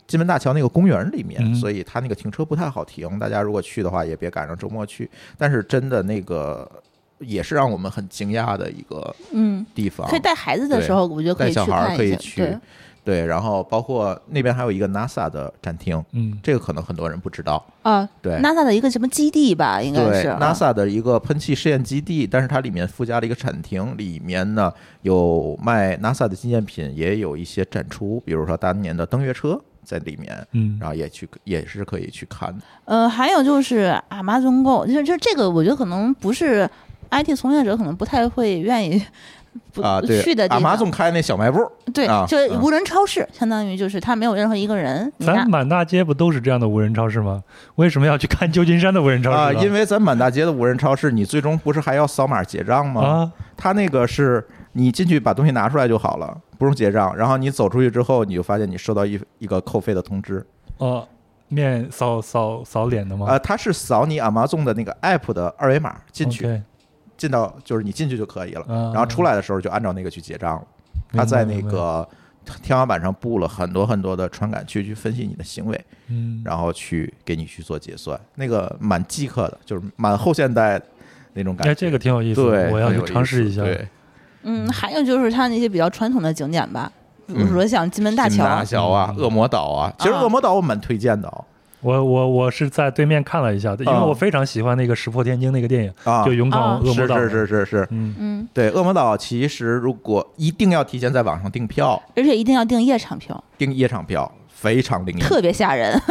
[SPEAKER 1] 金门大桥那个公园里面，
[SPEAKER 2] 嗯
[SPEAKER 1] 所以它那个停车不太好停。大家如果去的话，也别赶上周末去。但是真的那个也是让我们很惊讶的一个
[SPEAKER 3] 嗯，
[SPEAKER 1] 地方
[SPEAKER 3] 可以，带孩子的时候，我觉得可
[SPEAKER 1] 带
[SPEAKER 3] 以去
[SPEAKER 1] 小孩
[SPEAKER 3] 看
[SPEAKER 1] 儿可
[SPEAKER 3] 一
[SPEAKER 1] 以
[SPEAKER 3] 下。
[SPEAKER 1] 去
[SPEAKER 3] 对，。
[SPEAKER 1] 对，然后包括那边还有一个 NASA 的展厅，
[SPEAKER 2] 嗯，
[SPEAKER 1] 这个可能很多人不知道。
[SPEAKER 3] 啊
[SPEAKER 1] 对，
[SPEAKER 3] ，NASA 的一个什么基地吧，应该
[SPEAKER 1] 对
[SPEAKER 3] 是啊
[SPEAKER 1] NASA 的一个喷气试验基地，但是它里面附加了一个展厅，里面呢有卖 NASA 的纪念品，也有一些展出，比如说当年的登月车在里面，
[SPEAKER 2] 嗯
[SPEAKER 1] 然后也去也是可以去看的。
[SPEAKER 3] 呃，还有就是 Amazon Go，就是就这个，我觉得可能不是 IT 从业者可能不太会愿意不、
[SPEAKER 1] 啊，对，
[SPEAKER 3] 去的地
[SPEAKER 1] 阿
[SPEAKER 3] 方。
[SPEAKER 1] 玛总开那小卖部，
[SPEAKER 3] 对，
[SPEAKER 1] 啊
[SPEAKER 3] 就
[SPEAKER 1] 嗯
[SPEAKER 3] 无人超市，相当于就是它没有任何一个人，你
[SPEAKER 2] 咱
[SPEAKER 3] 看
[SPEAKER 2] 满大街不都是这样的无人超市吗？为什么要去看旧金山的无人超市
[SPEAKER 1] 啊，
[SPEAKER 2] 呢
[SPEAKER 1] 因为咱满大街的无人超市，你最终不是还要扫码结账吗？
[SPEAKER 2] 啊，
[SPEAKER 1] 他那个是你进去把东西拿出来就好了，不用结账。然后你走出去之后，你就发现你收到一一个扣费的通知。
[SPEAKER 2] 哦，面扫扫扫脸的吗？
[SPEAKER 1] 呃，它是扫你 Amazon 的那个 app 的二维码进去
[SPEAKER 2] OK，
[SPEAKER 1] 进到就是你进去就可以了。
[SPEAKER 2] 啊
[SPEAKER 1] 然后出来的时候就按照那个去结账了。
[SPEAKER 2] 明白
[SPEAKER 1] 他在那
[SPEAKER 2] 啊明白
[SPEAKER 1] 个天花板上布了很多很多的传感器去分析你的行为，
[SPEAKER 2] 嗯，
[SPEAKER 1] 然后去给你去做结算，那个蛮即刻的，就是蛮后现代那种感
[SPEAKER 2] 哎，
[SPEAKER 1] 觉。
[SPEAKER 2] 这个挺有意思，
[SPEAKER 1] 对，
[SPEAKER 2] 我要
[SPEAKER 1] 很
[SPEAKER 2] 去
[SPEAKER 1] 有意
[SPEAKER 2] 尝试
[SPEAKER 1] 思
[SPEAKER 2] 一下。
[SPEAKER 1] 对，
[SPEAKER 3] 嗯，还有就是它那些比较传统的景点吧，比如
[SPEAKER 1] 嗯
[SPEAKER 3] 说像金门大
[SPEAKER 1] 金
[SPEAKER 3] 桥，
[SPEAKER 1] 大桥啊，
[SPEAKER 2] 嗯
[SPEAKER 1] 恶魔岛啊，其实
[SPEAKER 3] 啊
[SPEAKER 1] 恶魔岛我蛮推荐的哦
[SPEAKER 2] 我我我是在对面看了一下的，因为
[SPEAKER 1] 啊
[SPEAKER 2] 我非常喜欢那个《石破天惊》那个电影，
[SPEAKER 1] 啊，
[SPEAKER 2] 就勇
[SPEAKER 3] 啊
[SPEAKER 2] 敢恶魔
[SPEAKER 1] 是
[SPEAKER 2] 岛。
[SPEAKER 1] 是是是是，
[SPEAKER 2] 嗯，
[SPEAKER 3] 嗯，
[SPEAKER 1] 对，恶魔岛其实如果一定要提前在网上订票，
[SPEAKER 3] 而且一定要订夜场票，
[SPEAKER 1] 订夜场票非常灵验，
[SPEAKER 3] 特别吓人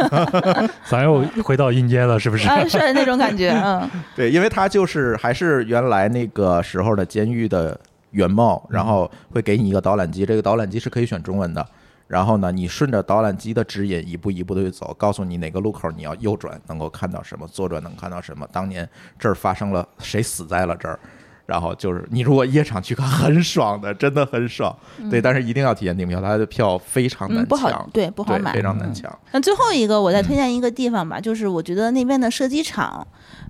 [SPEAKER 2] 咱又回到阴间了，是不是？
[SPEAKER 3] 啊，是那种
[SPEAKER 1] [LAUGHS]
[SPEAKER 3] 感觉，嗯，
[SPEAKER 1] 对，因为它就是还是原来那个时候的监狱的原貌，然后会给你一个导览机，这个导览机是可以选中文的。然后呢，你顺着导览机的指引一步一步的去走，告诉你哪个路口你要右转能够看到什么，左转能看到什么。当年这儿发生了谁死在了这儿，然后就是你如果夜场去看，很爽的，真的很爽。对，但是一定要提前订票，它的票非常难
[SPEAKER 3] 嗯，不好
[SPEAKER 1] 抢，，
[SPEAKER 3] 对，不好
[SPEAKER 1] 对
[SPEAKER 3] 买，
[SPEAKER 1] 非常难嗯
[SPEAKER 3] 嗯
[SPEAKER 1] 抢。
[SPEAKER 3] 那最后一个，我再推荐一个地方吧，就是我觉得那边的射击场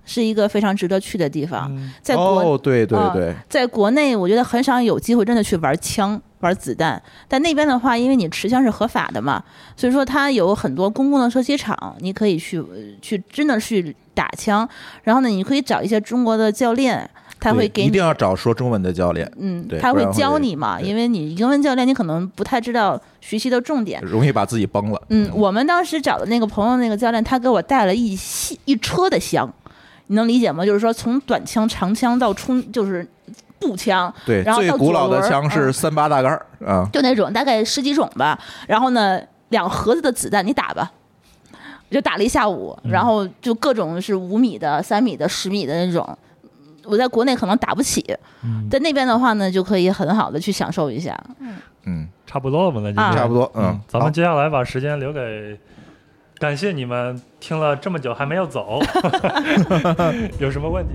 [SPEAKER 3] 是一个非常值得去的地方。
[SPEAKER 2] 嗯
[SPEAKER 3] 在国、
[SPEAKER 1] 哦，对对
[SPEAKER 3] 啊
[SPEAKER 1] 对，
[SPEAKER 3] 在国内，我觉得很少有机会真的去玩枪、玩子弹。但那边的话，因为你持枪是合法的嘛，所以说它有很多公共的射击场，你可以去呃去真的去打枪。然后呢，你可以找一些中国的教练，他
[SPEAKER 1] 对
[SPEAKER 3] 会给
[SPEAKER 1] 一
[SPEAKER 3] 你
[SPEAKER 1] 定。要找说中文的教练，
[SPEAKER 3] 嗯
[SPEAKER 1] 对，
[SPEAKER 3] 他
[SPEAKER 1] 不
[SPEAKER 3] 会
[SPEAKER 1] 然会
[SPEAKER 3] 教你嘛，
[SPEAKER 1] 对
[SPEAKER 3] 因为你英文教练你可能不太知道学习的重点，
[SPEAKER 1] 容易把自己崩了。
[SPEAKER 3] 嗯，我们当时找的那个朋友，那个教练，他给我带了一系一车的枪，你能理解吗？就是说从短枪、长枪到冲，就是步枪，
[SPEAKER 1] 对，
[SPEAKER 3] 然后
[SPEAKER 1] 最
[SPEAKER 3] 到
[SPEAKER 1] 古
[SPEAKER 3] 左
[SPEAKER 1] 老的
[SPEAKER 3] 轮
[SPEAKER 1] 枪是
[SPEAKER 3] 嗯
[SPEAKER 1] 三八大杆儿啊，
[SPEAKER 3] 就那种大概十几种吧。然后呢，两盒子的子弹，你打吧。我就打了一下午，然后就各种是五米的、三米的、十米的那种。我在国内可能打不起，在那边的话呢，就可以很好的去享受一下。
[SPEAKER 1] 嗯，
[SPEAKER 2] 差不多吧，那今天
[SPEAKER 3] 啊
[SPEAKER 1] 差不多，嗯，
[SPEAKER 2] 咱们
[SPEAKER 1] 好
[SPEAKER 2] 接下来把时间留给，感谢你们听了这么久还没有走， [LAUGHS] 有什么问题？